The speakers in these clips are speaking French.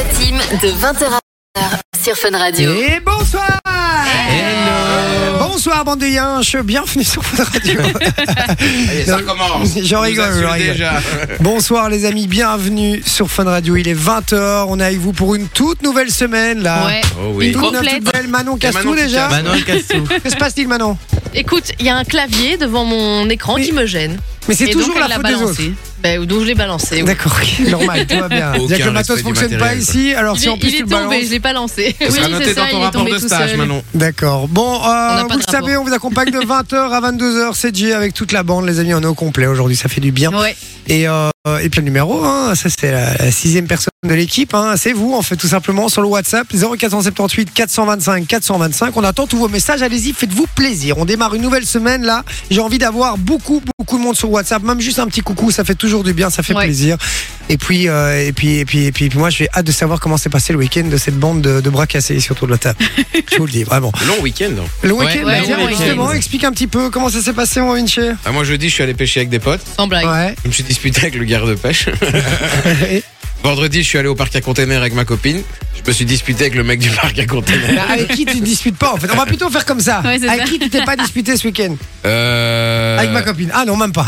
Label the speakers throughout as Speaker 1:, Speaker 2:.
Speaker 1: Kim de 20h à 20h sur Fun Radio.
Speaker 2: Et bonsoir Bonsoir bande de yinches, bienvenue sur Fun Radio.
Speaker 3: Allez,
Speaker 2: Non,
Speaker 3: ça commence.
Speaker 2: j'en
Speaker 3: Vous nous
Speaker 2: rigole,
Speaker 3: insultez
Speaker 2: j'en rigole.
Speaker 3: déjà.
Speaker 2: bonsoir les amis, bienvenue sur Fun Radio. Il est 20h, on est avec vous pour une toute nouvelle semaine là.
Speaker 4: Ouais.
Speaker 3: Oh oui.
Speaker 2: Toute neuve,
Speaker 4: Complète.
Speaker 2: toute belle. Manon Castou
Speaker 3: Manon qui
Speaker 2: déjà.
Speaker 3: casse.
Speaker 5: Manon Cassou.
Speaker 2: Qu'est-ce qui se passe-t-il Manon
Speaker 4: Écoute, il y a un clavier devant mon écran
Speaker 2: Oui.
Speaker 4: qui me gêne.
Speaker 2: Mais c'est
Speaker 4: Et
Speaker 2: toujours
Speaker 4: donc, elle
Speaker 2: la faute des autres.
Speaker 4: balancé. Ben, donc je l'ai balancé. oui.
Speaker 2: D'accord, ok, normal, tout va bien.
Speaker 3: Aucun
Speaker 2: C'est-à-dire que le matos
Speaker 3: respect du
Speaker 2: fonctionne pas
Speaker 3: matériel, quoi.
Speaker 2: ici, alors
Speaker 4: Il,
Speaker 2: si
Speaker 4: est,
Speaker 2: en
Speaker 4: il
Speaker 2: plus
Speaker 4: est
Speaker 2: tu le
Speaker 4: tombé,
Speaker 2: balances.
Speaker 4: je l'ai pas lancé.
Speaker 3: Ça sera
Speaker 4: oui,
Speaker 3: noté
Speaker 4: c'est ça,
Speaker 3: dans ton
Speaker 4: il est
Speaker 3: rapport
Speaker 4: tombé
Speaker 3: de
Speaker 4: tout
Speaker 3: stage,
Speaker 4: seul.
Speaker 3: Manon.
Speaker 2: D'accord. Bon, euh,
Speaker 4: n'a pas
Speaker 2: vous
Speaker 4: de
Speaker 2: le
Speaker 4: rapport.
Speaker 2: savez, on vous accompagne de 20h à 22h. C'est Jay avec toute la bande, les amis. On est au complet aujourd'hui, ça fait du bien.
Speaker 4: Ouais.
Speaker 2: Et, euh, et puis le numéro, hein, ça c'est la, la sixième personne de l'équipe, hein, c'est vous, en fait, tout simplement, sur le WhatsApp 0478 425 425. On attend tous vos messages, allez-y, faites-vous plaisir. On démarre une nouvelle semaine là. J'ai envie d'avoir beaucoup, beaucoup de monde sur WhatsApp, même juste un petit coucou, ça fait toujours du bien, ça fait
Speaker 4: Ouais.
Speaker 2: plaisir. Et puis, euh, et puis, et puis, et puis, et puis moi, j'ai hâte de savoir comment s'est passé le week-end de cette bande de, de bras cassés sur autour de la table. Je vous le dis, vraiment.
Speaker 3: Long week-end. hein.
Speaker 2: Le week-end,
Speaker 5: Ouais,
Speaker 2: bah,
Speaker 4: ouais,
Speaker 2: tiens,
Speaker 4: le week-end.
Speaker 2: justement, explique un petit peu comment ça s'est passé, mon Vinci.
Speaker 3: Ah, moi jeudi, je suis allé pêcher avec des potes.
Speaker 4: Sans blague.
Speaker 2: Ouais.
Speaker 3: Je me suis disputé avec le garde de pêche.
Speaker 2: Et-
Speaker 3: Vendredi, je suis allé au parc à container avec ma copine. Je me suis disputé avec le mec du parc à container.
Speaker 2: Mais avec qui tu te disputes pas en fait On va plutôt faire comme ça.
Speaker 4: Ouais, c'est
Speaker 2: avec
Speaker 4: ça.
Speaker 2: qui tu t'es pas disputé ce week-end
Speaker 3: Euh...
Speaker 2: Avec ma copine. Ah non, même pas.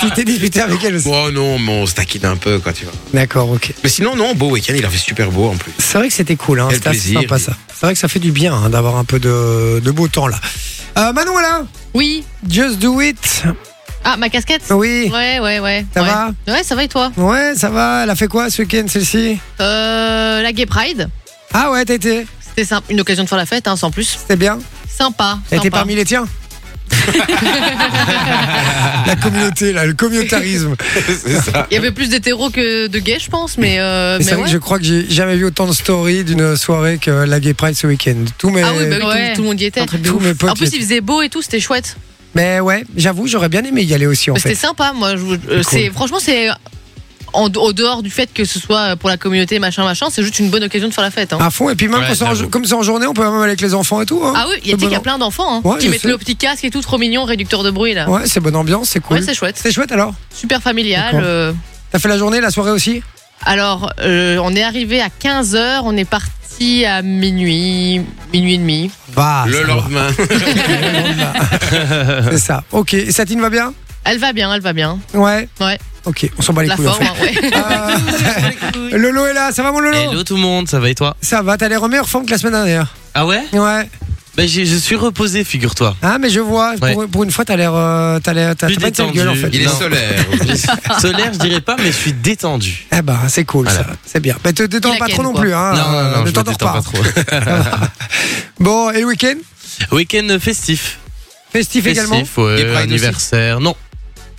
Speaker 2: tu t'es disputé avec elle aussi.
Speaker 3: Oh non, mais on se taquine un peu, quoi, tu vois.
Speaker 2: D'accord, ok.
Speaker 3: Mais sinon, non, beau week-end, il a fait super beau en plus.
Speaker 2: C'est vrai que c'était cool, hein.
Speaker 3: Quel
Speaker 2: c'était assez
Speaker 3: plaisir.
Speaker 2: sympa ça. C'est vrai que ça fait du bien hein, d'avoir un peu de, de beau temps là. Euh, Manon est là
Speaker 4: Oui.
Speaker 2: Just do it.
Speaker 4: Ah, ma casquette
Speaker 2: Oui.
Speaker 4: Ouais, ouais, ouais.
Speaker 2: Ça
Speaker 4: ouais.
Speaker 2: va
Speaker 4: Ouais, ça va et toi
Speaker 2: Ouais, ça va. Elle a fait quoi ce week-end celle-ci
Speaker 4: euh, La Gay Pride,
Speaker 2: Ah ouais, t'as été
Speaker 4: c'était sympa. une occasion de faire la fête, hein, sans plus.
Speaker 2: C'était bien
Speaker 4: Sympa.
Speaker 2: T'as été
Speaker 4: sympa.
Speaker 2: parmi les tiens La communauté là, le communautarisme.
Speaker 3: C'est ça.
Speaker 4: Il y avait plus d'hétéros que de gays, je pense, mais, euh,
Speaker 2: Mais c'est
Speaker 4: mais
Speaker 2: vrai
Speaker 4: ouais.
Speaker 2: que je crois que j'ai jamais vu autant de stories d'une soirée que la Gay Pride ce week-end. Tous mes,
Speaker 4: Ah oui, bah oui, tout- tout, le monde y était.
Speaker 2: Un truc de Tous ouf. mes potes
Speaker 4: En plus,
Speaker 2: y
Speaker 4: il faisait beau et tout, c'était chouette.
Speaker 2: Mais ouais, j'avoue, j'aurais bien aimé y aller aussi en
Speaker 4: Bah,
Speaker 2: fait.
Speaker 4: C'était sympa, moi. Je, vous- euh, c'est franchement, c'est en, au dehors du fait que ce soit pour la communauté, machin, machin, c'est juste une bonne occasion de faire la fête. hein. Ah,
Speaker 2: À fond, et puis même
Speaker 3: Ouais,
Speaker 2: quand c'est en-
Speaker 3: j'avoue.
Speaker 2: comme c'est en journée, on peut même aller avec les enfants et tout. hein.
Speaker 4: oui, il y a, tu
Speaker 2: C'est
Speaker 4: sais qu'il y a
Speaker 2: bon.
Speaker 4: plein d'enfants hein,
Speaker 2: Ouais,
Speaker 4: qui
Speaker 2: je
Speaker 4: mettent
Speaker 2: sais.
Speaker 4: le petit casque et tout, trop mignon, réducteur de bruit là. Ouais,
Speaker 2: Ouais, c'est bonne ambiance, c'est cool.
Speaker 4: c'est chouette,
Speaker 2: c'est chouette alors
Speaker 4: super familial.
Speaker 2: D'accord.
Speaker 4: euh.
Speaker 2: T'as fait la journée, la soirée aussi
Speaker 4: Alors, euh, on est arrivé à 15h, on est parti à minuit, minuit et demi.
Speaker 2: Bah, ça
Speaker 3: le
Speaker 2: va.
Speaker 3: lendemain.
Speaker 2: c'est ça. Ok, et Satine va bien
Speaker 4: Elle va bien, elle va bien.
Speaker 2: Ouais.
Speaker 4: Ouais.
Speaker 2: Ok, on s'en bat les
Speaker 4: la
Speaker 2: couilles en
Speaker 4: forme,
Speaker 2: fait.
Speaker 4: hein, ouais.
Speaker 2: Euh, Lolo est là, ça va mon Lolo
Speaker 5: Hello tout le monde, ça va et toi
Speaker 2: Ça va, t'as l'air en meilleure forme que la semaine dernière.
Speaker 5: Ah ouais
Speaker 2: Ouais.
Speaker 5: Bah j'ai- je suis reposé, figure-toi.
Speaker 2: Ah, mais je vois, pour- pour,
Speaker 5: Ouais.
Speaker 2: une fois, t'as l'air. euh, t'as l'air. T'as
Speaker 5: Plus
Speaker 2: t'as pas une sale
Speaker 5: détendu.
Speaker 2: gueule en fait.
Speaker 3: Il est
Speaker 5: Non.
Speaker 3: solaire.
Speaker 5: Solaire, je dirais pas, mais je suis détendu.
Speaker 2: Eh ben, c'est cool
Speaker 5: Voilà.
Speaker 2: ça, c'est bien. Mais te détends
Speaker 4: Il a
Speaker 2: pas trop
Speaker 4: ken,
Speaker 2: non
Speaker 4: quoi.
Speaker 2: plus, hein.
Speaker 5: non, non,
Speaker 2: euh,
Speaker 5: non,
Speaker 2: ne
Speaker 5: je me
Speaker 2: t'endors
Speaker 5: détends Ah, pas, trop.
Speaker 2: Bon, et le week-end
Speaker 5: Week-end festif.
Speaker 2: Festif également
Speaker 5: Festif, ouais,
Speaker 3: Gay Pride
Speaker 5: anniversaire. Non,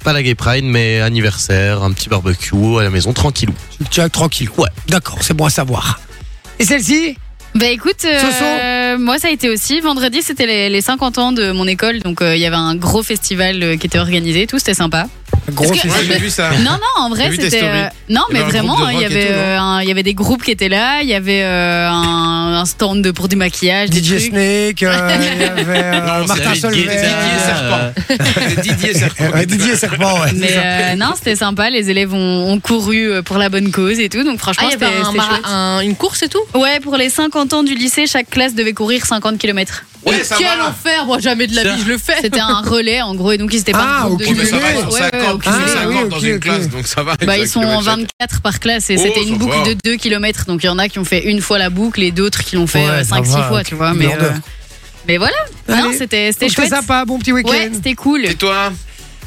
Speaker 5: pas la Gay Pride, mais anniversaire, un petit barbecue à la maison, tranquillou.
Speaker 2: Jack, tranquille. Ouais, d'accord, c'est bon à savoir. Et celle-ci
Speaker 6: Bah écoute, euh,
Speaker 2: Soso.
Speaker 6: moi ça a été aussi. Vendredi, c'était les, les 50 ans de mon école, donc euh, il y avait un gros festival euh, qui était organisé, et tout c'était sympa.
Speaker 2: Gros
Speaker 6: Est-ce que-
Speaker 3: Ouais,
Speaker 2: festif.
Speaker 3: j'ai vu ça.
Speaker 6: Non, non, en
Speaker 3: J'ai
Speaker 6: vrai
Speaker 3: vu tes
Speaker 6: c'était.
Speaker 3: stories.
Speaker 6: euh, non,
Speaker 3: Il y
Speaker 6: mais
Speaker 3: avait un
Speaker 6: vraiment,
Speaker 3: groupe de
Speaker 6: il
Speaker 3: rock
Speaker 6: y
Speaker 3: et
Speaker 6: avait,
Speaker 3: tout, non
Speaker 6: euh, un- il y avait des groupes qui étaient là, il y avait euh, un, un stand de, pour du maquillage, des
Speaker 2: DJ
Speaker 6: trucs.
Speaker 2: Snake, euh, il y avait euh,
Speaker 5: Ah,
Speaker 3: Non, c'est
Speaker 2: Martin
Speaker 3: Didier-
Speaker 2: Solveig. Eh,
Speaker 3: Didier Serpent. C'est Didier Serpent.
Speaker 2: Ouais, Didier Serpent, ouais.
Speaker 6: Mais euh, non, c'était sympa. Les élèves ont, ont couru euh, pour la bonne cause et tout, donc
Speaker 4: Ah,
Speaker 6: franchement
Speaker 4: il y avait
Speaker 6: c'était
Speaker 4: un
Speaker 6: c'était
Speaker 4: mara-
Speaker 6: chouette.
Speaker 4: un- une course et tout
Speaker 6: Ouais, pour les 50 ans du lycée, chaque classe devait courir 50 km.
Speaker 3: Ouais, ça
Speaker 4: Quel
Speaker 3: va.
Speaker 4: enfer, moi jamais de la vie, je le fais.
Speaker 6: C'était un relais en gros, et donc ils étaient
Speaker 2: Ah,
Speaker 6: pas en groupe
Speaker 2: au
Speaker 6: de
Speaker 3: Oui, mais ça va, ils
Speaker 6: Ouais,
Speaker 3: sont
Speaker 6: ouais,
Speaker 3: 50,
Speaker 6: au
Speaker 3: ils sont
Speaker 6: cumulé.
Speaker 3: 50
Speaker 2: Ah, oui,
Speaker 3: dans
Speaker 2: ok,
Speaker 3: une
Speaker 2: ok.
Speaker 3: classe, donc ça va.
Speaker 6: Bah,
Speaker 3: un
Speaker 6: ils sont
Speaker 3: kilomètre chacun.
Speaker 6: 24 par classe et
Speaker 3: Oh,
Speaker 6: c'était
Speaker 3: ça
Speaker 6: une boucle
Speaker 3: va.
Speaker 6: de 2 km. Donc il y en a qui ont fait une fois la boucle et d'autres qui l'ont fait
Speaker 2: Ouais, ça
Speaker 6: 5-6
Speaker 2: va,
Speaker 6: fois,
Speaker 2: ok,
Speaker 6: tu vois.
Speaker 2: une
Speaker 6: Mais,
Speaker 2: lourdeur.
Speaker 6: euh, mais voilà, non,
Speaker 2: Allez,
Speaker 6: c'était c'était
Speaker 2: Donc, C'était
Speaker 6: chouette.
Speaker 2: sympa, bon petit week-end.
Speaker 6: Ouais, c'était cool.
Speaker 3: Et toi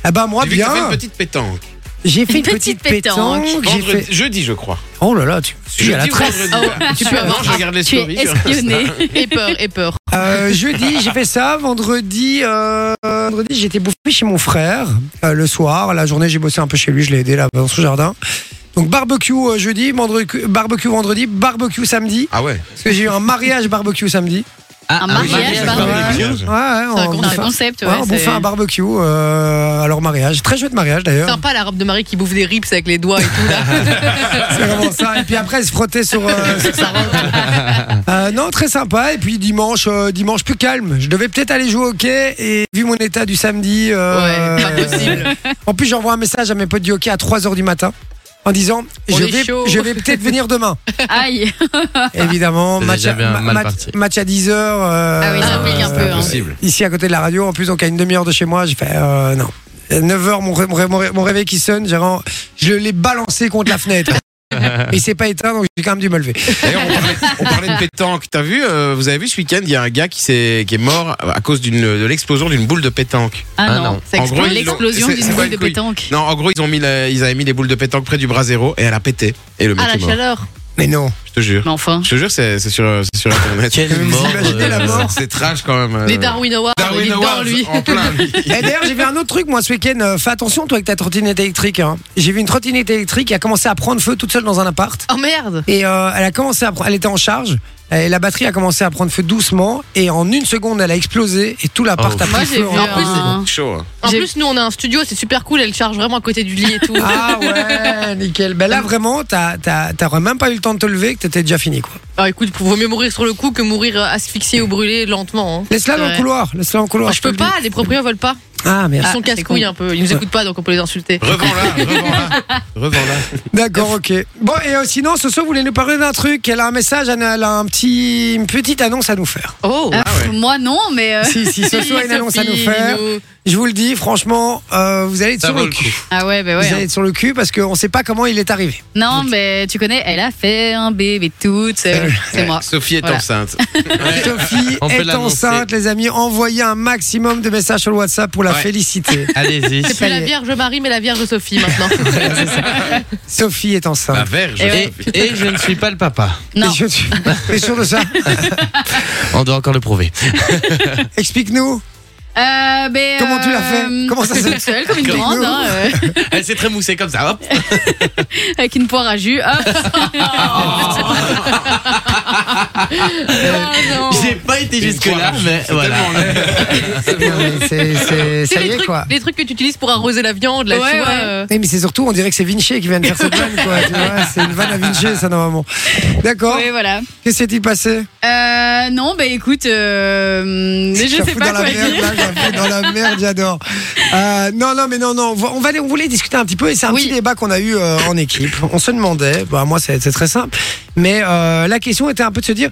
Speaker 2: ah bah moi
Speaker 3: J'ai vu que t'as fait
Speaker 2: bien.
Speaker 3: une petite pétanque.
Speaker 2: J'ai fait une
Speaker 6: Une petite
Speaker 2: petite pétanque. J'ai
Speaker 3: Vendredi-
Speaker 2: fait.
Speaker 3: Jeudi, je crois.
Speaker 2: Oh là là, tu suis à la
Speaker 3: Jeudi ou
Speaker 2: traîne.
Speaker 3: vendredi
Speaker 4: Ah ouais.
Speaker 3: là.
Speaker 4: Tu peux
Speaker 3: Non, je regarde les
Speaker 6: Tu es
Speaker 3: stories.
Speaker 6: espionné.
Speaker 4: Et peur, et peur.
Speaker 2: Euh, jeudi, j'ai fait ça. Vendredi, euh, vendredi j'étais bouffé chez mon frère euh, le soir. La journée, j'ai bossé un peu chez lui. Je l'ai aidé là dans son jardin. Donc barbecue euh, jeudi, vendredi- barbecue vendredi, barbecue samedi.
Speaker 3: Ah ouais
Speaker 2: Parce que j'ai eu un mariage barbecue samedi.
Speaker 5: Ah,
Speaker 6: Un
Speaker 5: ah oui,
Speaker 6: mariage,
Speaker 5: ouais,
Speaker 6: pardon.
Speaker 5: barbecue.
Speaker 2: Ouais, ouais,
Speaker 4: C'est un
Speaker 2: on
Speaker 6: C'est
Speaker 4: concept.
Speaker 2: bouffait-
Speaker 6: un concept.
Speaker 2: ouais,
Speaker 6: ouais,
Speaker 2: on
Speaker 6: c'est-
Speaker 2: bouffait un barbecue euh, à leur mariage. Très chouette mariage d'ailleurs.
Speaker 4: Sympa la robe de Marie qui bouffe des rips avec les doigts et tout là.
Speaker 2: C'est vraiment ça. Et puis après, elle se frottait sur, euh, sur sa robe. Euh, non, très sympa. Et puis dimanche, euh, dimanche plus calme. Je devais peut-être aller jouer au hockey. Et vu mon état du samedi. euh,
Speaker 4: Ouais, pas possible.
Speaker 2: En plus, j'envoie un message à mes potes du hockey à 3h du matin. en disant
Speaker 4: On
Speaker 2: je
Speaker 4: est
Speaker 2: vais,
Speaker 4: chaud.
Speaker 2: je vais peut-être venir demain.
Speaker 6: Aïe.
Speaker 2: Évidemment,
Speaker 5: C'est
Speaker 2: match,
Speaker 5: déjà bien
Speaker 2: ma-
Speaker 5: mal
Speaker 2: match-
Speaker 5: parti.
Speaker 2: match à euh, 10h.
Speaker 6: Ah oui, ça pique un peu. hein.
Speaker 3: Impossible.
Speaker 2: ici à côté de la radio, en plus donc à une demi-heure de chez moi, j'ai fait euh, non. 9h, mon, ré- mon, ré- mon ré- mon réveil qui sonne, j'ai vraiment- je l'ai balancé contre la fenêtre. Il s'est pas éteint, donc j'ai quand même dû me lever.
Speaker 3: D'ailleurs, on parlait, on parlait de pétanque. T'as vu, euh, vous avez vu ce week-end, il y a un gars qui, s'est- qui est mort à cause d'une- de l'explosion d'une boule de pétanque.
Speaker 6: Ah,
Speaker 5: Ah
Speaker 6: non.
Speaker 5: non.
Speaker 6: Ça
Speaker 3: En
Speaker 6: explose
Speaker 3: gros, ils l'ont-
Speaker 6: l'explosion
Speaker 3: c'est-
Speaker 6: d'une
Speaker 3: c'est pas
Speaker 6: boule
Speaker 3: une
Speaker 6: de
Speaker 3: couille.
Speaker 6: pétanque.
Speaker 3: Non, en gros, ils, ont mis la- ils avaient mis des boules de pétanque près du bras zéro et elle a pété. Et le mec
Speaker 4: Ah, la
Speaker 3: est mort.
Speaker 4: chaleur.
Speaker 2: Mais non.
Speaker 3: Je te jure.
Speaker 6: Mais enfin.
Speaker 3: Je te jure, c'est c'est sur, c'est sur Internet.
Speaker 5: Quelle
Speaker 2: Vous
Speaker 5: mort.
Speaker 2: imaginez
Speaker 5: euh,
Speaker 2: la mort
Speaker 3: C'est trash quand même.
Speaker 4: Les
Speaker 3: Euh,
Speaker 4: Darwin Awards, il
Speaker 3: Darwin
Speaker 4: est dans
Speaker 3: Awards
Speaker 4: lui.
Speaker 3: en plein. lui.
Speaker 2: Et d'ailleurs, j'ai vu un autre truc, moi, ce week-end. Euh, Fais attention, toi, avec ta trottinette électrique. hein. J'ai vu une trottinette électrique qui a commencé à prendre feu toute seule dans un appart.
Speaker 4: Oh merde
Speaker 2: Et euh, elle a commencé à prendre- elle était en charge. Et la batterie a commencé à prendre feu doucement. Et en une seconde, elle a explosé. Et tout l'appart
Speaker 5: Oh.
Speaker 2: a pris
Speaker 6: Moi, j'ai
Speaker 2: feu.
Speaker 6: vu
Speaker 2: en-
Speaker 4: plus, c'est-
Speaker 6: un-
Speaker 3: Chaud. hein.
Speaker 4: En
Speaker 6: J'ai-
Speaker 4: plus, nous, on a un studio, c'est super cool, elle charge vraiment à côté du lit et tout.
Speaker 2: Ah ouais, nickel. Ben là, vraiment, t'as- t'as- t'aurais même pas eu le temps de te lever que t'étais déjà fini, quoi.
Speaker 4: Ah, écoute, vaut mieux mourir sur le coup que mourir euh, asphyxié ou brûlé lentement. hein.
Speaker 2: Laisse-la dans le
Speaker 6: Ouais.
Speaker 2: couloir. Laisse-la dans le couloir.
Speaker 4: Oh, je peux
Speaker 2: te le
Speaker 4: pas, les propriétaires veulent pas.
Speaker 2: dis. Ah,
Speaker 4: Ils
Speaker 2: merde.
Speaker 4: sont
Speaker 6: c'est
Speaker 4: casse-couilles
Speaker 6: con.
Speaker 4: un peu, ils nous écoutent pas donc on peut les insulter.
Speaker 3: Revends-la, revends-la. Revends-la.
Speaker 2: D'accord, ok. Bon, et euh, sinon, Soso voulait nous parler d'un truc. Elle a un message, elle a elle a un petit, une petite annonce à nous faire.
Speaker 4: Oh
Speaker 6: Ah,
Speaker 3: ouais.
Speaker 6: pff, Moi non, mais. euh,
Speaker 2: Si, si,
Speaker 4: Ah,
Speaker 2: Soso a une annonce à nous faire. Je vous le dis, franchement, euh, vous allez être
Speaker 5: Ça
Speaker 2: sur
Speaker 5: vaut
Speaker 2: le
Speaker 5: le
Speaker 2: cul.
Speaker 5: coup.
Speaker 6: Ah ouais, bah
Speaker 2: Vous
Speaker 6: ouais.
Speaker 2: allez
Speaker 6: hein.
Speaker 2: être sur le cul parce qu'on sait pas comment il est arrivé.
Speaker 6: Non, mais tu connais, elle a fait un bébé toute
Speaker 2: Euh,
Speaker 6: seule. C'est moi.
Speaker 3: Sophie est
Speaker 6: Voilà.
Speaker 3: enceinte.
Speaker 2: Sophie
Speaker 5: On peut
Speaker 2: est
Speaker 5: l'annoncer.
Speaker 2: enceinte, les amis. Envoyez un maximum de messages sur le WhatsApp pour la
Speaker 3: Ouais.
Speaker 2: féliciter.
Speaker 5: Allez-y.
Speaker 4: C'est plus
Speaker 2: y
Speaker 4: la
Speaker 2: est.
Speaker 4: Vierge Marie, mais la Vierge Sophie maintenant.
Speaker 2: Sophie est enceinte.
Speaker 3: La verge.
Speaker 6: Et
Speaker 5: Et,
Speaker 3: Sophie.
Speaker 5: et je ne suis pas le papa.
Speaker 6: Non.
Speaker 2: Et je- tu- T'es sûr de ça
Speaker 5: On doit encore le prouver.
Speaker 2: Explique-nous.
Speaker 6: Euh, mais,
Speaker 2: Comment tu l'as
Speaker 6: euh,
Speaker 2: fait Comment ça se-
Speaker 6: Toute seule, comme une
Speaker 2: Explique-nous.
Speaker 6: grande, hein, euh,
Speaker 5: Elle s'est très moussée comme ça. Hop.
Speaker 6: avec une poire à jus. Ah, Hop.
Speaker 4: non.
Speaker 5: J'ai pas été
Speaker 3: Une
Speaker 5: jusque-là,
Speaker 3: poire à
Speaker 5: mais
Speaker 3: jus, c'est
Speaker 5: voilà.
Speaker 3: tellement laid.
Speaker 2: Non, mais c'est-
Speaker 4: C'est
Speaker 2: c'est- Ça y
Speaker 4: les
Speaker 2: est,
Speaker 4: trucs,
Speaker 2: quoi.
Speaker 4: les trucs que tu utilises pour arroser l'avion, de la
Speaker 6: Ouais,
Speaker 4: tu vois,
Speaker 6: ouais.
Speaker 4: euh,
Speaker 2: Oui, mais c'est surtout, on dirait que c'est Vinci qui vient de faire cette vanne, quoi. tu vois, c'est une vanne à Vinci, ça, normalement. D'accord.
Speaker 6: Oui, voilà.
Speaker 2: Qu'est-ce qui s'est-il passé
Speaker 6: Euh, non, bah écoute, euh, je
Speaker 2: la
Speaker 6: sais
Speaker 2: fous
Speaker 6: pas
Speaker 2: dans
Speaker 6: quoi
Speaker 2: la merde,
Speaker 6: dire.
Speaker 2: là, je la fous dans la merde, j'adore. Euh, non, non, mais non, non. On, va- on va aller, on voulait discuter un petit peu et c'est un
Speaker 6: Oui.
Speaker 2: petit débat qu'on a eu euh, en équipe. On se demandait, bah, moi, c'est c'est très simple, mais euh, la question était un peu de se dire.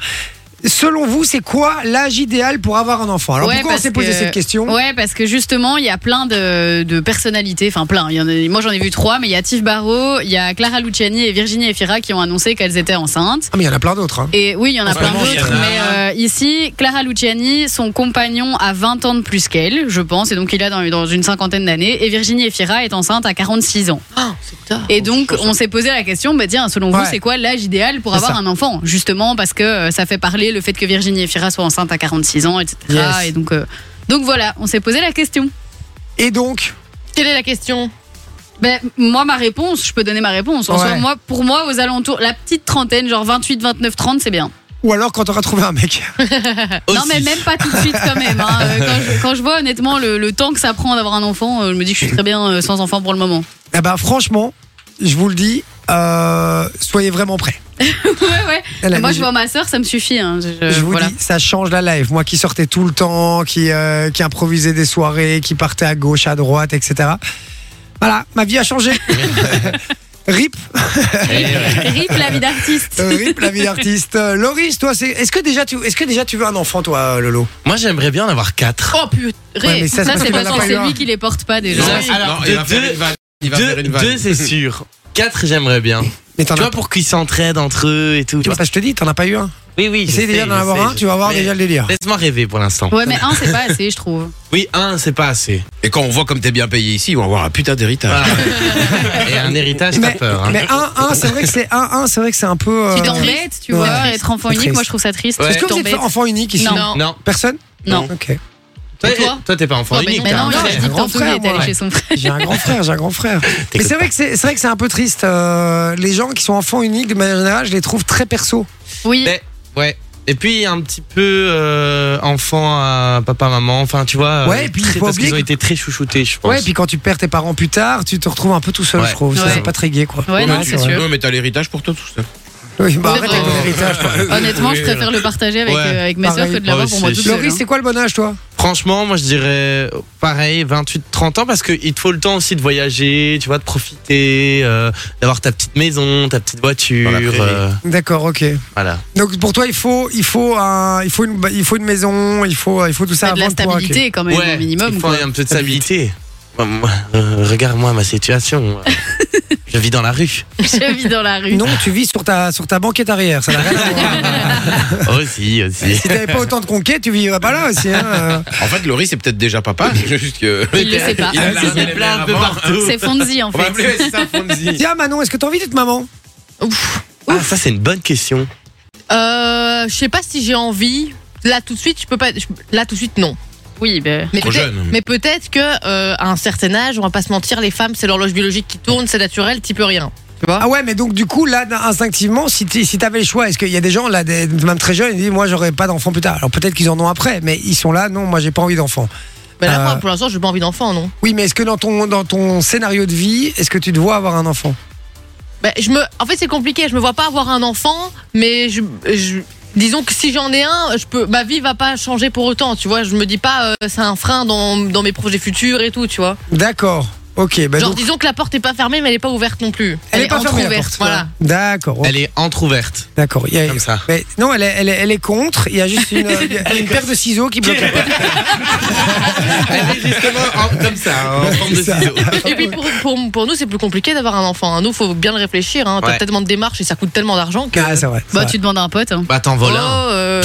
Speaker 2: Selon vous, c'est quoi l'âge idéal pour avoir un enfant Alors
Speaker 6: Ouais,
Speaker 2: pourquoi on
Speaker 6: parce
Speaker 2: s'est posé
Speaker 6: que-
Speaker 2: cette question
Speaker 6: Ouais, parce que justement, il y a plein de, de personnalités, enfin plein. Il y en a- moi, j'en ai vu trois, mais il y a Tiff Barreau, il y a Clara Luciani et Virginie Efira qui ont annoncé qu'elles étaient enceintes.
Speaker 2: Ah mais il y en a plein d'autres. hein.
Speaker 6: Et oui, il y en a plein
Speaker 5: Vraiment, il y
Speaker 6: d'autres,
Speaker 5: en a.
Speaker 6: mais euh, ici, Clara Luciani, son compagnon a 20 ans de plus qu'elle, je pense, et donc il a dans, dans une cinquantaine d'années, et Virginie Efira est enceinte à 46 ans.
Speaker 4: ah, c'est tard.
Speaker 6: Et donc, on s'est posé la question, bah tiens, selon
Speaker 2: Ouais.
Speaker 6: vous, c'est quoi l'âge idéal pour
Speaker 2: C'est
Speaker 6: avoir
Speaker 2: ça.
Speaker 6: un enfant Justement, parce que euh, ça fait parler le fait que Virginie Efira soit enceinte à 46 ans, etc.
Speaker 2: Yes.
Speaker 6: Et donc, euh, donc voilà, on s'est posé la question.
Speaker 2: Et donc,
Speaker 4: Quelle est la question
Speaker 6: Ben, moi, ma réponse, je peux donner ma réponse. En
Speaker 2: Ouais.
Speaker 6: soi, moi, pour moi, aux alentours, la petite trentaine, genre 28, 29, 30, c'est bien.
Speaker 2: ou alors quand on aura trouvé un mec.
Speaker 6: Non, mais même pas tout de suite quand même. hein. Euh, Quand, je, quand je vois honnêtement le, le temps que ça prend d'avoir un enfant, euh, je me dis que je suis très bien euh, sans enfant pour le moment.
Speaker 2: Eh ben franchement, je vous le dis, euh, soyez vraiment prêts.
Speaker 6: ouais, ouais.
Speaker 2: Elle a
Speaker 6: moi,
Speaker 2: dit-
Speaker 6: je vois ma sœur, ça me suffit. hein. Je, je-
Speaker 2: Je vous
Speaker 6: voilà.
Speaker 2: dis, ça change la live. Moi qui sortais tout le temps, qui, euh, qui improvisais des soirées, qui partais à gauche, à droite, etc. Voilà, ma vie a changé. Rip,
Speaker 6: Rip la vie d'artiste.
Speaker 2: euh, rip la vie d'artiste. Euh, Loris, toi, c'est, est-ce que déjà tu, est-ce que déjà tu veux un enfant, toi, euh, Lolo
Speaker 5: Moi, j'aimerais bien en avoir quatre.
Speaker 4: Oh putain
Speaker 2: Ouais, mais ça,
Speaker 6: Ça,
Speaker 2: parce
Speaker 6: c'est
Speaker 2: que
Speaker 6: parce
Speaker 2: t'en as
Speaker 6: que
Speaker 2: pas eu
Speaker 6: c'est
Speaker 2: un.
Speaker 6: lui qui les porte pas déjà.
Speaker 3: Non,
Speaker 5: Oui. Alors,
Speaker 3: non, il va
Speaker 5: de
Speaker 3: faire
Speaker 5: deux-
Speaker 3: une vanne. Il va faire
Speaker 5: Deux,
Speaker 3: une vanne.
Speaker 5: deux, c'est sûr. Quatre, j'aimerais bien.
Speaker 2: Mais t'en
Speaker 5: Tu
Speaker 2: as,
Speaker 5: vois, pour qu'ils s'entraident entre eux et tout.
Speaker 2: tu vois, je te dis, t'en as pas eu un.
Speaker 5: Oui, oui. je
Speaker 2: Essaye déjà
Speaker 5: sais,
Speaker 2: d'en
Speaker 5: je
Speaker 2: avoir
Speaker 5: sais,
Speaker 2: un,
Speaker 5: je-
Speaker 2: tu vas voir
Speaker 5: mais
Speaker 2: déjà le délire.
Speaker 5: Laisse-moi rêver pour l'instant.
Speaker 6: Ouais, mais un, c'est pas assez, je trouve.
Speaker 5: Oui, un, c'est pas assez.
Speaker 3: Et quand on voit comme t'es bien payé ici, ils vont avoir un putain d'héritage.
Speaker 5: Et un héritage, t'as
Speaker 2: Mais,
Speaker 5: peur. hein.
Speaker 2: mais un, un, c'est vrai que c'est un, un, c'est vrai que c'est un peu. euh,
Speaker 6: Tu t'embêtes, tu
Speaker 2: ouais.
Speaker 6: vois, être enfant
Speaker 2: C'est
Speaker 6: unique,
Speaker 2: triste.
Speaker 6: moi, je trouve ça triste.
Speaker 5: Ouais.
Speaker 2: Est-ce que
Speaker 6: Tu
Speaker 2: vous êtes
Speaker 6: t'embêtes.
Speaker 2: enfant unique ici
Speaker 6: Non.
Speaker 5: Non.
Speaker 2: Personne
Speaker 6: Non.
Speaker 2: Ok.
Speaker 5: Toi,
Speaker 4: toi
Speaker 5: toi, t'es pas enfant
Speaker 4: Non, mais
Speaker 5: unique. hein.
Speaker 4: non,
Speaker 6: Mais
Speaker 5: t'as
Speaker 6: non,
Speaker 5: un
Speaker 6: il
Speaker 5: frère.
Speaker 6: a dit
Speaker 2: grand
Speaker 6: tantôt, il
Speaker 2: frère,
Speaker 6: est allé
Speaker 2: moi.
Speaker 6: chez son frère.
Speaker 2: J'ai un grand frère, j'ai un grand frère. Mais c'est vrai que c'est c'est vrai que c'est un peu triste. euh, les gens qui sont enfants uniques, de manière générale, je les trouve très perso.
Speaker 6: Oui.
Speaker 5: Mais- Ouais. Et puis un petit peu euh, enfant à papa maman, enfin tu vois. euh,
Speaker 2: Ouais, et puis,
Speaker 5: très-
Speaker 2: faut
Speaker 5: parce
Speaker 2: oublier
Speaker 5: qu'ils ont
Speaker 2: que-
Speaker 5: été très chouchoutés, je pense.
Speaker 2: Ouais, et puis quand tu perds tes parents plus tard, tu te retrouves un peu tout seul,
Speaker 5: Ouais.
Speaker 2: je trouve. Ça,
Speaker 6: Ouais.
Speaker 2: C'est pas très gai, quoi.
Speaker 6: Ouais, non,
Speaker 3: mais
Speaker 6: c'est
Speaker 3: tu-
Speaker 6: sûr.
Speaker 3: non, mais t'as l'héritage pour toi tout ça.
Speaker 2: Oui, bah
Speaker 6: Oui,
Speaker 2: arrête
Speaker 6: bah,
Speaker 2: avec ton
Speaker 6: euh,
Speaker 2: héritage.
Speaker 6: Honnêtement, je préfère le partager avec,
Speaker 5: Ouais.
Speaker 6: euh, avec mes
Speaker 2: Pareil.
Speaker 6: soeurs que de l'avoir
Speaker 5: Ouais,
Speaker 6: pour moi
Speaker 5: c'est-
Speaker 6: toute seule.
Speaker 2: Loris,
Speaker 6: hein.
Speaker 2: c'est quoi le bon âge, toi
Speaker 5: Franchement, moi je dirais pareil, 28-30 ans, parce qu'il te faut le temps aussi de voyager, tu vois, de profiter, euh, d'avoir ta petite maison, ta petite voiture.
Speaker 3: Dans la prairie.
Speaker 5: euh,
Speaker 2: D'accord, ok.
Speaker 5: voilà.
Speaker 2: Donc pour toi, il faut, il faut, un- il faut une, il faut une maison, il faut, il faut tout ça.
Speaker 6: T'as hein. de la
Speaker 2: avant de pouvoir- ok.
Speaker 6: stabilité quand même, au minimum.
Speaker 5: il faut
Speaker 6: quoi.
Speaker 5: un peu de stabilité. Moi, moi, euh, Regarde-moi ma situation. je vis dans la rue.
Speaker 6: Je vis dans la rue.
Speaker 2: Non, tu vis sur ta, sur ta banquette arrière. Ça n'a rien à voir.
Speaker 5: aussi, aussi.
Speaker 2: si t'avais pas autant de conquêtes, tu vivrais pas là aussi. hein, euh.
Speaker 3: En fait, Laurie, c'est peut-être déjà papa. c'est juste que.
Speaker 6: Il le sait pas.
Speaker 3: Il a la-
Speaker 5: Il y a plein un peu partout.
Speaker 6: C'est Fonzie en
Speaker 3: On va
Speaker 6: fait.
Speaker 3: appeler ça Fonzie.
Speaker 2: Tiens, Manon, est-ce que t'as envie d'être maman
Speaker 5: Ah, ça, c'est une bonne question.
Speaker 4: Euh, je sais pas si j'ai envie. Là tout de suite, je peux pas. je- Là tout de suite, non.
Speaker 6: Oui, ben.
Speaker 4: Mais
Speaker 3: Trop
Speaker 4: peut-être-
Speaker 2: hein.
Speaker 3: jeune.
Speaker 4: Mais peut-être que euh, à un certain âge, on va pas se mentir, les femmes, c'est l'horloge biologique qui tourne, c'est naturel, t'y peux rien. Tu vois
Speaker 2: Ah ouais, mais donc du coup, là, instinctivement, si t'es- si t'avais le choix, est-ce qu'il y a des gens, là, des- même très jeunes, ils disent, moi, j'aurais pas d'enfant plus tard. Alors peut-être qu'ils en ont après, mais ils sont là, non, moi, j'ai pas envie d'enfant.
Speaker 4: Mais Ben là,
Speaker 2: Euh.
Speaker 4: moi, pour l'instant, j'ai pas envie d'enfant, non.
Speaker 2: Oui, mais est-ce que dans ton, dans ton scénario de vie, est-ce que tu te vois avoir un enfant
Speaker 4: Bah, je me, en fait, c'est compliqué. Je me vois pas avoir un enfant, mais je, je- disons que si j'en ai un, je peux, ma vie va pas changer pour autant. Tu vois, je me dis pas, euh, c'est un frein dans, dans mes projets futurs et tout. Tu vois.
Speaker 2: D'accord. Ok, bah
Speaker 4: Genre,
Speaker 2: donc,
Speaker 4: disons que la porte est pas fermée, mais elle est pas ouverte non plus.
Speaker 2: elle est pas fermée. la
Speaker 4: entrouverte,
Speaker 2: porte.
Speaker 4: Voilà.
Speaker 2: D'accord. ok.
Speaker 5: Elle est entrouverte,
Speaker 2: D'accord. Il y a-
Speaker 5: comme ça.
Speaker 2: Mais non, elle est, elle, est, elle est contre. Il y a juste une, il y a une paire de ciseaux qui bloque la porte.
Speaker 5: Elle est justement en- comme ça, en forme de
Speaker 2: C'est ça.
Speaker 5: ciseau.
Speaker 4: Et puis pour, pour, pour nous, c'est plus compliqué d'avoir un enfant. hein. Nous, faut bien le réfléchir. Hein. T'as
Speaker 5: Ouais.
Speaker 4: tellement de démarches et ça coûte tellement d'argent que.
Speaker 2: Ah, c'est vrai. c'est
Speaker 6: Bah,
Speaker 2: vrai.
Speaker 6: tu demandes à un pote. Hein.
Speaker 5: Bah, t'en voles un.
Speaker 4: Oh, euh,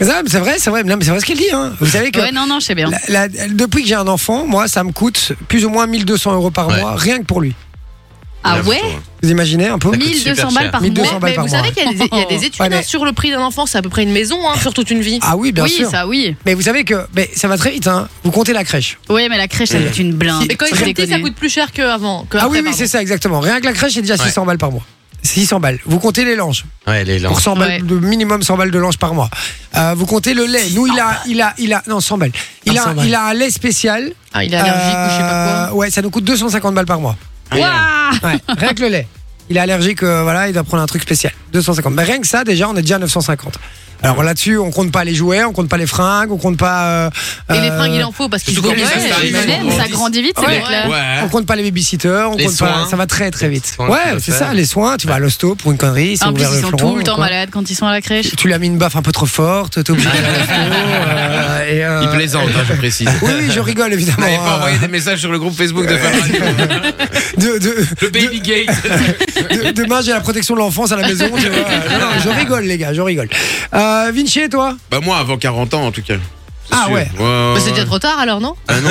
Speaker 2: Non, mais C'est vrai, c'est vrai. Non, mais c'est vrai ce qu'elle dit. hein. Vous savez que
Speaker 6: Ouais, non, non, je sais bien.
Speaker 2: la- la- depuis que j'ai un enfant, moi, ça me coûte plus ou moins 1200 euros par
Speaker 5: Ouais.
Speaker 2: mois, rien que pour lui.
Speaker 5: Oh,
Speaker 6: Ah ouais
Speaker 2: Vous imaginez un peu
Speaker 5: coûte
Speaker 6: 1200
Speaker 5: super
Speaker 6: balles
Speaker 5: cher.
Speaker 6: par
Speaker 2: 1200
Speaker 6: mois.
Speaker 2: balles
Speaker 4: mais
Speaker 2: par
Speaker 4: vous
Speaker 2: mois.
Speaker 4: savez qu'il y, a des- il y a des études
Speaker 2: Ouais, mais-
Speaker 4: hein, sur le prix d'un enfant, c'est à peu près une maison hein, sur toute une vie.
Speaker 2: Ah oui, bien
Speaker 6: Oui,
Speaker 2: sûr.
Speaker 6: ça oui.
Speaker 2: Mais vous savez que mais ça va très vite. hein. Vous comptez la crèche.
Speaker 6: Oui, mais la crèche, ça coûte une blinde.
Speaker 4: Mais quand ils
Speaker 6: Sans
Speaker 4: sont petits, ça
Speaker 6: déconner.
Speaker 4: coûte plus cher qu'avant. que
Speaker 2: ah
Speaker 4: après,
Speaker 2: oui, oui,
Speaker 4: pardon.
Speaker 2: c'est ça, exactement. Rien que la crèche, c'est déjà
Speaker 5: Ouais.
Speaker 2: 600 balles par mois. 600 balles. Vous comptez les langes.
Speaker 5: Ouais, elle est lente.
Speaker 2: pour 100 balles,
Speaker 6: Ouais.
Speaker 2: de minimum 100 balles de linge par mois. Euh, vous comptez le lait. Nous, il a, il a, il a, non, 100 balles. Il,
Speaker 5: Ah,
Speaker 2: a,
Speaker 5: 100 balles.
Speaker 2: il a un lait spécial.
Speaker 4: Ah, il est allergique ou je sais pas
Speaker 2: Euh, Ouais, ça nous coûte 250 balles par mois.
Speaker 6: Ouah
Speaker 2: Ouais, rien que le lait. Il est allergique, euh, voilà, il doit prendre un truc spécial. 250. Mais rien que ça, déjà, on est déjà à 950. Alors là-dessus, on compte pas les jouets, on compte pas les fringues, on compte pas. euh,
Speaker 4: quoi. Et les
Speaker 2: euh,
Speaker 4: fringues, il en faut parce qu'ils
Speaker 3: surtout
Speaker 4: grandissent.
Speaker 3: quand
Speaker 4: Ouais,
Speaker 3: ça
Speaker 6: Ouais,
Speaker 3: arrive,
Speaker 4: ils
Speaker 6: mais
Speaker 3: ils
Speaker 6: même,
Speaker 3: sont
Speaker 6: ça
Speaker 4: grandissent.
Speaker 3: grandissent.
Speaker 6: grandit vite, ces
Speaker 2: Ouais.
Speaker 6: mecs-là.
Speaker 5: Ouais.
Speaker 2: euh, On compte pas les babysitters, on
Speaker 5: Les
Speaker 2: compte pas.
Speaker 5: soins.
Speaker 2: Ça va très très
Speaker 5: Les
Speaker 2: vite.
Speaker 5: soins que tu
Speaker 2: Ouais,
Speaker 5: dois
Speaker 2: c'est ça,
Speaker 5: faire.
Speaker 2: les soins. Tu vas à l'hosto pour une connerie, c'est
Speaker 6: En plus,
Speaker 2: ouvert
Speaker 6: ils sont
Speaker 2: fleuron,
Speaker 6: tout le temps
Speaker 2: quoi.
Speaker 6: malades quand ils sont à la crèche.
Speaker 2: Tu lui as mis une baffe un peu trop forte, t'es obligé d'aller à l'hosto, euh, et, euh,
Speaker 3: Il plaisante, hein, je précise.
Speaker 2: Oui, oui, je rigole évidemment.
Speaker 3: N'avez pas
Speaker 2: hein.
Speaker 3: envoyé des messages sur le groupe Facebook de Fun Radio.
Speaker 2: euh, De- de-
Speaker 3: Le Baby Gate.
Speaker 2: de- demain, j'ai la protection de l'enfance à la maison. tu vois. Non, non, je rigole, les gars, je rigole. Euh, Vinci et toi
Speaker 3: Bah, moi, avant 40 ans, en tout cas. C'est
Speaker 2: Ah
Speaker 3: sûr.
Speaker 2: ouais.
Speaker 4: Bah,
Speaker 3: euh,
Speaker 4: C'est déjà trop tard alors, non
Speaker 3: Quel
Speaker 2: Non,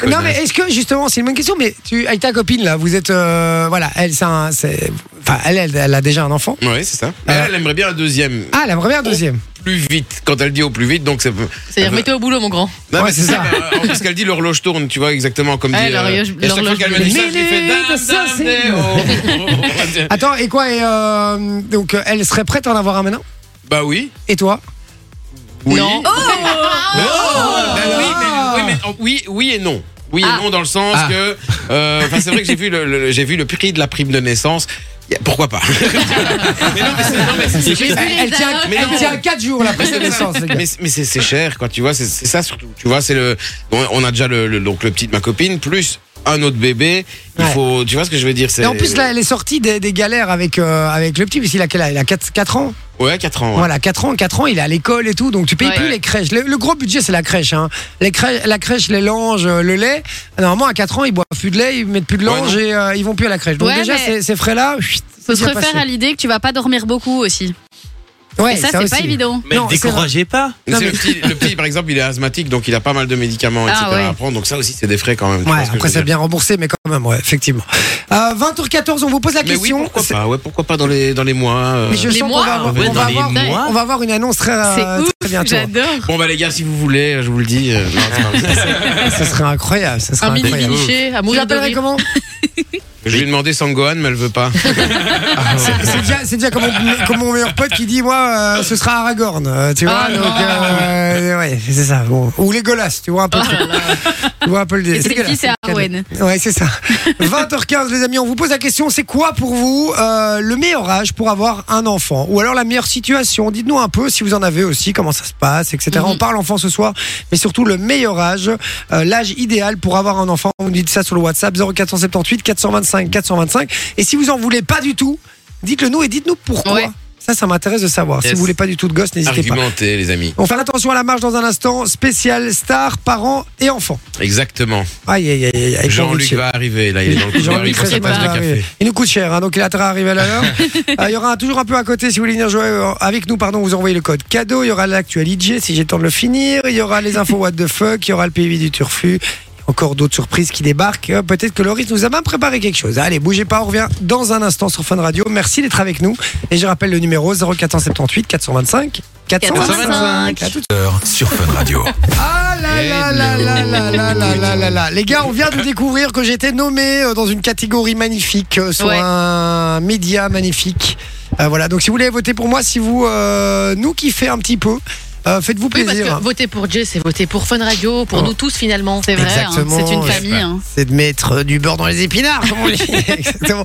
Speaker 3: connard.
Speaker 2: mais est-ce que justement, c'est une bonne question, mais tu, avec ta copine là, vous êtes. euh, voilà, elle, c'est un- c'est- Enfin, elle, elle, elle a déjà un enfant.
Speaker 3: Ouais, c'est ça. Mais elle, elle aimerait bien la deuxième.
Speaker 2: Ah, la première, deuxième.
Speaker 3: Plus vite. Quand elle dit au plus vite, donc c'est. Non,
Speaker 4: C'est-à-dire,
Speaker 3: Euh,
Speaker 4: mettez au boulot, mon grand.
Speaker 2: Ouais,
Speaker 3: mais
Speaker 2: c'est ça.
Speaker 3: euh, en plus, qu'elle dit l'horloge tourne, tu vois, exactement comme dit.
Speaker 4: Ouais,
Speaker 3: euh,
Speaker 4: l'horloge-
Speaker 3: et chaque fois
Speaker 4: l'horloge
Speaker 3: qu'elle me dit ça, je lui fais
Speaker 2: Minute
Speaker 3: dame,
Speaker 2: de
Speaker 3: dame,
Speaker 2: saucisse.
Speaker 3: dé- oh, oh, oh, oh.
Speaker 2: Attends, et quoi et, euh, Donc, euh, elle serait prête à en avoir un maintenant
Speaker 3: Bah oui.
Speaker 2: Et toi
Speaker 3: Oui.
Speaker 4: Non.
Speaker 3: Bah oui, mais- oui, mais- oh, oui, oui et non. Oui et non dans le sens
Speaker 5: Ah.
Speaker 3: que, euh, enfin c'est vrai que j'ai vu le, le- j'ai vu le prix de la prime de naissance. Y a- Pourquoi pas Mais non, mais c'est- non, mais c'est- c'est-
Speaker 2: elle, elle tient,
Speaker 3: Mais
Speaker 2: elle
Speaker 3: non.
Speaker 2: tient 4 jours la prise de
Speaker 3: Mais c'est ça.
Speaker 2: naissance, les gars.
Speaker 3: Mais, mais c'est c'est cher, quoi. Tu vois, c'est c'est ça surtout. Tu vois, c'est le. bon, on a déjà le, le- donc le petit de ma copine plus un autre bébé. Il
Speaker 2: Ouais.
Speaker 3: faut. Tu vois ce que je veux dire C'est.
Speaker 2: Et en plus, là, elle est sortie des, des galères avec, euh, avec le petit, puisqu'il a quel âge Il a 4, ans
Speaker 3: Ouais, 4 ans. ouais.
Speaker 2: Voilà, 4 ans, 4 ans, il est à l'école et tout, donc tu payes
Speaker 4: Ouais.
Speaker 2: plus les crèches. Le, le gros budget, c'est la crèche. Hein. Les crè- la crèche, les langes, euh, le lait. Normalement, à 4 ans, ils boivent plus de lait, ils mettent plus de
Speaker 3: Ouais,
Speaker 2: lange et euh, ils vont plus à la crèche. Donc
Speaker 6: Ouais,
Speaker 2: déjà,
Speaker 6: mais-
Speaker 2: ces, ces frais-là, chut,
Speaker 6: Faut
Speaker 2: c'est
Speaker 6: se
Speaker 2: déjà
Speaker 6: refaire
Speaker 2: passé.
Speaker 6: à l'idée que tu vas pas dormir beaucoup aussi.
Speaker 2: Ouais,
Speaker 6: Et ça,
Speaker 2: ça
Speaker 6: c'est
Speaker 2: aussi.
Speaker 6: pas évident.
Speaker 5: Mais
Speaker 2: Non,
Speaker 5: ne
Speaker 2: c'est vrai.
Speaker 5: découragez pas.
Speaker 3: Mais
Speaker 2: Non,
Speaker 3: c'est
Speaker 2: mais-
Speaker 3: le, petit, le petit, par exemple, il est asthmatique, donc il a pas mal de médicaments, etc.
Speaker 6: Ah ouais.
Speaker 3: à prendre. Donc ça aussi, c'est des frais quand même. tu vois
Speaker 2: Ouais,
Speaker 3: ce que
Speaker 2: après
Speaker 3: je veux
Speaker 2: c'est
Speaker 3: dire.
Speaker 2: bien remboursé, mais quand même, ouais, effectivement. Euh, 20h14, on vous pose la
Speaker 3: Mais oui,
Speaker 2: question.
Speaker 3: pourquoi
Speaker 2: C'est-
Speaker 3: pas Ouais, pourquoi pas dans les dans les mois. euh.
Speaker 2: mais je
Speaker 4: Les
Speaker 2: sens qu'on
Speaker 4: mois,
Speaker 2: va, avoir-
Speaker 5: ouais,
Speaker 2: on
Speaker 5: dans
Speaker 2: va
Speaker 5: les
Speaker 2: avoir-
Speaker 5: mois.
Speaker 2: on va avoir une annonce très,
Speaker 6: C'est
Speaker 2: euh,
Speaker 6: ouf,
Speaker 2: très bientôt.
Speaker 6: j'adore.
Speaker 3: Bon bah les gars, si vous voulez, je vous le dis. euh, non, c'est pas vrai.
Speaker 2: Ce serait incroyable. Ce serait
Speaker 4: Un mini
Speaker 2: incroyable.
Speaker 4: cliché à
Speaker 2: Vous
Speaker 4: mourir de
Speaker 2: l'appellerez
Speaker 4: rire.
Speaker 2: comment
Speaker 3: Je lui ai demandé Sangohan, mais elle veut pas.
Speaker 2: C'est déjà, c'est déjà comme, mon, comme mon meilleur pote qui dit Moi, euh, ce sera Aragorn. euh, tu vois,
Speaker 4: Ah,
Speaker 2: donc,
Speaker 4: non.
Speaker 2: euh, ouais, c'est ça. Bon. Ou les Golas, tu vois un peu. tu vois un peu le
Speaker 6: Et c'est
Speaker 2: dégueulasse,
Speaker 6: qui, c'est
Speaker 2: le cadet.
Speaker 6: Arwen.
Speaker 2: Ouais, c'est ça. 20h15, les amis, on vous pose la question c'est quoi pour vous euh, le meilleur âge pour avoir un enfant Ou alors la meilleure situation Dites-nous un peu si vous en avez aussi, comment ça se passe, etc.
Speaker 3: Mhm.
Speaker 2: On parle enfant ce soir, mais surtout le meilleur âge, euh, l'âge idéal pour avoir un enfant. Vous nous dites ça sur le WhatsApp 0478 425 425. Et si vous en voulez pas du tout, dites-le nous et dites-nous pourquoi.
Speaker 6: Ouais.
Speaker 2: Ça, ça m'intéresse de savoir. Si
Speaker 3: Yes.
Speaker 2: vous voulez pas du tout de gosse, n'hésitez pas.
Speaker 3: Argumenter, les amis.
Speaker 2: On fait attention à la marche dans un instant. Spécial star, parents et enfants.
Speaker 3: Exactement.
Speaker 2: Aïe, aïe, aïe, aïe, aïe.
Speaker 3: Jean-Luc
Speaker 2: Jean-Luc
Speaker 3: va arriver, là, il est dans le couloir,
Speaker 2: Jean-Luc
Speaker 3: il prend
Speaker 2: Reynaud
Speaker 3: sa
Speaker 2: va
Speaker 3: tasse de
Speaker 2: arriver.
Speaker 3: café.
Speaker 2: Il nous coûte cher, hein, donc il a intérêt à arriver à l'heure. Euh, il y aura un- toujours un peu à côté si vous voulez venir jouer euh, avec nous. Pardon, vous envoyez le code cadeau. Il y aura l'actualité si j'ai le temps de le finir. Il y aura les infos what the fuck. Il y aura le PV du turfu. Encore d'autres surprises qui débarquent. Euh, Peut-être que Loris nous a même préparé quelque chose. Allez, bougez pas, on revient dans un instant sur Fun Radio. Merci d'être avec nous. Et je rappelle le numéro 0478 425 425. À tout de suite.
Speaker 7: sur Fun Radio.
Speaker 2: Ah là là là là là là là là là là. Les gars, on vient de découvrir que j'étais nommé euh, dans une catégorie magnifique euh, sur
Speaker 6: Ouais.
Speaker 2: un média magnifique. Euh, voilà, donc si vous voulez voter pour moi, si vous euh, nous kiffez un petit peu, euh, faites-vous
Speaker 4: Oui,
Speaker 2: plaisir.
Speaker 4: parce que voter pour Jay, c'est voter pour Fun Radio, pour
Speaker 2: Oh.
Speaker 4: nous tous finalement.
Speaker 6: C'est vrai, hein,
Speaker 2: Exactement,
Speaker 6: c'est une
Speaker 2: ouais.
Speaker 6: famille. hein.
Speaker 2: C'est de mettre euh, du beurre dans les épinards, comme on dit. Exactement.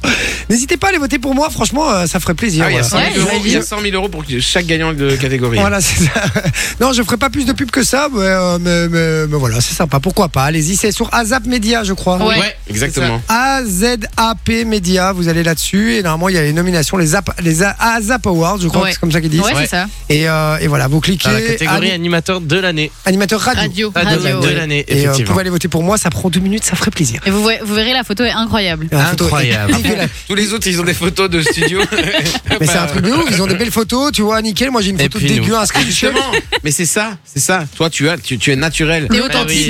Speaker 2: N'hésitez pas à aller voter pour moi, franchement, euh, ça ferait plaisir.
Speaker 3: Ah, il y a
Speaker 2: voilà.
Speaker 3: 100 000
Speaker 6: Ouais,
Speaker 3: euros, il y a
Speaker 2: je-
Speaker 3: 100 000 euros pour chaque gagnant de catégorie.
Speaker 2: Voilà, c'est ça. Non, je ferai pas plus de pub que ça, mais, euh, mais- mais- mais voilà, c'est sympa. Pourquoi pas Allez-y, c'est sur Azap Media, je crois.
Speaker 6: Ouais.
Speaker 3: Ouais, exactement.
Speaker 2: AZAP Media, vous allez là-dessus et normalement il y a les nominations, les, Zap- les A- AZAP Awards, je crois
Speaker 6: Ouais.
Speaker 2: que c'est comme ça qu'ils disent.
Speaker 6: Ouais, c'est ça.
Speaker 2: Et, euh, et voilà, vous cliquez
Speaker 5: Dans la catégorie
Speaker 2: ani-
Speaker 5: animateur de l'année.
Speaker 2: animateur radio.
Speaker 4: Radio.
Speaker 5: Ah, de-
Speaker 6: Radio,
Speaker 5: de
Speaker 6: ouais.
Speaker 5: l'année,
Speaker 2: Et euh, vous
Speaker 5: effectivement.
Speaker 2: pouvez aller voter pour moi, ça prend deux minutes, ça ferait plaisir.
Speaker 6: Et vous, voyez- vous verrez, la photo est incroyable.
Speaker 2: La photo est
Speaker 5: Incroyable.
Speaker 2: dégueulasse.
Speaker 3: Tous les autres, ils ont des photos de studio.
Speaker 2: Mais c'est un truc de ouf, ils ont des belles photos, tu vois, nickel. Moi j'ai une
Speaker 5: Et
Speaker 2: photo de
Speaker 5: puis nous.
Speaker 2: dégueu inscrite du ciel.
Speaker 3: Justement, mais c'est ça, c'est ça. Toi, tu, as, tu, tu es naturel.
Speaker 4: T'es
Speaker 5: Ah oui.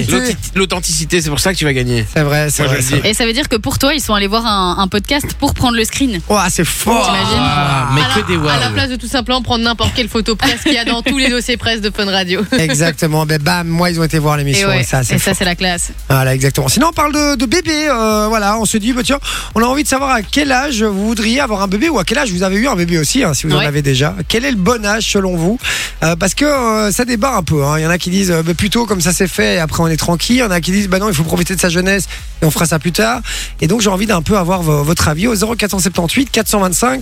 Speaker 4: authentique.
Speaker 3: L'authi- L'authenticité, c'est pour ça que tu vas gagner.
Speaker 2: C'est vrai, c'est
Speaker 3: Moi, je
Speaker 2: vrai.
Speaker 3: le
Speaker 2: c'est
Speaker 3: dis.
Speaker 2: vrai.
Speaker 6: Et ça veut dire que pour toi, ils sont allés voir un, un podcast pour prendre le screen.
Speaker 2: Ouah, c'est fort.
Speaker 6: T'imagines
Speaker 5: Ah, mais
Speaker 4: à la-
Speaker 5: que des
Speaker 4: À la
Speaker 5: wow.
Speaker 4: place de tout simplement prendre n'importe quelle photo presse qu'il y a dans tous les dossiers presse de Fun Radio.
Speaker 2: Exactement, ben bam, moi ils ont été voir
Speaker 6: Et,
Speaker 2: l'émission
Speaker 6: ouais.
Speaker 2: et ça, c'est
Speaker 6: Et ça,
Speaker 2: fort.
Speaker 6: c'est la classe.
Speaker 2: Voilà, exactement. Sinon, on parle de, de bébé. euh, voilà, on se dit, bah, tiens, on a envie de savoir à quel âge vous voudriez avoir un bébé ou à quel âge vous avez eu un bébé aussi, hein, si vous en
Speaker 6: Ouais.
Speaker 2: avez déjà. Quel est le bon âge selon vous Euh, Parce que euh, ça débat un peu. hein. Il y en a qui disent, euh, bah, plutôt comme ça c'est fait et après on est tranquille. Il y en a qui disent, bah non, il faut profiter de sa jeunesse et on fera ça plus tard. Et donc, j'ai envie d'un peu avoir vo- votre avis au 0478 425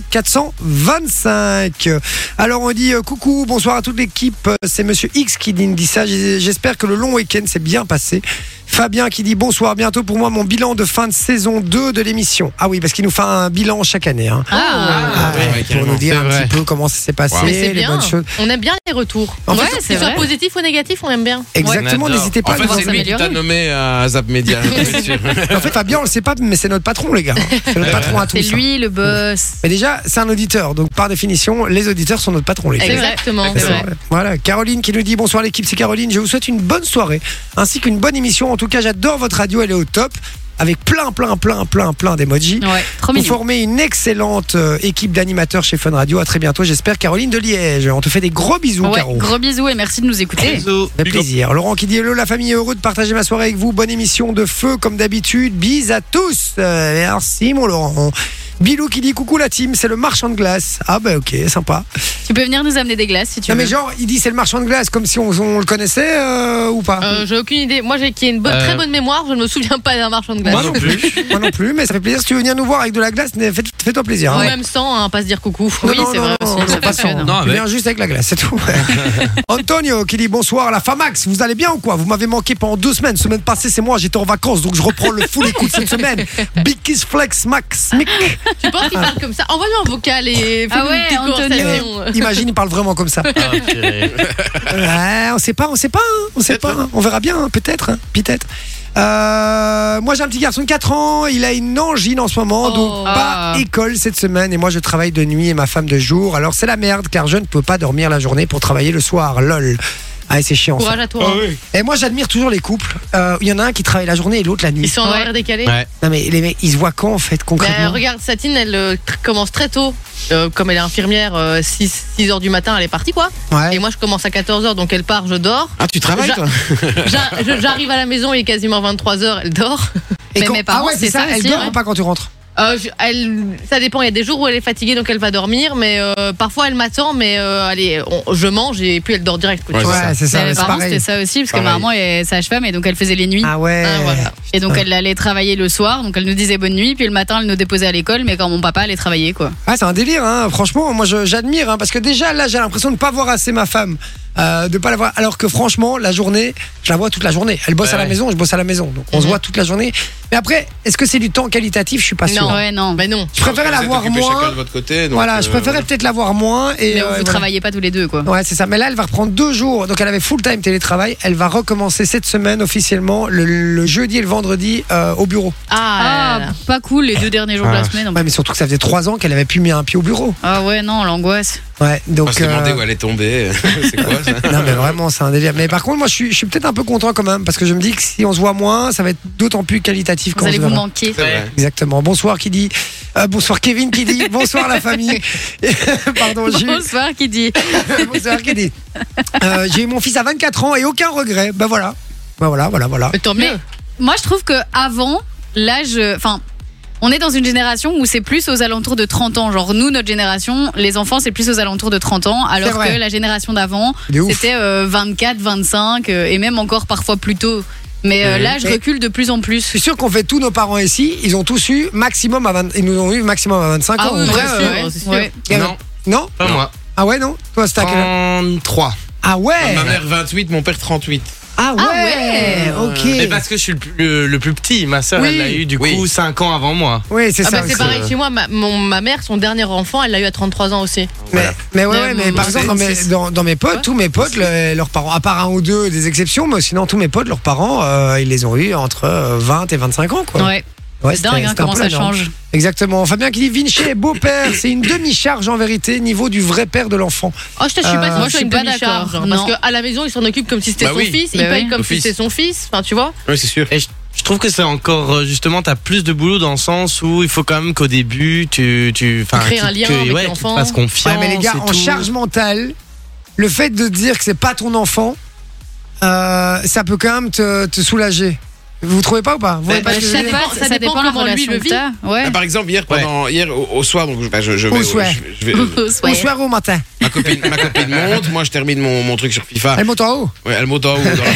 Speaker 2: 425. Alors, on dit euh, coucou, bonsoir à toute l'équipe. Euh, C'est monsieur X qui dit dit ça. J- J'espère que le long week-end s'est bien passé. Fabien qui dit bonsoir, bientôt pour moi mon bilan de fin de saison 2 de l'émission. Ah oui, parce qu'il nous fait un bilan chaque année. hein.
Speaker 6: Ah,
Speaker 2: Ah ouais,
Speaker 3: ouais,
Speaker 2: pour
Speaker 3: carrément,
Speaker 2: nous dire
Speaker 5: c'est
Speaker 2: un
Speaker 5: vrai.
Speaker 2: petit peu comment ça s'est passé,
Speaker 3: Wow.
Speaker 4: Mais c'est
Speaker 2: les
Speaker 4: bien.
Speaker 2: bonnes choses.
Speaker 4: On aime bien les retours.
Speaker 2: En
Speaker 6: Ouais,
Speaker 2: fait,
Speaker 6: c'est
Speaker 4: Qu'ils soient
Speaker 6: vrai.
Speaker 4: positifs ou négatifs, on aime bien.
Speaker 2: Exactement,
Speaker 5: On adore.
Speaker 2: n'hésitez pas
Speaker 3: En
Speaker 2: à
Speaker 3: fait,
Speaker 2: nous
Speaker 6: vont
Speaker 3: c'est lui qui
Speaker 6: s'améliorer.
Speaker 3: t'a nommé à Zap Media. c'est sûr.
Speaker 2: En fait, Fabien, on le sait pas, mais c'est notre patron, les gars. C'est notre patron à tous.
Speaker 6: C'est
Speaker 2: hein.
Speaker 6: lui le boss.
Speaker 2: Mais déjà, c'est un auditeur, donc par définition, les auditeurs sont notre patron, les gars.
Speaker 6: vrai.
Speaker 4: Exactement. Euh,
Speaker 2: C'est vrai. Voilà, Caroline qui nous dit bonsoir l'équipe, c'est Caroline, je vous souhaite une bonne soirée ainsi qu'une bonne émission. En tout cas, j'adore votre radio, elle est au top avec plein plein plein plein plein d'emojis.
Speaker 6: Ouais, Oh, trop
Speaker 2: Vous
Speaker 6: mignon.
Speaker 2: formez une excellente euh, équipe d'animateurs chez Fun Radio. À très bientôt, j'espère. Caroline de Liège, on te fait des gros bisous,
Speaker 6: Ouais,
Speaker 2: Caro.
Speaker 6: gros bisous et merci de nous écouter.
Speaker 5: Bisous.
Speaker 2: Ça fait plaisir. Laurent qui dit hello, la famille est heureux de partager ma soirée avec vous. Bonne émission de feu comme d'habitude. Bise à tous. Euh, merci mon Laurent. Bilou qui dit coucou la team, c'est le marchand de glace. Ah bah ok, sympa.
Speaker 6: Tu peux venir nous amener des glaces si tu
Speaker 2: Non
Speaker 6: veux.
Speaker 2: mais genre, il dit c'est le marchand de glace comme si on, on le connaissait euh, ou pas
Speaker 4: Euh, j'ai aucune idée. Moi, j'ai qui ai une bonne-
Speaker 5: Euh.
Speaker 4: très bonne mémoire. Je ne me souviens pas d'un marchand de glace.
Speaker 2: Moi non plus. Moi non plus, mais ça fait plaisir. Si tu veux venir nous voir avec de la glace, fais- fais-toi plaisir.
Speaker 4: Ou
Speaker 2: hein.
Speaker 4: même sans, hein, pas se dire coucou.
Speaker 2: Non,
Speaker 4: Oui,
Speaker 2: non,
Speaker 4: c'est
Speaker 2: non,
Speaker 4: vrai
Speaker 2: non,
Speaker 4: aussi.
Speaker 2: non,
Speaker 4: ça
Speaker 2: pas
Speaker 4: fonctionne.
Speaker 2: sans.
Speaker 5: Non,
Speaker 2: Tu
Speaker 5: mais-
Speaker 2: viens juste avec la glace, c'est tout. Antonio qui dit bonsoir, la Famax, vous allez bien ou quoi Vous m'avez manqué pendant deux semaines. Semaine passée, c'est moi, j'étais en vacances, donc je reprends le full écoute cette semaine. Big Kiss Flex
Speaker 4: Ah,
Speaker 2: Max. Mick.
Speaker 4: Tu penses qu'il parle comme ça Envoie-lui un vocal et fais-nous
Speaker 6: Ah ouais,
Speaker 4: une petite
Speaker 6: Anthony.
Speaker 4: conversation.
Speaker 2: Euh, imagine, il parle vraiment comme ça.
Speaker 5: Ah, purée.
Speaker 2: Ouais, on sait pas, on sait pas, hein, on sait pas. hein. On verra bien, hein, peut-être, hein, peut-être. Euh, moi j'ai un petit garçon de 4 ans, il a une angine en ce moment,
Speaker 4: Oh.
Speaker 2: donc pas
Speaker 6: Ah.
Speaker 2: école cette semaine et moi je travaille de nuit et ma femme de jour, alors c'est la merde car je ne peux pas dormir la journée pour travailler le soir, lol. Ah et c'est chiant. ça.
Speaker 4: Courage à toi. hein.
Speaker 2: Et moi j'admire toujours les couples, Euh, il y en a un qui travaille la journée et l'autre la
Speaker 4: Ils
Speaker 2: nuit.
Speaker 4: sont en
Speaker 6: Ouais. Ben
Speaker 4: horaire décalé.
Speaker 5: Ouais.
Speaker 2: Non mais les mecs, ils se voient quand en fait
Speaker 4: Bah,
Speaker 2: concrètement
Speaker 4: regarde, Satine, elle euh, tr- commence très tôt. Euh, comme elle est infirmière, euh, 6, h du matin, elle est partie quoi.
Speaker 2: Ouais.
Speaker 4: Et moi, je commence à 14h, donc elle part, je dors.
Speaker 3: Ah, tu travailles,
Speaker 4: Ja-
Speaker 3: toi
Speaker 4: J'a- je- J'arrive à la maison, il est quasiment 23h, elle dort.
Speaker 2: Et
Speaker 6: mais
Speaker 2: quand-
Speaker 6: mes parents,
Speaker 2: ah ouais, c'est
Speaker 6: c'est
Speaker 2: ça,
Speaker 6: ça
Speaker 2: elle
Speaker 6: aussi,
Speaker 2: dort
Speaker 6: ouais.
Speaker 2: ou pas quand tu rentres
Speaker 4: Euh, je- elle, ça dépend. Il y a des jours où elle est fatiguée, donc elle va dormir. Mais euh, parfois, elle m'attend. Mais euh, allez, on- je mange et puis elle dort direct. quoi, tu
Speaker 3: Ouais,
Speaker 4: vois.
Speaker 2: Ouais, c'est ça,
Speaker 6: Mais
Speaker 2: ouais,
Speaker 6: mes
Speaker 2: c'est
Speaker 6: parents, c'était
Speaker 2: pareil.
Speaker 6: ça aussi, parce que
Speaker 3: Pareil.
Speaker 6: ma maman est sage-femme et donc elle faisait les nuits.
Speaker 2: Ah ouais.
Speaker 4: Ah, voilà.
Speaker 6: Et donc
Speaker 2: putain.
Speaker 6: elle allait travailler le soir, donc elle nous disait bonne nuit, puis le matin elle nous déposait à l'école, mais quand mon papa allait travailler, quoi.
Speaker 2: Ah, c'est un délire, hein. franchement. Moi, je- j'admire, hein, parce que déjà, là, j'ai l'impression de ne pas voir assez ma femme. Euh, de pas la voir. Alors que franchement, la journée, je la vois toute la journée. Elle bosse à la
Speaker 5: Ouais.
Speaker 2: maison, je bosse à la maison. Donc, on se
Speaker 4: Mhm.
Speaker 2: voit toute la journée. Mais après, est-ce que c'est du temps qualitatif Je suis pas Ah, sûr. Bah,
Speaker 4: Non.
Speaker 6: Ouais, non.
Speaker 4: Ben non.
Speaker 2: Je préférais la
Speaker 3: Vous êtes
Speaker 2: voir
Speaker 3: occupés
Speaker 2: moins.
Speaker 3: chacun de votre côté. donc,
Speaker 2: Voilà, je
Speaker 3: euh,
Speaker 2: préférais peut-être la voir moins. Et,
Speaker 6: Mais
Speaker 2: euh,
Speaker 6: vous
Speaker 2: voilà.
Speaker 6: travaillez pas tous les deux, quoi.
Speaker 2: Ouais, c'est ça. Mais là, elle va reprendre deux jours. Donc, elle avait full-time télétravail. Elle va recommencer cette semaine officiellement, le, le jeudi et le vendredi, euh, au bureau.
Speaker 4: Ah,
Speaker 6: Ah, pas cool les deux derniers jours de la semaine. en
Speaker 2: Ouais, mais surtout que ça faisait trois ans qu'elle avait pu mis un pied au bureau.
Speaker 6: Ah ouais, non, l'angoisse.
Speaker 2: Ouais,
Speaker 3: On va
Speaker 2: donc.
Speaker 3: se demander
Speaker 2: euh,
Speaker 3: où elle est tombée. c'est quoi ça
Speaker 2: Non mais vraiment c'est un délire. Mais par contre moi je suis, je suis peut-être un peu content quand même parce que je me dis que si on se voit moins ça va être d'autant plus qualitatif quand
Speaker 6: Vous allez
Speaker 2: on se
Speaker 6: vous
Speaker 2: verra.
Speaker 6: manquer.
Speaker 3: C'est vrai.
Speaker 2: Exactement. Bonsoir qui dit. Euh, bonsoir Kevin qui dit. Bonsoir la famille. Pardon Jules.
Speaker 6: Bonsoir, qui dit.
Speaker 2: Bonsoir qui dit. Euh, J'ai eu mon fils à 24 ans et aucun regret. Ben voilà. Ben voilà voilà voilà.
Speaker 4: mais tant mieux.
Speaker 6: Moi, je trouve que avant l'âge, enfin. On est dans une génération où c'est plus aux alentours de 30 ans. Genre, nous, notre génération, les enfants, c'est plus aux alentours de 30 ans,
Speaker 2: C'est
Speaker 6: alors
Speaker 2: vrai.
Speaker 6: que la génération d'avant,
Speaker 2: De ouf.
Speaker 6: c'était euh, 24, 25, euh, et même encore parfois plus tôt. Mais euh,
Speaker 3: Mhm.
Speaker 6: là, je
Speaker 2: Et-
Speaker 6: recule de plus en
Speaker 2: Je
Speaker 6: plus.
Speaker 2: suis sûr qu'on fait tous nos parents ici. Ils ont tous eu maximum à 20, ils nous ont eu maximum à 25 ans.
Speaker 6: Ah oui,
Speaker 2: En vrai,
Speaker 6: bien
Speaker 2: euh,
Speaker 6: sûr,
Speaker 4: ouais,
Speaker 6: ouais,
Speaker 4: c'est Ah sûr.
Speaker 6: ouais.
Speaker 2: Et
Speaker 5: Non,
Speaker 2: non.
Speaker 5: pas
Speaker 3: Non.
Speaker 5: moi.
Speaker 2: Ah ouais non. Toi c'était à quel âge
Speaker 5: 33.
Speaker 2: Ah ouais.
Speaker 3: Ma mère 28, mon père 38.
Speaker 2: Ah ouais.
Speaker 6: ouais.
Speaker 2: Ok.
Speaker 5: Mais
Speaker 3: bah,
Speaker 5: parce que je suis le plus, euh, le- le plus petit. Ma sœur,
Speaker 2: Oui.
Speaker 5: elle l'a eu du coup
Speaker 3: Oui.
Speaker 5: 5 ans avant moi.
Speaker 2: Oui c'est
Speaker 4: Ah,
Speaker 2: ça.
Speaker 4: bah, c'est
Speaker 2: aussi.
Speaker 4: pareil chez moi. Ma, mon- ma mère, son dernier enfant, elle l'a eu à 33 ans aussi.
Speaker 2: Mais,
Speaker 3: Voilà.
Speaker 2: mais ouais,
Speaker 4: Mais
Speaker 2: ouais,
Speaker 4: mon-
Speaker 2: mais par
Speaker 4: c'est-
Speaker 2: exemple, dans mes,
Speaker 4: c'est-
Speaker 2: dans, dans mes potes, tous mes potes, le- leurs parents, à part un ou deux des exceptions, mais sinon, tous mes potes, leurs parents, euh, ils les ont eu entre euh, 20 et 25 ans, quoi.
Speaker 6: Ouais.
Speaker 2: Ouais,
Speaker 6: c'est
Speaker 2: c'était-
Speaker 6: dingue hein,
Speaker 2: c'était un
Speaker 6: comment
Speaker 2: peu
Speaker 6: ça
Speaker 2: la norme.
Speaker 6: change.
Speaker 2: Exactement. Fabien qui dit Vinci est beau-père, c'est une demi-charge en vérité, niveau du vrai père de l'enfant.
Speaker 4: Oh, je te je suis
Speaker 2: Euh,
Speaker 4: pas,
Speaker 2: moi,
Speaker 6: je suis
Speaker 4: une
Speaker 6: pas
Speaker 4: demi-charge,
Speaker 6: d'accord,
Speaker 4: hein, Parce
Speaker 6: non.
Speaker 4: qu'à la maison, il s'en occupe comme si c'était
Speaker 3: Bah
Speaker 4: son
Speaker 3: oui.
Speaker 4: fils.
Speaker 6: Bah
Speaker 4: il paye
Speaker 6: oui.
Speaker 4: comme
Speaker 3: Au
Speaker 4: si
Speaker 3: fils.
Speaker 4: c'était son fils. Enfin, tu vois.
Speaker 3: Oui, c'est sûr.
Speaker 5: Je trouve que c'est encore euh, justement t'as plus de boulot dans le sens où il faut quand même qu'au début tu tu enfin
Speaker 4: Crée un
Speaker 5: qu'il-
Speaker 4: lien
Speaker 5: que-
Speaker 4: avec
Speaker 5: ouais, qu'il te
Speaker 4: l'enfant.
Speaker 5: fasse
Speaker 2: Ouais,
Speaker 5: confiance
Speaker 2: mais les gars,
Speaker 5: et
Speaker 2: en
Speaker 5: tout.
Speaker 2: charge mentale, le fait de dire que c'est pas ton enfant, euh, ça peut quand même te, te soulager. Vous trouvez pas ou pas Vous voyez
Speaker 5: Mais-
Speaker 2: pas
Speaker 6: bah,
Speaker 4: mais
Speaker 2: ce que je
Speaker 4: je
Speaker 2: veux
Speaker 4: sais
Speaker 2: dire
Speaker 4: pas, ça dépend
Speaker 6: de la
Speaker 4: comment lui
Speaker 6: relation
Speaker 4: le
Speaker 6: que
Speaker 4: vit. bah,
Speaker 6: t'as.
Speaker 3: Ah,
Speaker 6: Ouais.
Speaker 3: par exemple, hier, pendant, hier au, au soir, donc, bah, je, je
Speaker 2: Au
Speaker 3: vais.
Speaker 2: soir.
Speaker 3: je- je vais-
Speaker 2: Au soir ou au matin
Speaker 3: ma, copine, ma copine monte, moi je termine mon, mon truc sur FIFA.
Speaker 2: Elle monte en haut
Speaker 3: Ouais, elle monte en haut dans la chambre.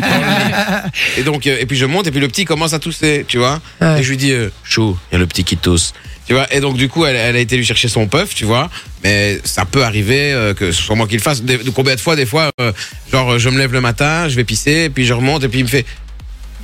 Speaker 3: dans le lit. Et donc, euh, et puis je monte, et puis le petit commence à tousser, tu vois.
Speaker 2: Ouais.
Speaker 3: Et je lui dis, euh, chaud, il y a le petit qui tousse. Tu vois, et donc du coup, elle, elle a été lui chercher son puff, tu vois. Mais ça peut arriver euh, que ce soit moi qui le fasse. Des- de combien de fois, des fois, euh, genre, euh, je me lève le matin, je vais pisser, et puis je remonte, et puis il me fait,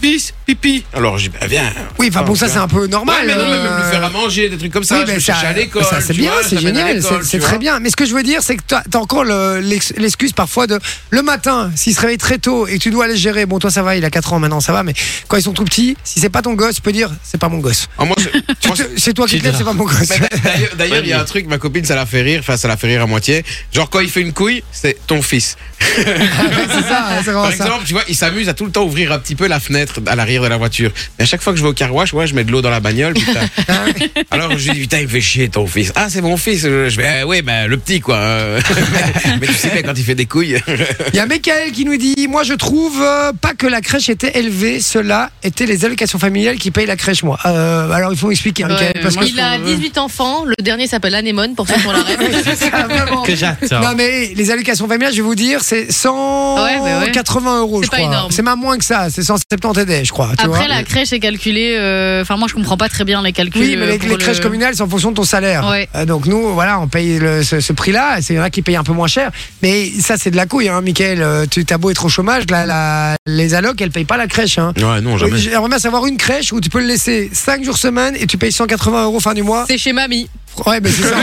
Speaker 3: pisse, pipi. Alors je dis, bah viens.
Speaker 2: Oui, enfin bon,
Speaker 3: Oh,
Speaker 2: ça
Speaker 3: tu
Speaker 2: c'est
Speaker 3: vois.
Speaker 2: un peu normal.
Speaker 3: Ouais, mais non, mais même
Speaker 2: euh,
Speaker 3: lui faire à manger, des trucs comme ça.
Speaker 2: Oui,
Speaker 3: je
Speaker 2: mais
Speaker 3: le cherche à l'école.
Speaker 2: ça, c'est
Speaker 3: tu
Speaker 2: bien,
Speaker 3: vois, je
Speaker 2: c'est
Speaker 3: l'amène à
Speaker 2: génial,
Speaker 3: l'école,
Speaker 2: c'est- c'est
Speaker 3: tu
Speaker 2: très
Speaker 3: vois.
Speaker 2: bien. Mais ce que je veux dire, c'est que t'as as encore le- l'ex- l'excuse parfois de le matin, s'il se réveille très tôt et que tu dois aller gérer. Bon, toi ça va, il a 4 ans maintenant, ça va, mais quand ils sont tout petits, si c'est pas ton gosse, tu peux dire c'est pas mon gosse.
Speaker 3: Ah, moi, je- je pense-
Speaker 2: C'est toi qui
Speaker 5: tu
Speaker 2: te lèves,
Speaker 5: dis-
Speaker 2: c'est pas mon gosse.
Speaker 3: Mais d'a- d'ailleurs- D'ailleurs, il y a un truc, ma copine, ça la fait rire, enfin, ça la fait rire à moitié. Genre, quand il fait une couille, c'est ton fils.
Speaker 2: c'est ça, c'est
Speaker 3: Par
Speaker 2: vraiment ça.
Speaker 3: exemple, tu vois, il s'amuse à tout le temps ouvrir un petit peu la fenêtre à l'arrière de la voiture. Mais à chaque fois que je vais au carwash, ouais, je mets de l'eau dans la bagnole, putain. Alors, je lui dis, putain, il me fait chier, ton fils. Ah, c'est mon fils. Je je fais, oui, ben, le petit, quoi. euh. mais, mais tu sais bien, quand il fait des couilles.
Speaker 2: Il y a Michael qui nous dit Moi je trouve euh, pas que la crèche était élevée, cela était les allocations familiales qui payent la crèche, moi. Euh, alors il faut expliquer, hein, Michael,
Speaker 6: Ouais, euh,
Speaker 2: parce
Speaker 6: moi,
Speaker 2: que.
Speaker 4: Il a 18 enfants. Le dernier s'appelle Anémone, pour ceux qui ont la rêve.
Speaker 2: Ah, vraiment.
Speaker 5: que j'attends.
Speaker 2: Non mais les allocations familiales, je vais vous dire, c'est 180
Speaker 6: Ouais, bah ouais.
Speaker 2: euros,
Speaker 4: C'est
Speaker 2: je
Speaker 4: pas
Speaker 2: crois.
Speaker 4: énorme.
Speaker 2: C'est même moins que ça, c'est 170 et des, je crois. tu vois.
Speaker 6: Après, la crèche est calculée. euh, Enfin, moi, je comprends pas très bien les calculs.
Speaker 2: Oui, mais les,
Speaker 6: euh, pour
Speaker 2: les
Speaker 6: le-
Speaker 2: crèches communales, c'est en fonction de ton salaire.
Speaker 6: Ouais.
Speaker 2: Euh, donc nous, voilà, on paye le- ce, ce prix-là. C'est vrai qui payent un peu moins cher, mais ça, c'est de la couille, hein, Michael. Euh, Tu t'as beau être au chômage, la- la- les allocs, elles payent pas la crèche. Hein.
Speaker 3: Ouais, non,
Speaker 2: J'aimerais bien savoir une crèche où tu peux le laisser 5 jours semaine et tu payes 180 euros fin du mois.
Speaker 4: C'est chez mamie.
Speaker 2: Ouais, mais c'est ça.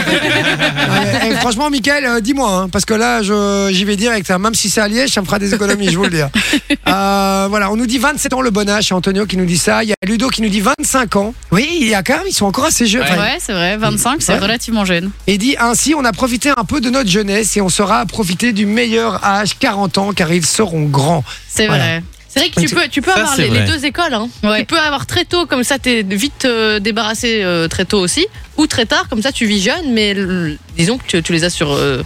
Speaker 2: Ouais, eh, franchement, Michael, euh, dis-moi, hein, parce que là, je- j'y vais direct. hein. Même si c'est à Liège, ça me fera des économies, je vous le dis. hein. Euh, voilà, on nous dit 27 ans le bon âge, c'est Antonio qui nous dit ça. Il y a Ludo qui nous dit 25 ans. Oui, il y a quand même, ils sont encore assez jeunes. Enfin,
Speaker 6: Ouais, c'est vrai. 25, c'est
Speaker 2: Ouais.
Speaker 6: relativement jeune.
Speaker 2: Et dit ainsi, on a profité un peu de notre jeunesse et on saura profiter du meilleur âge, 40 ans, car ils seront grands.
Speaker 6: C'est
Speaker 2: Voilà.
Speaker 6: vrai.
Speaker 4: C'est vrai que
Speaker 2: Mais
Speaker 4: tu
Speaker 2: tu-
Speaker 4: peux, tu peux
Speaker 5: Ça,
Speaker 4: avoir
Speaker 5: c'est
Speaker 4: les, les
Speaker 5: vrai.
Speaker 4: deux écoles. Hein.
Speaker 6: Ouais.
Speaker 4: Tu peux avoir très tôt, comme ça t'es vite euh, débarrassé euh, très tôt aussi, ou très tard, comme ça tu vis jeune, mais l- disons que tu, tu les as sur, euh,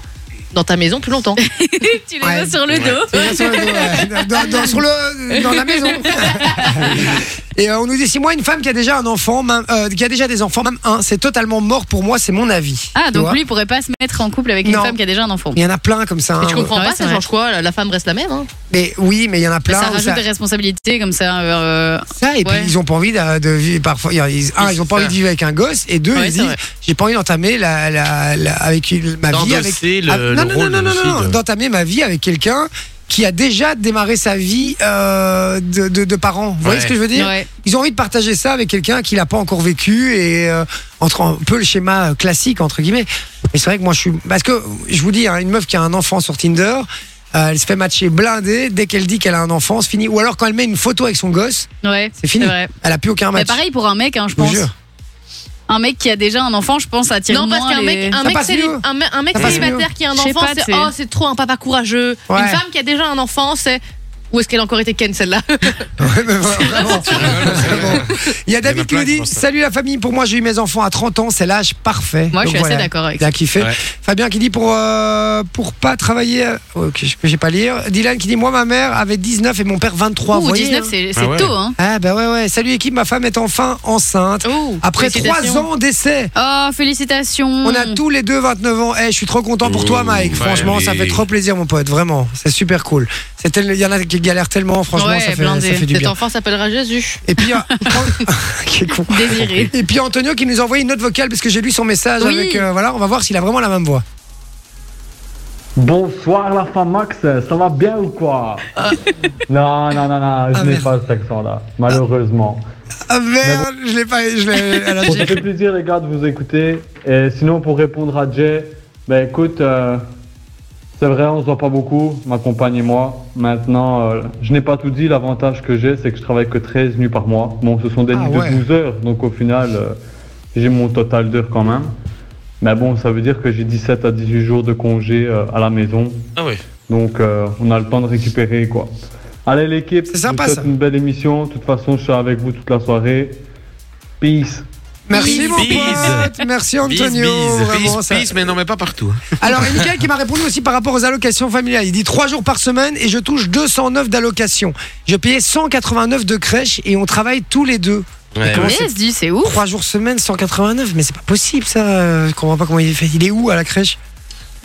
Speaker 4: dans ta maison plus longtemps.
Speaker 6: tu les
Speaker 2: Ouais.
Speaker 6: as sur le
Speaker 3: Ouais.
Speaker 6: dos.
Speaker 2: Sur le- dans, dans- sur le- dans la maison. Et euh, on nous dit si moi une femme qui a déjà un enfant, même, euh, qui a déjà des enfants, même un, c'est totalement mort pour moi, c'est mon avis.
Speaker 6: Ah,
Speaker 2: Tu
Speaker 6: donc
Speaker 2: vois
Speaker 6: lui, il pourrait pas se mettre en couple avec une
Speaker 2: Non.
Speaker 6: femme qui a déjà un enfant.
Speaker 2: Il y en a plein comme ça.
Speaker 4: Mais
Speaker 2: hein.
Speaker 4: tu comprends
Speaker 6: Ouais,
Speaker 4: pas,
Speaker 6: c'est
Speaker 4: ça
Speaker 6: vrai.
Speaker 4: change quoi la- La femme reste la même. hein.
Speaker 2: Mais oui, mais il y en a
Speaker 6: Mais
Speaker 2: plein.
Speaker 6: ça
Speaker 2: où
Speaker 6: rajoute
Speaker 2: ça-
Speaker 6: des responsabilités comme ça. euh,
Speaker 2: ça, et puis
Speaker 6: Ouais.
Speaker 2: ils ont pas envie de, de vivre parfois ils- ils- un
Speaker 5: Oui,
Speaker 2: ils ont
Speaker 5: c'est
Speaker 2: pas envie
Speaker 5: ça.
Speaker 2: de vivre avec un gosse et deux
Speaker 4: Ouais,
Speaker 2: ils
Speaker 4: c'est
Speaker 2: disent
Speaker 4: vrai.
Speaker 2: j'ai pas envie d'entamer la, la, la- avec une- ma vie avec
Speaker 5: D'endosser le-
Speaker 2: Ah,
Speaker 5: le
Speaker 2: non, non,
Speaker 5: rôle
Speaker 2: non, non, non,
Speaker 5: aussi
Speaker 2: non,
Speaker 5: de-
Speaker 2: d'entamer ma vie avec quelqu'un qui a déjà démarré sa vie euh, de, de, de parent. Vous voyez
Speaker 5: Ouais.
Speaker 2: ce que je veux dire
Speaker 6: Ouais.
Speaker 2: Ils ont envie de partager ça avec quelqu'un qui l'a pas encore vécu et euh, entre un peu le schéma euh, classique entre guillemets. Mais c'est vrai que moi je suis parce que je vous dis hein, une meuf qui a un enfant sur Tinder, euh, elle se fait matcher blindée dès qu'elle dit qu'elle a un enfant, c'est fini. Ou alors quand elle met une photo avec son gosse,
Speaker 6: Ouais.
Speaker 2: c'est fini.
Speaker 6: vrai.
Speaker 2: Elle a plus aucun
Speaker 6: Mais
Speaker 2: match.
Speaker 6: pareil pour un mec, hein, je
Speaker 2: je vous
Speaker 6: pense.
Speaker 2: jure.
Speaker 6: Un mec qui a déjà un enfant, je pense, attire
Speaker 4: Non, parce
Speaker 6: moins
Speaker 4: qu'un
Speaker 6: les-
Speaker 4: mec, un
Speaker 2: Ça
Speaker 4: mec,
Speaker 2: passe
Speaker 4: célib-
Speaker 2: mieux.
Speaker 4: un me- un mec
Speaker 2: Ça passe
Speaker 4: célibataire qui a un
Speaker 6: Je sais
Speaker 4: enfant,
Speaker 6: pas,
Speaker 4: c'est
Speaker 6: c'est-
Speaker 4: oh, c'est trop un papa courageux.
Speaker 2: Ouais.
Speaker 4: Une femme qui a déjà un enfant, c'est où est-ce qu'elle a encore été Ken celle-là
Speaker 2: Ouais, mais vraiment. Vraiment. Il y a
Speaker 3: Il y en
Speaker 2: David
Speaker 3: a
Speaker 2: qui nous
Speaker 3: plein qui
Speaker 2: dit
Speaker 3: pensent ça.
Speaker 2: Salut la famille, pour moi j'ai eu mes enfants à 30 ans, c'est l'âge parfait.
Speaker 6: Moi, je
Speaker 2: Donc
Speaker 6: suis assez
Speaker 2: voilà.
Speaker 6: d'accord avec
Speaker 2: Il
Speaker 6: ça.
Speaker 2: a kiffé.
Speaker 5: Ouais.
Speaker 2: Fabien qui dit pour euh, pour pas travailler. euh, Ok, je je vais pas lire. Dylan qui dit moi ma mère avait 19 et mon père 23. vous
Speaker 6: Ouh,
Speaker 2: voyez,
Speaker 6: 19,
Speaker 2: hein
Speaker 6: c'est c'est
Speaker 3: Ah ouais.
Speaker 6: tôt, hein.
Speaker 2: Ah bah ouais ouais. Salut équipe, ma femme est enfin enceinte
Speaker 4: Oh,
Speaker 6: Ouh,
Speaker 2: après
Speaker 6: Oh, félicitations. Hmm.
Speaker 2: 3 ans d'essai.
Speaker 6: Oh, félicitations.
Speaker 2: On a tous les deux 29 ans. Eh, je suis trop content pour toi,
Speaker 3: Ouh,
Speaker 2: Mike. Franchement, ça
Speaker 3: allez.
Speaker 2: fait trop plaisir, mon pote. Vraiment, c'est super cool. C'est tel- Il y en a qui galèrent tellement. Franchement,
Speaker 6: Ouais,
Speaker 2: ça, fait,
Speaker 6: blindé.
Speaker 2: ça fait du
Speaker 4: Cet
Speaker 2: bien.
Speaker 4: enfant s'appellera Jésus.
Speaker 2: Et puis, euh, Quel con.
Speaker 6: désiré.
Speaker 2: Et puis Antonio qui nous a envoyé une note vocale parce que j'ai lu son message
Speaker 6: Oui.
Speaker 2: avec euh, voilà, on va voir s'il a vraiment la même voix.
Speaker 7: Bonsoir la femme Max, ça va bien ou quoi Non, non, non, non, je
Speaker 2: Ah,
Speaker 7: n'ai
Speaker 2: merde.
Speaker 7: pas cet accent-là, malheureusement.
Speaker 2: Ah merde, je l'ai pas je l'ai alors,
Speaker 7: Bon, ça
Speaker 2: j'ai-
Speaker 7: fait plaisir les gars de vous écouter. Et sinon pour répondre à Jay, ben écoute, euh, c'est vrai on se voit pas beaucoup, ma compagne et moi. Maintenant, euh, je n'ai pas tout dit, l'avantage que j'ai c'est que je travaille que 13 nuits par mois. Bon ce sont des
Speaker 2: Ah,
Speaker 7: nuits
Speaker 2: ouais.
Speaker 7: de 12 heures, donc au final euh, j'ai mon total d'heures quand même. Mais bon ça veut dire que j'ai 17 à 18 jours de congé euh, à la maison.
Speaker 5: Ah ouais.
Speaker 7: Donc euh, on a le temps de récupérer quoi. Allez l'équipe,
Speaker 2: C'est sympa,
Speaker 7: je vous souhaite
Speaker 2: ça.
Speaker 7: une belle émission. De toute façon, je suis avec vous toute la soirée. Peace.
Speaker 2: Merci mon
Speaker 5: Bise.
Speaker 2: pote, merci
Speaker 5: Bise,
Speaker 2: Antonio,
Speaker 5: bise.
Speaker 2: vraiment, ça-
Speaker 3: mais non, mais pas partout. hein.
Speaker 2: Alors il y a Michael qui m'a répondu aussi par rapport aux allocations familiales. Il dit 3 jours par semaine et je touche 209 d'allocations. Je payais 189 de crèche et on travaille tous les deux.
Speaker 5: Ouais.
Speaker 2: Comment
Speaker 6: Mais
Speaker 2: c'est-
Speaker 6: elle se dit, c'est ouf.
Speaker 2: 3 jours semaine 189, mais c'est pas possible ça. euh, Je comprends pas comment il fait. Il est où à la crèche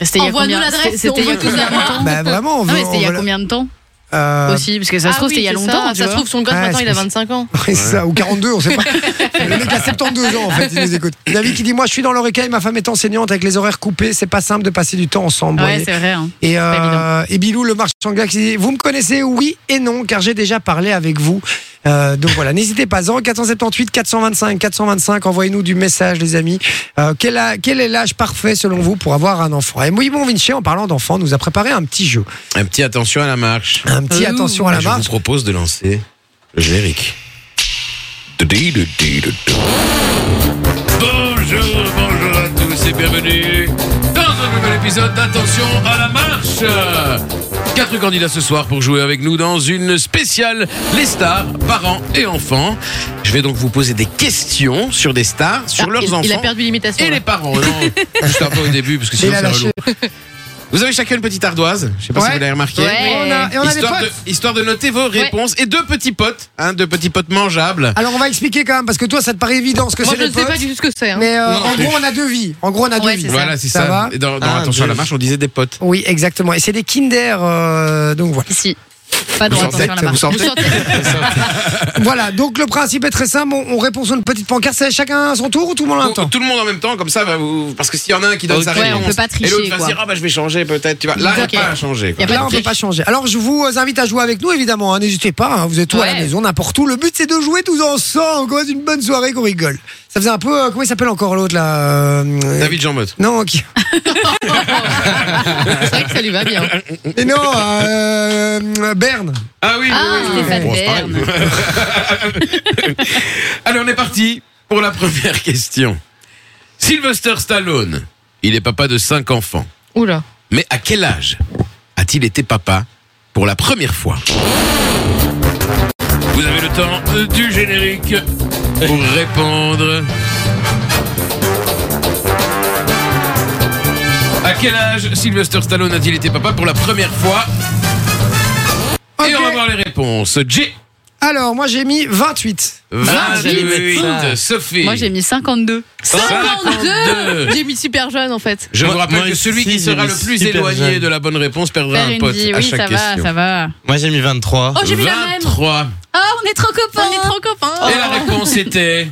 Speaker 6: C'était il y a
Speaker 4: Envoie-nous
Speaker 6: combien
Speaker 4: l'adresse,
Speaker 6: c'était-
Speaker 4: on
Speaker 6: C'était il y a
Speaker 4: veut tous
Speaker 6: combien de
Speaker 4: l'avoir.
Speaker 6: temps
Speaker 2: Bah vraiment, on veut
Speaker 6: Non, mais c'était il y
Speaker 2: on
Speaker 6: a
Speaker 2: veut-
Speaker 6: Ah combien de temps
Speaker 2: Euh,
Speaker 6: aussi Parce que ça se
Speaker 4: Ah
Speaker 6: trouve,
Speaker 4: oui,
Speaker 6: c'était il y a
Speaker 4: c'est
Speaker 6: longtemps.
Speaker 4: Ça,
Speaker 6: tu
Speaker 4: ça se
Speaker 6: vois.
Speaker 4: trouve, son gosse
Speaker 2: Ouais,
Speaker 4: maintenant,
Speaker 2: c'est
Speaker 4: il a
Speaker 2: possible.
Speaker 4: 25 ans.
Speaker 2: Ouais, c'est ça, ou 42, on sait pas. Le mec a 72 ans en fait, il nous écoute. David qui dit Moi je suis dans l'oreca et ma femme est enseignante avec les horaires coupés, c'est pas simple de passer du temps ensemble. vous
Speaker 6: Ouais,
Speaker 2: voyez.
Speaker 6: c'est vrai. hein.
Speaker 2: et,
Speaker 6: pas
Speaker 2: euh, et Bilou, le marchand gars qui dit Vous me connaissez Oui et non, car j'ai déjà parlé avec vous. Euh, donc voilà, n'hésitez pas, 0478 425 425, envoyez-nous du message, les amis. Euh, quel, a- quel est l'âge parfait selon vous pour avoir un enfant Et oui, bon Vinci, en parlant d'enfant, nous a préparé un petit jeu.
Speaker 3: Un petit attention à la marche.
Speaker 2: Un petit
Speaker 6: Ouh.
Speaker 4: Euh,
Speaker 2: attention à la
Speaker 3: Ah, je
Speaker 2: marche.
Speaker 3: vous propose de lancer le générique. Bonjour, bonjour à tous et bienvenue dans un nouvel épisode d'Attention à la marche. Quatre candidats ce soir pour jouer avec nous dans une spéciale Les stars, parents et enfants. Je vais donc vous poser des questions sur des stars, sur
Speaker 4: Ah,
Speaker 3: leurs
Speaker 4: il,
Speaker 3: enfants.
Speaker 4: il a perdu l'imitation.
Speaker 3: Et
Speaker 4: là.
Speaker 3: les parents, non Juste un peu au début, parce que sinon
Speaker 2: Il a
Speaker 3: c'est
Speaker 2: lâché.
Speaker 3: relou. Vous avez chacun une petite ardoise, je sais pas
Speaker 2: Ouais.
Speaker 3: si vous l'avez remarqué.
Speaker 4: Eh.
Speaker 6: Ouais.
Speaker 2: Et on a, et on a des
Speaker 3: Histoire,
Speaker 2: potes.
Speaker 3: de, histoire de noter vos réponses et deux petits potes, hein, deux petits potes mangeables.
Speaker 2: Alors on va expliquer quand même, parce que toi ça te paraît évident ce que
Speaker 4: Moi,
Speaker 2: c'est
Speaker 4: je
Speaker 2: les
Speaker 4: ne sais
Speaker 2: potes.
Speaker 4: pas du tout ce que c'est. hein.
Speaker 2: Mais euh,
Speaker 3: Non, non
Speaker 2: en
Speaker 3: plus.
Speaker 2: gros, on a deux vies. En gros, on a deux
Speaker 6: Ouais,
Speaker 2: vies.
Speaker 6: c'est
Speaker 3: Voilà, c'est
Speaker 2: Ça
Speaker 3: ça.
Speaker 2: va
Speaker 3: Et dans dans
Speaker 5: Ah,
Speaker 3: Attention à la
Speaker 5: deux.
Speaker 3: marche, on disait des potes.
Speaker 2: Oui, exactement. Et c'est des Kinder. euh, donc voilà.
Speaker 6: Ici. Pas de
Speaker 3: Vous
Speaker 6: droit
Speaker 3: sentez-
Speaker 6: Ah, attention à la marche.
Speaker 3: vous sentez-
Speaker 6: Vous sentez-
Speaker 2: voilà. Donc le principe est très simple. On, on répond sur une petite pancarte. C'est chacun à son tour ou tout le monde en même temps
Speaker 3: Oh, Tout le monde en même temps, comme ça, bah, vous- parce que s'il y en a un qui donne
Speaker 5: Ok.
Speaker 3: sa
Speaker 6: Ouais, on
Speaker 3: réponse,
Speaker 6: peut pas
Speaker 3: et l'autre
Speaker 6: tricher,
Speaker 3: va se
Speaker 6: quoi.
Speaker 3: dire ah bah je vais changer peut-être, tu vois. Là,
Speaker 6: Ok.
Speaker 3: il n'y a pas à changer. quoi.
Speaker 6: Y a pas
Speaker 2: Là,
Speaker 6: de
Speaker 2: on peut
Speaker 6: triche.
Speaker 2: pas changer. Alors, je vous invite à jouer avec nous, évidemment. hein. N'hésitez pas. hein. Vous êtes tous à la
Speaker 6: Ouais.
Speaker 2: maison, n'importe où. Le but, c'est de jouer tous ensemble. Qu'on passe une bonne soirée, qu'on rigole. Ça faisait un peu. euh, comment il s'appelle encore l'autre, là euh,
Speaker 3: David Jean Motte.
Speaker 2: Non, qui-
Speaker 4: C'est vrai que ça lui va bien.
Speaker 2: Mais non, euh, euh, Berne.
Speaker 3: Ah oui,
Speaker 6: Ah,
Speaker 3: oui, oui, oui.
Speaker 6: Stéphane
Speaker 3: c'est pareil. Allez, on est parti pour la première question. Sylvester Stallone, il est papa de cinq enfants.
Speaker 4: Oula.
Speaker 3: Mais à quel âge a-t-il été papa pour la première fois Vous avez le temps euh, du générique pour répondre. À quel âge Sylvester Stallone a-t-il été papa pour la première fois Et
Speaker 2: Ok.
Speaker 3: on va voir les réponses. J.
Speaker 2: Alors, moi, j'ai mis 28.
Speaker 3: 28
Speaker 5: Ah,
Speaker 3: Sophie.
Speaker 6: Moi, j'ai mis
Speaker 4: 52.
Speaker 3: 52.
Speaker 4: J'ai mis super jeune en fait.
Speaker 3: Je vous
Speaker 5: Moi-
Speaker 3: rappelle
Speaker 5: moi
Speaker 3: que
Speaker 5: aussi,
Speaker 3: celui qui
Speaker 5: j'ai
Speaker 3: sera
Speaker 5: mis
Speaker 3: le plus
Speaker 5: super
Speaker 3: éloigné
Speaker 5: jeune.
Speaker 3: de la bonne réponse perdra
Speaker 6: Faire
Speaker 3: un
Speaker 6: une
Speaker 3: pote
Speaker 6: vie.
Speaker 3: à
Speaker 6: Oui,
Speaker 3: chaque
Speaker 6: ça va,
Speaker 3: question.
Speaker 6: ça va.
Speaker 5: Moi j'ai mis 23.
Speaker 4: Oh, j'ai mis la même.
Speaker 3: 23.
Speaker 6: Ah, on est trop copains.
Speaker 4: On est trop
Speaker 6: Oh.
Speaker 4: copains.
Speaker 3: Et la réponse était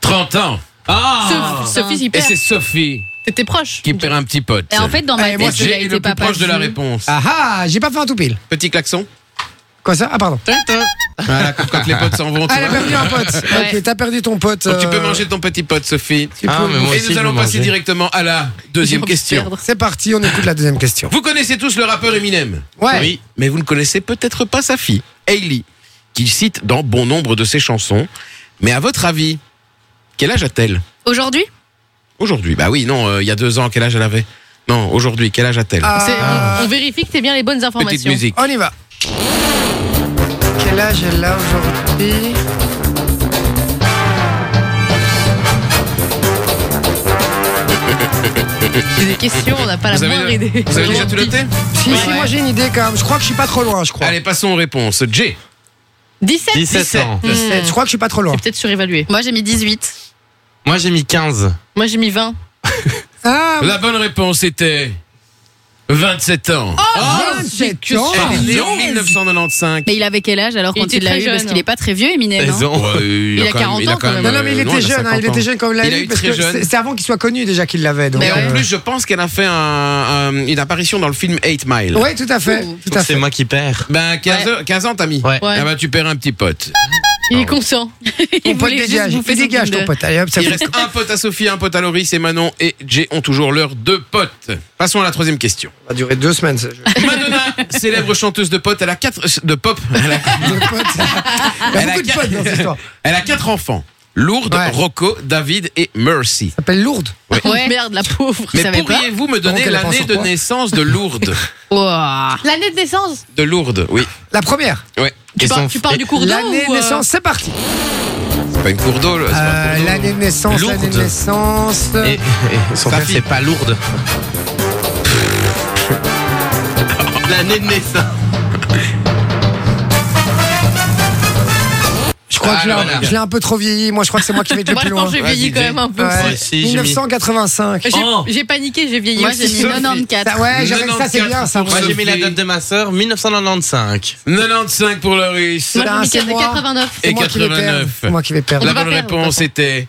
Speaker 3: 30 ans. Ah
Speaker 4: Ce- Sophie, il
Speaker 3: Et
Speaker 4: perd.
Speaker 3: c'est Sophie
Speaker 4: T'étais proche.
Speaker 3: qui perd un petit pote.
Speaker 6: Et en fait, dans ma
Speaker 2: Et
Speaker 3: Et
Speaker 2: Eh, moi,
Speaker 6: tête, il a
Speaker 3: Jay est
Speaker 6: été
Speaker 3: le plus
Speaker 6: papa.
Speaker 3: proche de la
Speaker 6: Jus.
Speaker 3: réponse.
Speaker 2: Ah ah, j'ai pas fait un tout pile.
Speaker 3: Petit klaxon.
Speaker 2: Quoi ça Ah, pardon.
Speaker 3: Voilà, comme quand les potes s'en vont. tu
Speaker 2: Ah, elle a
Speaker 3: vois.
Speaker 2: perdu un pote.
Speaker 6: Ouais.
Speaker 2: Ok, t'as perdu ton pote.
Speaker 3: Donc, tu
Speaker 2: euh,
Speaker 3: peux manger ton petit pote, Sophie.
Speaker 2: tu
Speaker 5: Ah,
Speaker 2: peux-
Speaker 5: mais moi
Speaker 3: Et
Speaker 5: aussi,
Speaker 3: nous
Speaker 5: je
Speaker 3: allons
Speaker 5: vais
Speaker 3: passer
Speaker 5: manger.
Speaker 3: directement à la
Speaker 4: J'ai
Speaker 3: deuxième
Speaker 4: envie de
Speaker 3: question.
Speaker 4: perdre.
Speaker 2: C'est parti, on écoute la deuxième question.
Speaker 3: Vous connaissez tous le rappeur Eminem.
Speaker 2: Ouais.
Speaker 3: Oui. Mais vous ne connaissez peut-être pas sa fille, Hailey, qu'il cite dans bon nombre de ses chansons. Mais à votre avis, quel âge a-t-elle
Speaker 6: Aujourd'hui
Speaker 3: Aujourd'hui, bah oui, non, euh, il y a deux ans, quel âge elle avait Non, aujourd'hui, quel âge a-t-elle
Speaker 2: Ah,
Speaker 4: C'est- On vérifie que t'es bien les bonnes
Speaker 3: Petite
Speaker 4: informations.
Speaker 3: musique.
Speaker 2: on y va. Quel âge elle a aujourd'hui
Speaker 4: C'est des questions, on n'a pas
Speaker 3: Vous
Speaker 4: la
Speaker 3: avez-
Speaker 4: moindre idée.
Speaker 3: Vous avez déjà tout noté
Speaker 2: Si, si,
Speaker 4: Ouais.
Speaker 2: moi j'ai une idée quand même. Je crois que je suis pas trop loin, je crois.
Speaker 3: Allez, passons aux réponses. J.
Speaker 4: 17
Speaker 5: 17 ans.
Speaker 4: Hmm.
Speaker 2: C'est- Je crois que je suis pas trop loin.
Speaker 4: C'est peut-être surévalué.
Speaker 6: Moi, j'ai mis 18.
Speaker 5: Moi j'ai mis 15.
Speaker 4: Moi j'ai mis 20.
Speaker 2: Ah,
Speaker 3: La bonne réponse était 27 ans.
Speaker 2: Oh, Ah, vingt-sept ans.
Speaker 3: Elle est née en 1995.
Speaker 6: Mais il avait quel âge alors
Speaker 4: Il
Speaker 6: quand
Speaker 4: était
Speaker 6: il l'a
Speaker 4: très
Speaker 6: eu Parce
Speaker 4: jeune.
Speaker 6: qu'il est pas très vieux, Eminem. hein.
Speaker 5: ans.
Speaker 3: Ouais, il,
Speaker 4: Il a 40 ans, quand même.
Speaker 2: Non, non, mais il
Speaker 3: euh,
Speaker 2: était
Speaker 3: non, a
Speaker 2: jeune, hein,
Speaker 3: 50
Speaker 2: il était jeune quand il l'a
Speaker 3: Il a
Speaker 2: eu,
Speaker 3: eu
Speaker 2: parce
Speaker 3: très
Speaker 2: que
Speaker 3: jeune.
Speaker 2: c'est- c'est avant qu'il soit connu déjà qu'il l'avait. Donc,
Speaker 3: Et en
Speaker 2: euh,
Speaker 3: plus, je pense qu'elle a fait un- un- une apparition dans le film 8 Mile.
Speaker 2: ouais, tout à fait.
Speaker 6: Donc
Speaker 2: Tout à
Speaker 5: C'est
Speaker 2: fait.
Speaker 5: moi qui perds.
Speaker 3: Ben, 15, heures- 15 ans, t'as mis.
Speaker 5: Ouais.
Speaker 4: Ouais.
Speaker 3: Ah ben, tu perds un petit pote.
Speaker 4: Il est conscient.
Speaker 2: Ton pote
Speaker 6: voulait juste
Speaker 2: dégage,
Speaker 6: vous
Speaker 2: il
Speaker 6: faire
Speaker 2: dégage ton
Speaker 6: comprendre.
Speaker 2: pote. Allez hop, ça
Speaker 3: Il
Speaker 2: fait-
Speaker 3: reste un pote à Sophie, un pote à Loris et Manon et Jay ont toujours leurs deux potes. Passons à la troisième question.
Speaker 2: Ça va durer deux semaines. ce jeu.
Speaker 3: Madonna, célèbre chanteuse de potes, elle a quatre euh, de pop. Elle a,
Speaker 2: Deux potes. Il y a
Speaker 3: Elle a
Speaker 2: beaucoup de
Speaker 3: quatre-
Speaker 2: potes dans cette histoire.
Speaker 3: elle a quatre enfants. Lourdes,
Speaker 2: Ouais.
Speaker 3: Rocco, David et Mercy.
Speaker 2: Ça s'appelle Lourdes.
Speaker 6: Ouais.
Speaker 4: Merde, la pauvre.
Speaker 3: Mais
Speaker 6: savais pas
Speaker 3: pourriez-vous me donner
Speaker 2: qu'elle a pensé
Speaker 3: l'année
Speaker 2: sur
Speaker 3: de
Speaker 2: quoi
Speaker 3: naissance de Lourdes
Speaker 6: Ouah.
Speaker 4: L'année de naissance
Speaker 3: De Lourdes, oui.
Speaker 2: La première.
Speaker 3: Ouais.
Speaker 4: tu,
Speaker 5: Et
Speaker 4: par-
Speaker 5: son-
Speaker 4: tu parles
Speaker 5: et-
Speaker 4: du cours d'eau
Speaker 2: L'année de
Speaker 4: ou, euh,
Speaker 2: naissance, c'est parti.
Speaker 3: C'est pas une cour d'eau, là, c'est pas une
Speaker 2: Euh,
Speaker 3: cour d'eau.
Speaker 2: L'année de naissance,
Speaker 5: Lourdes.
Speaker 2: l'année de naissance.
Speaker 5: Et, et son
Speaker 3: Sa
Speaker 5: père
Speaker 3: fille.
Speaker 5: c'est pas lourde. L'année de naissance.
Speaker 2: Je crois
Speaker 3: Ah,
Speaker 2: que je l'ai
Speaker 3: voilà.
Speaker 2: un- je l'ai un peu trop vieilli. Moi, je crois que c'est moi qui vais être le
Speaker 4: Moi
Speaker 2: plus
Speaker 4: je pense
Speaker 2: loin.
Speaker 4: que j'ai vieilli
Speaker 3: Vas-y,
Speaker 4: quand
Speaker 3: Jay.
Speaker 4: même un peu.
Speaker 2: Ouais,
Speaker 5: Moi aussi, j'ai mis-
Speaker 2: 1985.
Speaker 4: J'ai
Speaker 5: Oh.
Speaker 4: j'ai paniqué, j'ai vieilli
Speaker 6: Moi,
Speaker 4: aussi.
Speaker 6: j'ai mis
Speaker 3: Sophie.
Speaker 6: 94.
Speaker 2: Ça, Ah ouais, j'avais- ça c'est bien ça.
Speaker 5: Moi j'ai mis la date de ma sœur 1995.
Speaker 3: 95 pour Loris.
Speaker 4: Moi j'ai mis
Speaker 2: C'est un, c'est moi.
Speaker 4: 89.
Speaker 2: C'est
Speaker 3: Et
Speaker 2: moi qui vais perdre.
Speaker 3: 89.
Speaker 2: C'est moi qui vais perdre.
Speaker 3: La
Speaker 4: peut pas
Speaker 3: bonne
Speaker 4: perdre,
Speaker 3: réponse
Speaker 4: de
Speaker 3: était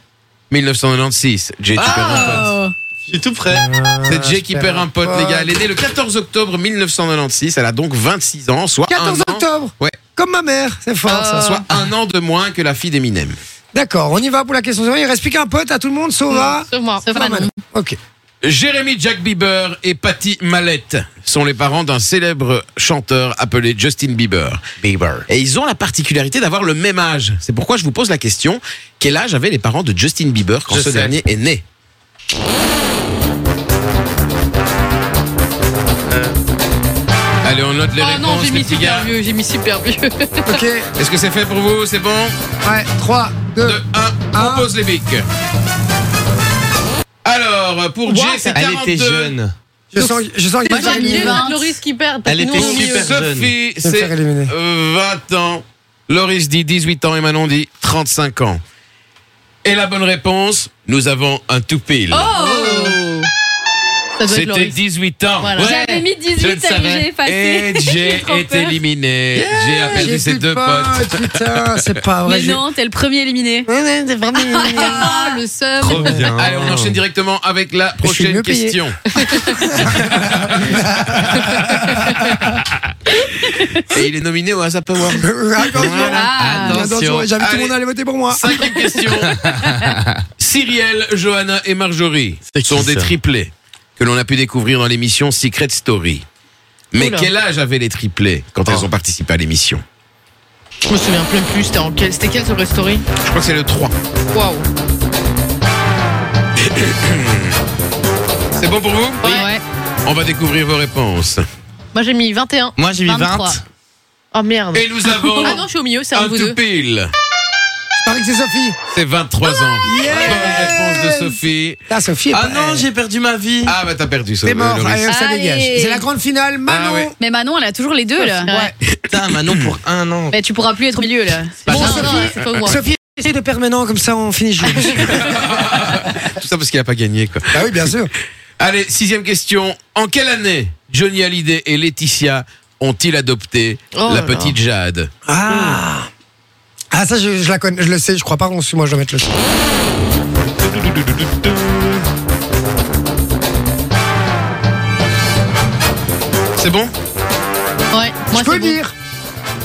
Speaker 3: 1996. Jay,
Speaker 2: Ah
Speaker 3: tu perds un pote.
Speaker 5: Je suis tout prêt.
Speaker 3: C'est Jay qui
Speaker 2: je
Speaker 3: perd
Speaker 2: perds
Speaker 3: un pote,
Speaker 2: un
Speaker 3: les gars.
Speaker 2: pote.
Speaker 3: Elle est née le 14 octobre 1996. Elle a donc 26 ans, soit,
Speaker 2: 14
Speaker 3: un, an,
Speaker 2: octobre.
Speaker 3: Ouais.
Speaker 2: Comme ma mère, c'est
Speaker 4: Ah.
Speaker 2: fort ça.
Speaker 3: soit un an de moins que la fille d'Eminem.
Speaker 2: D'accord, on y va pour la question suivante. Il reste plus qu'un pote à tout le monde, Sauva.
Speaker 4: Sauf moi.
Speaker 6: Sauf
Speaker 2: Sauva
Speaker 6: Manon.
Speaker 2: Manon. Ok.
Speaker 3: Jérémy Jack Bieber et Patty Mallette sont les parents d'un célèbre chanteur appelé Justin Bieber. Bieber. Et ils ont la particularité d'avoir le même âge. C'est pourquoi je vous pose la question quel âge avaient les parents de Justin Bieber quand
Speaker 5: Je
Speaker 3: ce
Speaker 5: sais.
Speaker 3: dernier est né
Speaker 5: Euh.
Speaker 3: Allez, on note les
Speaker 4: Oh
Speaker 3: réponses,
Speaker 4: non, j'ai
Speaker 3: les
Speaker 4: mis
Speaker 3: petits gars.
Speaker 4: super vieux, j'ai mis super vieux.
Speaker 2: Ok.
Speaker 3: Est-ce que c'est fait pour vous C'est bon
Speaker 2: Ouais, 3, 2.
Speaker 3: 2, 1,
Speaker 2: Un.
Speaker 3: on pose les bics. Alors, pour Jay, c'est
Speaker 5: Elle
Speaker 3: 42.
Speaker 5: était jeune.
Speaker 2: Je sens, je sens que
Speaker 4: Moi
Speaker 6: j'ai
Speaker 4: j'ai
Speaker 6: mis
Speaker 4: mis
Speaker 6: 20.
Speaker 4: Loris qui perd. parce
Speaker 5: Elle
Speaker 4: que nous,
Speaker 5: était
Speaker 4: on est au milieu.
Speaker 5: super
Speaker 2: Je
Speaker 3: Sophie,
Speaker 2: vais me
Speaker 3: c'est
Speaker 2: faire éliminer.
Speaker 3: euh, 20 ans. Loris dit 18 ans et Manon dit 35 ans. Et la bonne réponse, nous avons un tout pile.
Speaker 4: Oh Ça doit être
Speaker 3: C'était
Speaker 4: Loris.
Speaker 3: 18 ans.
Speaker 4: Voilà.
Speaker 6: J'avais mis
Speaker 3: Je le
Speaker 6: 18 alors
Speaker 3: savais.
Speaker 6: j'ai effacé.
Speaker 3: Et Jay
Speaker 6: trop
Speaker 3: est
Speaker 6: peur.
Speaker 3: éliminé. Jay a perdu
Speaker 2: J'ai
Speaker 3: ses
Speaker 2: plus
Speaker 3: deux
Speaker 2: de
Speaker 3: potes.
Speaker 2: potes. Putain, c'est pas vrai.
Speaker 6: Mais non, t'es le premier éliminé.
Speaker 4: Ah, le seum.
Speaker 5: Trop bien.
Speaker 3: Allez, on enchaîne directement avec
Speaker 2: Je
Speaker 3: la
Speaker 2: suis
Speaker 3: prochaine
Speaker 2: mieux payé.
Speaker 3: question. Et il est nominé au ASAP Award.
Speaker 6: Ah,
Speaker 5: Attention.
Speaker 2: J'avais tout le monde
Speaker 3: Allez.
Speaker 2: à aller voter pour moi.
Speaker 3: Cinquième question. Cyrielle, Johanna et Marjorie
Speaker 5: C'est qui
Speaker 3: sont des
Speaker 5: ça
Speaker 3: triplés que l'on a pu découvrir dans l'émission Secret Story. Mais
Speaker 4: Oula.
Speaker 3: quel âge avaient les triplés quand
Speaker 5: Oh.
Speaker 3: elles ont participé à l'émission
Speaker 4: Je me souviens plein plus, c'était en quel, c'était quel ce story
Speaker 3: Je crois que c'est le 3.
Speaker 4: Waouh.
Speaker 3: C'est bon pour vous
Speaker 4: Ouais.
Speaker 3: On va découvrir vos réponses.
Speaker 4: Moi j'ai mis 21.
Speaker 5: Moi j'ai mis
Speaker 6: 23.
Speaker 5: 20.
Speaker 4: Oh merde.
Speaker 3: Et nous avons
Speaker 4: Ah non, je suis au milieu, c'est un de
Speaker 3: un
Speaker 4: vous
Speaker 3: tout
Speaker 4: deux.
Speaker 3: pile.
Speaker 2: Je parie que c'est Sophie.
Speaker 3: C'est 23 ans.
Speaker 2: Yes
Speaker 3: Bonne réponse de Sophie.
Speaker 2: Ah, Sophie. est
Speaker 5: Ah
Speaker 2: pas-
Speaker 5: non, j'ai perdu ma vie.
Speaker 3: Ah bah t'as perdu,
Speaker 2: T'es
Speaker 3: Sophie.
Speaker 2: mort. hein.
Speaker 3: Loris.
Speaker 2: Allez, ça
Speaker 6: Allez.
Speaker 2: dégage. C'est la grande finale. Manon.
Speaker 3: Ah ouais.
Speaker 6: Mais Manon, elle a toujours les deux là.
Speaker 4: Ouais.
Speaker 5: Putain, Manon pour un an.
Speaker 6: Mais tu pourras plus être au milieu là.
Speaker 4: Bon,
Speaker 6: Non,
Speaker 4: Sophie,
Speaker 6: non, c'est pas moi.
Speaker 2: Sophie, essaye de perdre maintenant, comme ça on finit le jeu.
Speaker 3: Tout ça parce qu'il a pas gagné, quoi.
Speaker 2: ah oui, bien sûr.
Speaker 3: Allez, sixième question. En quelle année Johnny Hallyday et Laetitia ont-ils adopté
Speaker 4: Oh
Speaker 3: la
Speaker 4: là là.
Speaker 3: petite Jade
Speaker 2: Ah Ah, ça, je, je la connais, je le sais, je crois pas, on moi je dois mettre le son.
Speaker 3: C'est bon
Speaker 6: Ouais, moi
Speaker 2: Je peux
Speaker 6: c'est
Speaker 2: le
Speaker 6: bon.
Speaker 2: dire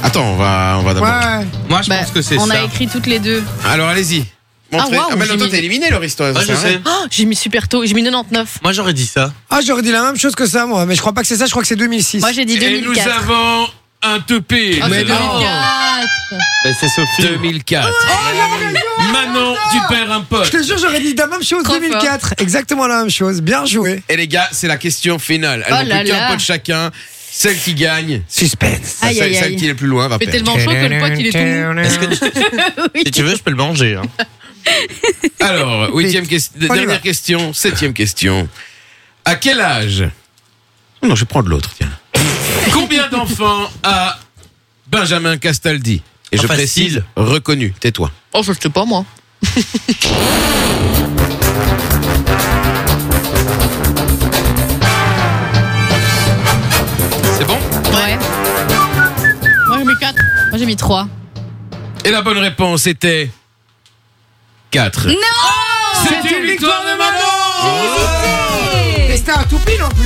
Speaker 3: Attends, on va, on va
Speaker 2: Ouais,
Speaker 3: d'abord.
Speaker 2: ouais.
Speaker 5: Moi, je
Speaker 6: Bah,
Speaker 5: pense que c'est
Speaker 6: on
Speaker 5: ça.
Speaker 6: a écrit toutes les deux.
Speaker 3: Alors allez-y. Montrez.
Speaker 4: Ah, waouh,
Speaker 3: mais non,
Speaker 4: j'ai
Speaker 3: toi
Speaker 4: mis-
Speaker 3: t'as éliminé leur histoire.
Speaker 5: Ouais,
Speaker 3: ça hein
Speaker 5: je
Speaker 3: sert à rien.
Speaker 5: sais.
Speaker 4: Oh, j'ai mis super tôt, j'ai mis 99.
Speaker 5: Moi, j'aurais dit ça.
Speaker 2: Ah, j'aurais dit la même chose que ça, moi, mais je crois pas que c'est ça, je crois que c'est 2006.
Speaker 6: Moi j'ai dit
Speaker 3: Et nous
Speaker 6: 2004.
Speaker 3: avons un teupé.
Speaker 6: Oh, c'est
Speaker 3: Mais non.
Speaker 6: 2004.
Speaker 5: c'est Sophie.
Speaker 3: 2004. Manon, tu perds un
Speaker 2: Je
Speaker 3: pote.
Speaker 2: te jure, j'aurais dit la même chose,
Speaker 6: Trop fort.
Speaker 2: 2004. Exactement la même chose. Bien joué.
Speaker 3: Et les gars, c'est la question finale. Elles
Speaker 6: Oh
Speaker 3: n'ont
Speaker 6: là
Speaker 3: plus qu'un
Speaker 6: là.
Speaker 3: pote chacun. Celle qui gagne,
Speaker 2: Suspense.
Speaker 6: Aïe,
Speaker 3: celle,
Speaker 6: aïe,
Speaker 3: celle
Speaker 6: aïe.
Speaker 3: qui est le plus loin va
Speaker 4: Fait
Speaker 3: perdre.
Speaker 4: tellement chaud que le pote il est tout mou.
Speaker 5: Est-ce que tu- si tu veux, je peux le manger. hein.
Speaker 3: Alors, huitième question,
Speaker 2: On y va.
Speaker 3: dernière question, septième question. À quel âge Oh Non, je vais prendre l'autre, tiens. Combien d'enfants a Benjamin Castaldi Et
Speaker 5: Ah,
Speaker 3: je
Speaker 5: facile.
Speaker 3: précise, reconnu, tais-toi.
Speaker 4: Oh, je sais pas moi.
Speaker 3: C'est bon
Speaker 6: Ouais. Moi j'ai mis 4. Moi j'ai mis 3.
Speaker 3: Et la bonne réponse était 4.
Speaker 6: Non
Speaker 3: C'est une victoire de Manon
Speaker 2: Et c'était un tout pile en plus.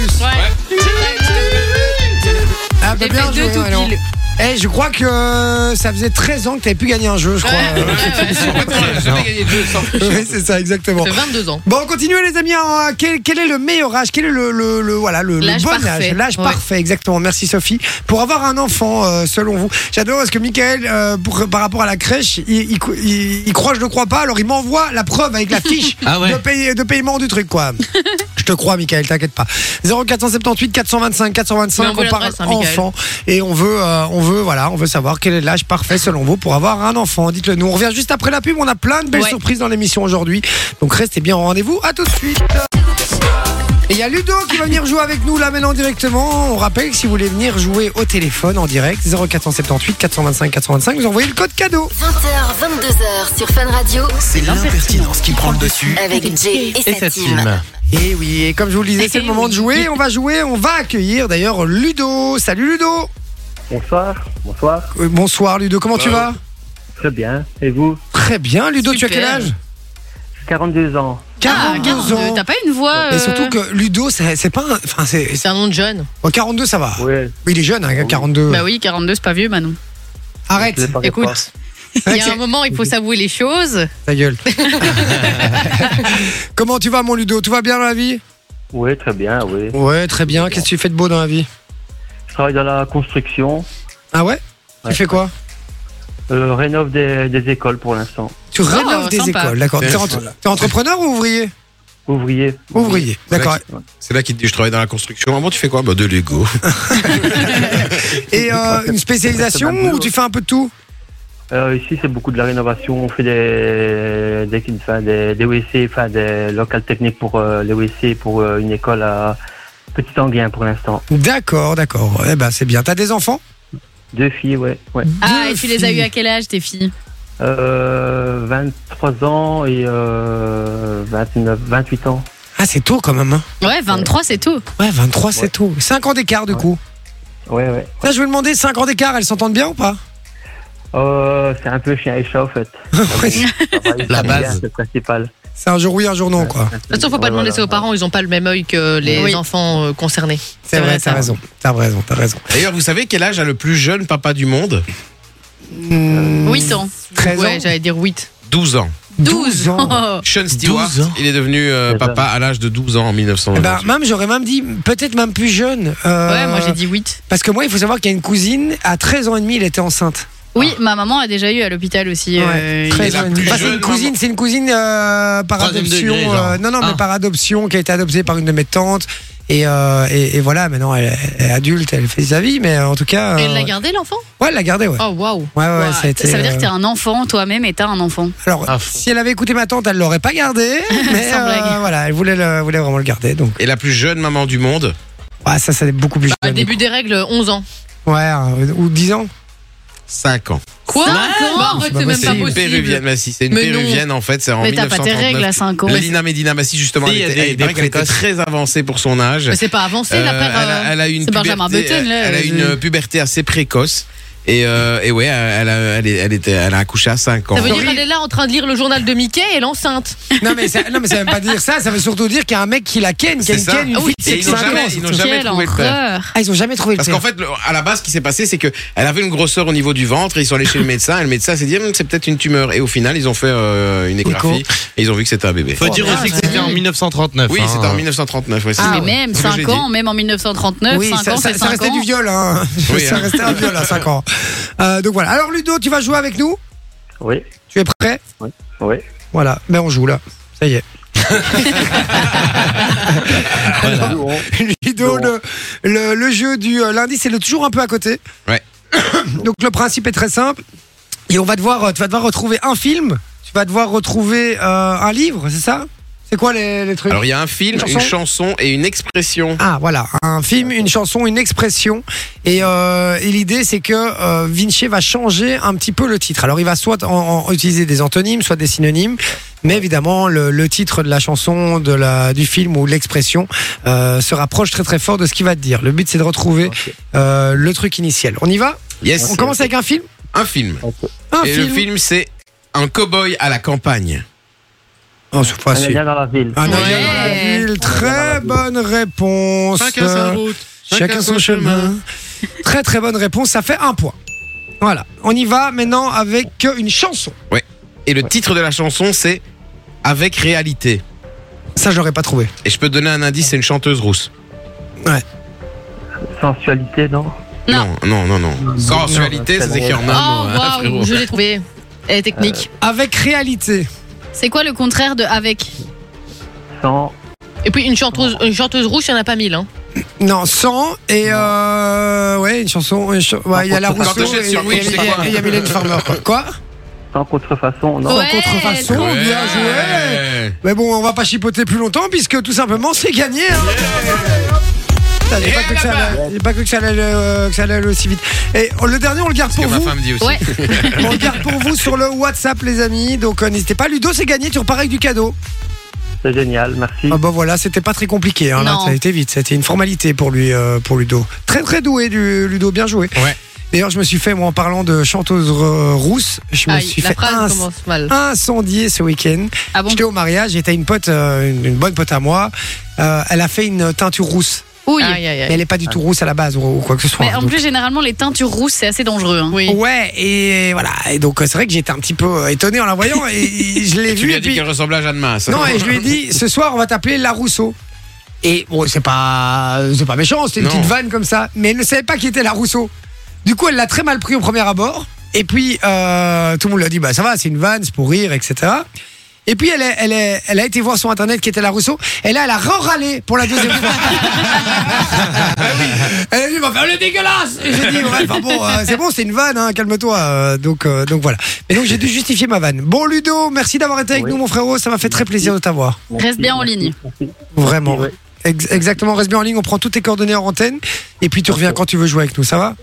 Speaker 2: Ah, bah,
Speaker 6: J'ai
Speaker 2: bien
Speaker 6: fait deux
Speaker 2: joué,
Speaker 6: tout
Speaker 2: alors.
Speaker 6: pile.
Speaker 2: Eh, je crois que euh, ça faisait 13 ans que t'avais pu gagner un jeu, je crois.
Speaker 3: J'ai jamais gagné de jeu sans-
Speaker 2: oui, c'est ça, exactement.
Speaker 4: J'ai 22 ans.
Speaker 2: Bon, on continue les amis. hein. Quel, quel est le meilleur âge Quel est le, le- le- voilà le, le
Speaker 6: L'âge
Speaker 2: bon
Speaker 6: parfait.
Speaker 2: âge L'âge
Speaker 6: Ouais.
Speaker 2: parfait, exactement. Merci Sophie. Pour avoir un enfant, euh, selon vous, j'adore parce que Michael, euh, pour- par rapport à la crèche, il, il, il- il croit, je ne crois pas. Alors il m'envoie la preuve avec la fiche
Speaker 5: Ah ouais.
Speaker 2: de, paye- de paiement du truc, quoi. je te crois, Michael, t'inquiète pas. 0478 425 425.
Speaker 4: Mais on veut
Speaker 2: parle
Speaker 4: l'adresse, hein, Michael.
Speaker 2: enfant et on veut, euh, on veut, voilà, on veut savoir quel est l'âge parfait selon vous pour avoir un enfant. Dites-le nous. On revient juste après la pub. On a plein de belles
Speaker 6: Ouais.
Speaker 2: surprises dans l'émission aujourd'hui. Donc restez bien au rendez-vous. À tout de suite. Et il y a Ludo qui va venir jouer avec nous là maintenant directement. On rappelle que si vous voulez venir jouer au téléphone en direct 0478 425 425, vous envoyez le code cadeau.
Speaker 1: 20h, 22h sur Fun Radio
Speaker 8: C'est l'impertinence qui prend le dessus.
Speaker 1: avec Jay et
Speaker 5: Et
Speaker 1: sa
Speaker 5: cette
Speaker 1: team.
Speaker 5: team.
Speaker 2: Et Eh oui, et comme je vous le disais, c'est le moment de jouer. On va jouer, on va accueillir d'ailleurs Ludo. Salut Ludo.
Speaker 7: Bonsoir, bonsoir.
Speaker 2: Euh, Bonsoir Ludo, comment tu vas
Speaker 7: Très bien. Et vous
Speaker 2: Très bien Ludo, tu as quel
Speaker 4: Super.
Speaker 2: âge
Speaker 7: 42 ans.
Speaker 6: Ah,
Speaker 2: 42
Speaker 6: 42.
Speaker 2: ans.
Speaker 6: T'as pas une voix.
Speaker 2: Et
Speaker 6: euh,
Speaker 2: surtout que Ludo, c'est c'est pas. un- Enfin, c'est.
Speaker 4: C'est un nom de jeune.
Speaker 2: en 42, ça va.
Speaker 7: Oui,
Speaker 2: Oui, Il est jeune, hein, 42.
Speaker 6: Bah oui, 42, c'est pas vieux, Manon.
Speaker 2: Arrête.
Speaker 7: pas
Speaker 4: Écoute, il y a un moment, il faut s'avouer les choses.
Speaker 2: Ta gueule. Comment tu vas, mon Ludo Tout va bien dans la vie
Speaker 7: Oui, très bien, oui.
Speaker 2: Ouais, très bien. Qu'est-ce que tu fais de beau dans la vie
Speaker 7: Je travaille dans la construction.
Speaker 2: Ah ouais,
Speaker 7: Ouais.
Speaker 2: Tu fais quoi
Speaker 7: Euh, rénove des, des écoles pour l'instant.
Speaker 2: Tu rénoves des
Speaker 6: Ah, sympa.
Speaker 2: écoles, d'accord. T'es,
Speaker 3: Ouais.
Speaker 2: entre- t'es entrepreneur ou ouvrier
Speaker 7: Ouvrier.
Speaker 2: Ouvrier, d'accord.
Speaker 3: C'est là qu'il te dit je travaille dans la construction. Maman, tu fais quoi Bah de l'ego.
Speaker 2: Et euh, une
Speaker 7: C'est
Speaker 2: spécialisation
Speaker 7: ma boulot.
Speaker 2: ou tu fais un peu de tout
Speaker 7: Euh, ici, c'est beaucoup de la rénovation. On fait des, des, enfin, des, des WC, enfin, des locales techniques pour euh, les WC, pour euh, une école à Petit Anguin pour l'instant.
Speaker 2: D'accord, d'accord. Eh ben, c'est bien. T'as des enfants
Speaker 7: Deux filles, ouais. ouais.
Speaker 6: Ah,
Speaker 2: Deux
Speaker 6: et tu les as
Speaker 2: filles.
Speaker 6: eues à quel âge, tes filles
Speaker 7: Euh, 23 ans et euh, 29, 28 ans.
Speaker 2: Ah, c'est tôt quand même. hein.
Speaker 6: Ouais, 23, c'est tout.
Speaker 2: Ouais, 23, c'est
Speaker 7: Ouais.
Speaker 2: tôt. 5 ans d'écart, du
Speaker 7: Ouais.
Speaker 2: coup.
Speaker 7: Ouais, ouais.
Speaker 2: Ça, je vais demander 5 ans d'écart, elles s'entendent bien ou pas
Speaker 9: Oh,
Speaker 7: Euh, c'est un peu chien et chat, en fait.
Speaker 5: La
Speaker 9: Ah
Speaker 7: La
Speaker 5: base.
Speaker 7: C'est le principal.
Speaker 2: C'est un jour oui, un jour non, quoi.
Speaker 4: De toute façon, faut pas
Speaker 7: Ouais,
Speaker 4: demander
Speaker 7: voilà.
Speaker 4: ça aux parents, ils ont pas le même œil que les
Speaker 6: Oui.
Speaker 4: enfants euh, concernés.
Speaker 2: C'est vrai, t'as raison. T'as raison, t'as raison.
Speaker 3: D'ailleurs, vous savez quel âge a le plus jeune papa du monde
Speaker 2: Hmm, Mmh.
Speaker 6: 8 ans.
Speaker 2: 13
Speaker 4: Ouais,
Speaker 2: ans.
Speaker 4: j'allais dire 8.
Speaker 3: 12 ans.
Speaker 2: 12 ans.
Speaker 3: Sean Stewart,
Speaker 5: 12 ans.
Speaker 3: il est devenu euh,
Speaker 7: C'est ça.
Speaker 3: papa à l'âge de 12 ans en
Speaker 2: Eh
Speaker 3: 1900.
Speaker 2: ben, même, j'aurais même dit, peut-être même plus jeune. euh,
Speaker 6: Ouais, moi j'ai dit 8.
Speaker 2: Parce que moi, il faut savoir qu'il y a une cousine, à 13 ans et demi, elle était enceinte.
Speaker 6: Oui, ma maman a déjà eu à l'hôpital aussi. euh,
Speaker 2: Ouais, 13
Speaker 3: la
Speaker 2: ans et demi.
Speaker 3: plus
Speaker 2: Enfin, Bah, c'est une
Speaker 3: jeune,
Speaker 2: cousine, c'est une cousine euh, par
Speaker 5: Troisième
Speaker 2: adoption.
Speaker 5: degré, genre.
Speaker 2: euh, non, non, mais
Speaker 5: Ah.
Speaker 2: par adoption, qui a été adoptée par une de mes tantes. Et, euh, et, et voilà, maintenant, elle, elle est adulte, elle fait sa vie, mais euh, en tout cas.
Speaker 4: Et
Speaker 2: euh,
Speaker 4: elle l'a gardé l'enfant
Speaker 2: ouais, elle l'a gardée, ouais.
Speaker 4: Oh waouh.
Speaker 2: Ouais, ouais,
Speaker 4: Ouais,
Speaker 2: ça a été,
Speaker 6: Ça veut dire que
Speaker 2: euh,
Speaker 6: t'es un enfant toi-même et t'as un enfant.
Speaker 2: Alors,
Speaker 5: Ah, fou.
Speaker 2: si elle avait écouté ma tante, elle l'aurait pas gardé. Mais
Speaker 6: Sans
Speaker 2: euh,
Speaker 6: blague.
Speaker 2: voilà, elle voulait, le- voulait vraiment le garder. Donc,
Speaker 3: Et la plus jeune maune du monde
Speaker 2: ouais, ça, ça est beaucoup plus
Speaker 4: Bah,
Speaker 2: jeune.
Speaker 4: début des règles, 11 ans.
Speaker 2: Ouais, euh, ou 10 ans.
Speaker 3: 5 ans.
Speaker 4: Quoi Bah, Arrête, c'est même
Speaker 3: C'est
Speaker 4: pas
Speaker 3: une péruvienne,
Speaker 4: possible.
Speaker 3: bah si, c'est une
Speaker 4: Mais non.
Speaker 3: péruvienne en fait, c'est en
Speaker 6: Mais t'as pas tes règles à
Speaker 3: 1939.
Speaker 6: 5 ans.
Speaker 3: Lina Medina, bah si justement,
Speaker 5: Si, il
Speaker 3: elle
Speaker 5: y a
Speaker 3: était,
Speaker 5: des-
Speaker 3: elle- il
Speaker 5: des
Speaker 3: paraît qu'elle était
Speaker 5: précoces.
Speaker 3: très avancée pour son âge.
Speaker 4: Mais c'est pas avancé
Speaker 3: Euh,
Speaker 4: la paire.
Speaker 3: elle, a,
Speaker 4: euh,
Speaker 3: elle a eu une
Speaker 6: c'est Benjamin
Speaker 3: puberté,
Speaker 6: Button, là,
Speaker 3: elle a eu
Speaker 6: euh,
Speaker 3: une puberté assez précoce et, euh, et ouais, elle a, elle, est- elle était, elle a accouché à 5 ans.
Speaker 4: Ça veut dire qu'elle est là en train de lire le journal de Mickey et elle est enceinte.
Speaker 2: Non mais, ça, non, mais ça veut même pas dire ça, ça veut surtout dire qu'il y a un mec qui la ken, qui a
Speaker 3: C'est
Speaker 2: une
Speaker 3: ça.
Speaker 2: ken, une
Speaker 3: Ah oui,
Speaker 2: fille
Speaker 3: et
Speaker 2: de
Speaker 3: ils ont
Speaker 2: 5 ans.
Speaker 3: jamais- ils n'ont jamais
Speaker 6: Quelle
Speaker 3: trouvé le père.
Speaker 6: horreur.
Speaker 2: Ah, ils ont jamais trouvé le
Speaker 3: Parce
Speaker 2: père.
Speaker 3: qu'en fait, le- à la base, ce qui s'est passé, c'est que elle avait une grosseur au niveau du ventre. Et ils sont allés chez le médecin. Et le médecin s'est dit, Hum, c'est peut-être une tumeur. Et au final, ils ont fait euh, une échographie. Et ils ont vu que c'était un bébé.
Speaker 5: Faut dire
Speaker 2: merde.
Speaker 5: aussi que c'était en 1939.
Speaker 3: Oui,
Speaker 5: hein.
Speaker 3: c'était en 1939. ouais, c'est
Speaker 2: Ah,
Speaker 3: ça.
Speaker 6: mais même
Speaker 3: C'est ce que
Speaker 6: 5
Speaker 3: j'ai
Speaker 6: ans, même en 1939,
Speaker 2: oui,
Speaker 6: 5
Speaker 2: ça,
Speaker 6: ans,
Speaker 2: ça-
Speaker 6: c'est
Speaker 2: ça
Speaker 6: 5
Speaker 2: restait
Speaker 6: ans.
Speaker 2: du viol, hein.
Speaker 3: Oui,
Speaker 2: ça
Speaker 3: hein.
Speaker 2: restait un viol à 5 ans. Euh, donc voilà. Alors Ludo, tu vas jouer avec nous
Speaker 9: Oui,
Speaker 2: Tu es prêt
Speaker 9: oui.
Speaker 2: Voilà. Ben on joue là. Ça y est. Alors, Ludo, le, le- le jeu du euh, lundi, c'est le toujours un peu à côté.
Speaker 3: Ouais.
Speaker 2: Donc le principe est très simple. Et on va devoir, euh, tu vas devoir retrouver un film. Tu vas devoir retrouver euh, un livre, c'est ça C'est quoi les, les
Speaker 3: dit.
Speaker 2: trucs
Speaker 3: Alors, il y a un film,
Speaker 2: Une chanson
Speaker 3: une chanson et une expression.
Speaker 2: Ah voilà, un film, une chanson, une expression. Et, euh, et l'idée c'est que euh, Vinci va changer un petit peu le titre. Alors il va soit en, en utiliser des antonymes, soit des synonymes. Mais évidemment, le, le titre de la chanson, de la, du film ou de l'expression euh, se rapproche très très fort de ce qu'il va te dire. Le but c'est de retrouver euh, le truc initial. On y va
Speaker 3: Yes.
Speaker 2: On commence avec un film
Speaker 3: un film.
Speaker 2: Un
Speaker 3: et le film, c'est un cow-boy à la campagne.
Speaker 2: Oh, c'est
Speaker 9: Un
Speaker 2: facile.
Speaker 9: alien dans la ville.
Speaker 2: Un
Speaker 4: Ouais.
Speaker 2: alien dans la ville. Très bonne réponse.
Speaker 3: route.
Speaker 2: Chacun son chemin. Très très bonne réponse, ça fait un point. Voilà, on y va maintenant avec euh, une chanson.
Speaker 3: Et le titre de la chanson, c'est Avec réalité.
Speaker 2: Ça, j'aurais pas trouvé.
Speaker 3: Et je peux te donner un indice, c'est une chanteuse rousse.
Speaker 9: Sensualité, non
Speaker 3: Non,
Speaker 6: Non.
Speaker 3: non, non, non. Sensualité,
Speaker 9: Non,
Speaker 3: ça s'écrit en un
Speaker 4: Oh,
Speaker 3: mot. hein, frérot.
Speaker 4: waouh, je l'ai trouvé. Elle est technique.
Speaker 2: Avec réalité.
Speaker 6: C'est quoi le contraire de avec
Speaker 9: Sans.
Speaker 4: Et puis une chanteuse, une chanteuse rouge, il n'y en a pas mille. Hein.
Speaker 2: Non, sans et euh, ouais, une chanson. une cha- ouais, il y a la
Speaker 3: Quand
Speaker 2: Rousseau
Speaker 3: te jette
Speaker 2: et-
Speaker 3: sur
Speaker 2: et-
Speaker 3: Wish,
Speaker 2: et-
Speaker 3: c'est
Speaker 2: et-
Speaker 3: quoi
Speaker 2: et il y a Mylène Farmer. quoi. Quoi
Speaker 9: Sans contrefaçon, non
Speaker 2: Sans
Speaker 6: Ouais,
Speaker 2: contrefaçon,
Speaker 6: trop
Speaker 3: Ouais.
Speaker 2: bien joué. Mais bon, on va pas chipoter plus longtemps puisque tout simplement c'est gagné. hein. Putain, j'ai
Speaker 3: Et
Speaker 2: pas cru que ça
Speaker 3: là-bas.
Speaker 2: allait- j'ai pas cru que ça allait euh, que ça allait aller aussi vite. Et oh, le dernier, on le garde
Speaker 3: Que
Speaker 2: pour
Speaker 3: ma
Speaker 2: vous.
Speaker 3: femme dit aussi.
Speaker 6: Ouais.
Speaker 2: On le garde pour vous sur le WhatsApp, les amis. Donc euh, n'hésitez pas. Ludo, c'est gagné. Tu repars avec du cadeau.
Speaker 9: C'est génial, merci.
Speaker 3: Mm.
Speaker 2: Ah bah voilà, c'était pas très compliqué. Hein, là,
Speaker 6: Non.
Speaker 2: ça a été vite. C'était une formalité pour lui, euh, pour Ludo. Très très doué, du, Ludo. Bien joué.
Speaker 3: Ouais.
Speaker 2: D'ailleurs, je me suis fait, moi, en parlant de chanteuse euh, rousse, je me
Speaker 4: Aïe,
Speaker 2: suis
Speaker 4: la
Speaker 2: fait
Speaker 4: phrase
Speaker 2: inc-
Speaker 4: commence mal.
Speaker 2: incendier ce week-end.
Speaker 6: Ah bon
Speaker 2: J'étais au mariage, j'étais une pote, euh, une, une bonne pote à moi. Euh, elle a fait une teinture rousse.
Speaker 6: Oui.
Speaker 4: Aïe, aïe,
Speaker 2: Mais
Speaker 4: aïe.
Speaker 2: elle est pas du tout rousse à la base ou, ou quoi que ce soit.
Speaker 6: Mais en
Speaker 2: Donc,
Speaker 6: plus, généralement, les teintures rousses, c'est assez dangereux. hein.
Speaker 4: Oui.
Speaker 2: Ouais, et voilà. Et donc, euh, c'est vrai que j'étais un petit peu euh, étonné en la voyant. et, et je l'ai
Speaker 3: Tu
Speaker 2: vue.
Speaker 3: lui as
Speaker 2: et
Speaker 3: dit
Speaker 2: puis-
Speaker 3: qu'elle ressemblait à Jeanne Masse.
Speaker 2: Non, et je lui ai dit, ce soir, on va t'appeler La Rousseau. Et bon, c'est pas, c'est pas méchant, c'était une
Speaker 3: Non.
Speaker 2: petite vanne comme ça. Mais elle ne savait pas qui était La Rousseau. Du coup, elle l'a très mal pris au premier abord. Et puis, euh, tout le monde lui a dit, bah ça va, c'est une vanne, c'est pour rire, etc. Et puis, elle, est- elle, est- elle a été voir sur internet qui était La Rousseau. Et là, elle a re-râlé pour la deuxième fois. Ah oui. Elle a dit, bah, elle est dégueulasse. Et j'ai dit, ouais, enfin bon, euh, c'est bon, c'est une vanne, hein, calme-toi. Euh, donc, euh, donc voilà. Et donc, j'ai dû justifier ma vanne. Bon, Ludo, merci d'avoir été avec
Speaker 9: Oui.
Speaker 2: nous, mon frérot. Ça m'a fait très plaisir de t'avoir.
Speaker 6: Reste bien en ligne.
Speaker 2: Vraiment.
Speaker 9: Ouais.
Speaker 2: Ex- exactement, reste bien en ligne, on prend toutes tes coordonnées en antenne et puis tu reviens quand tu veux jouer avec nous, ça va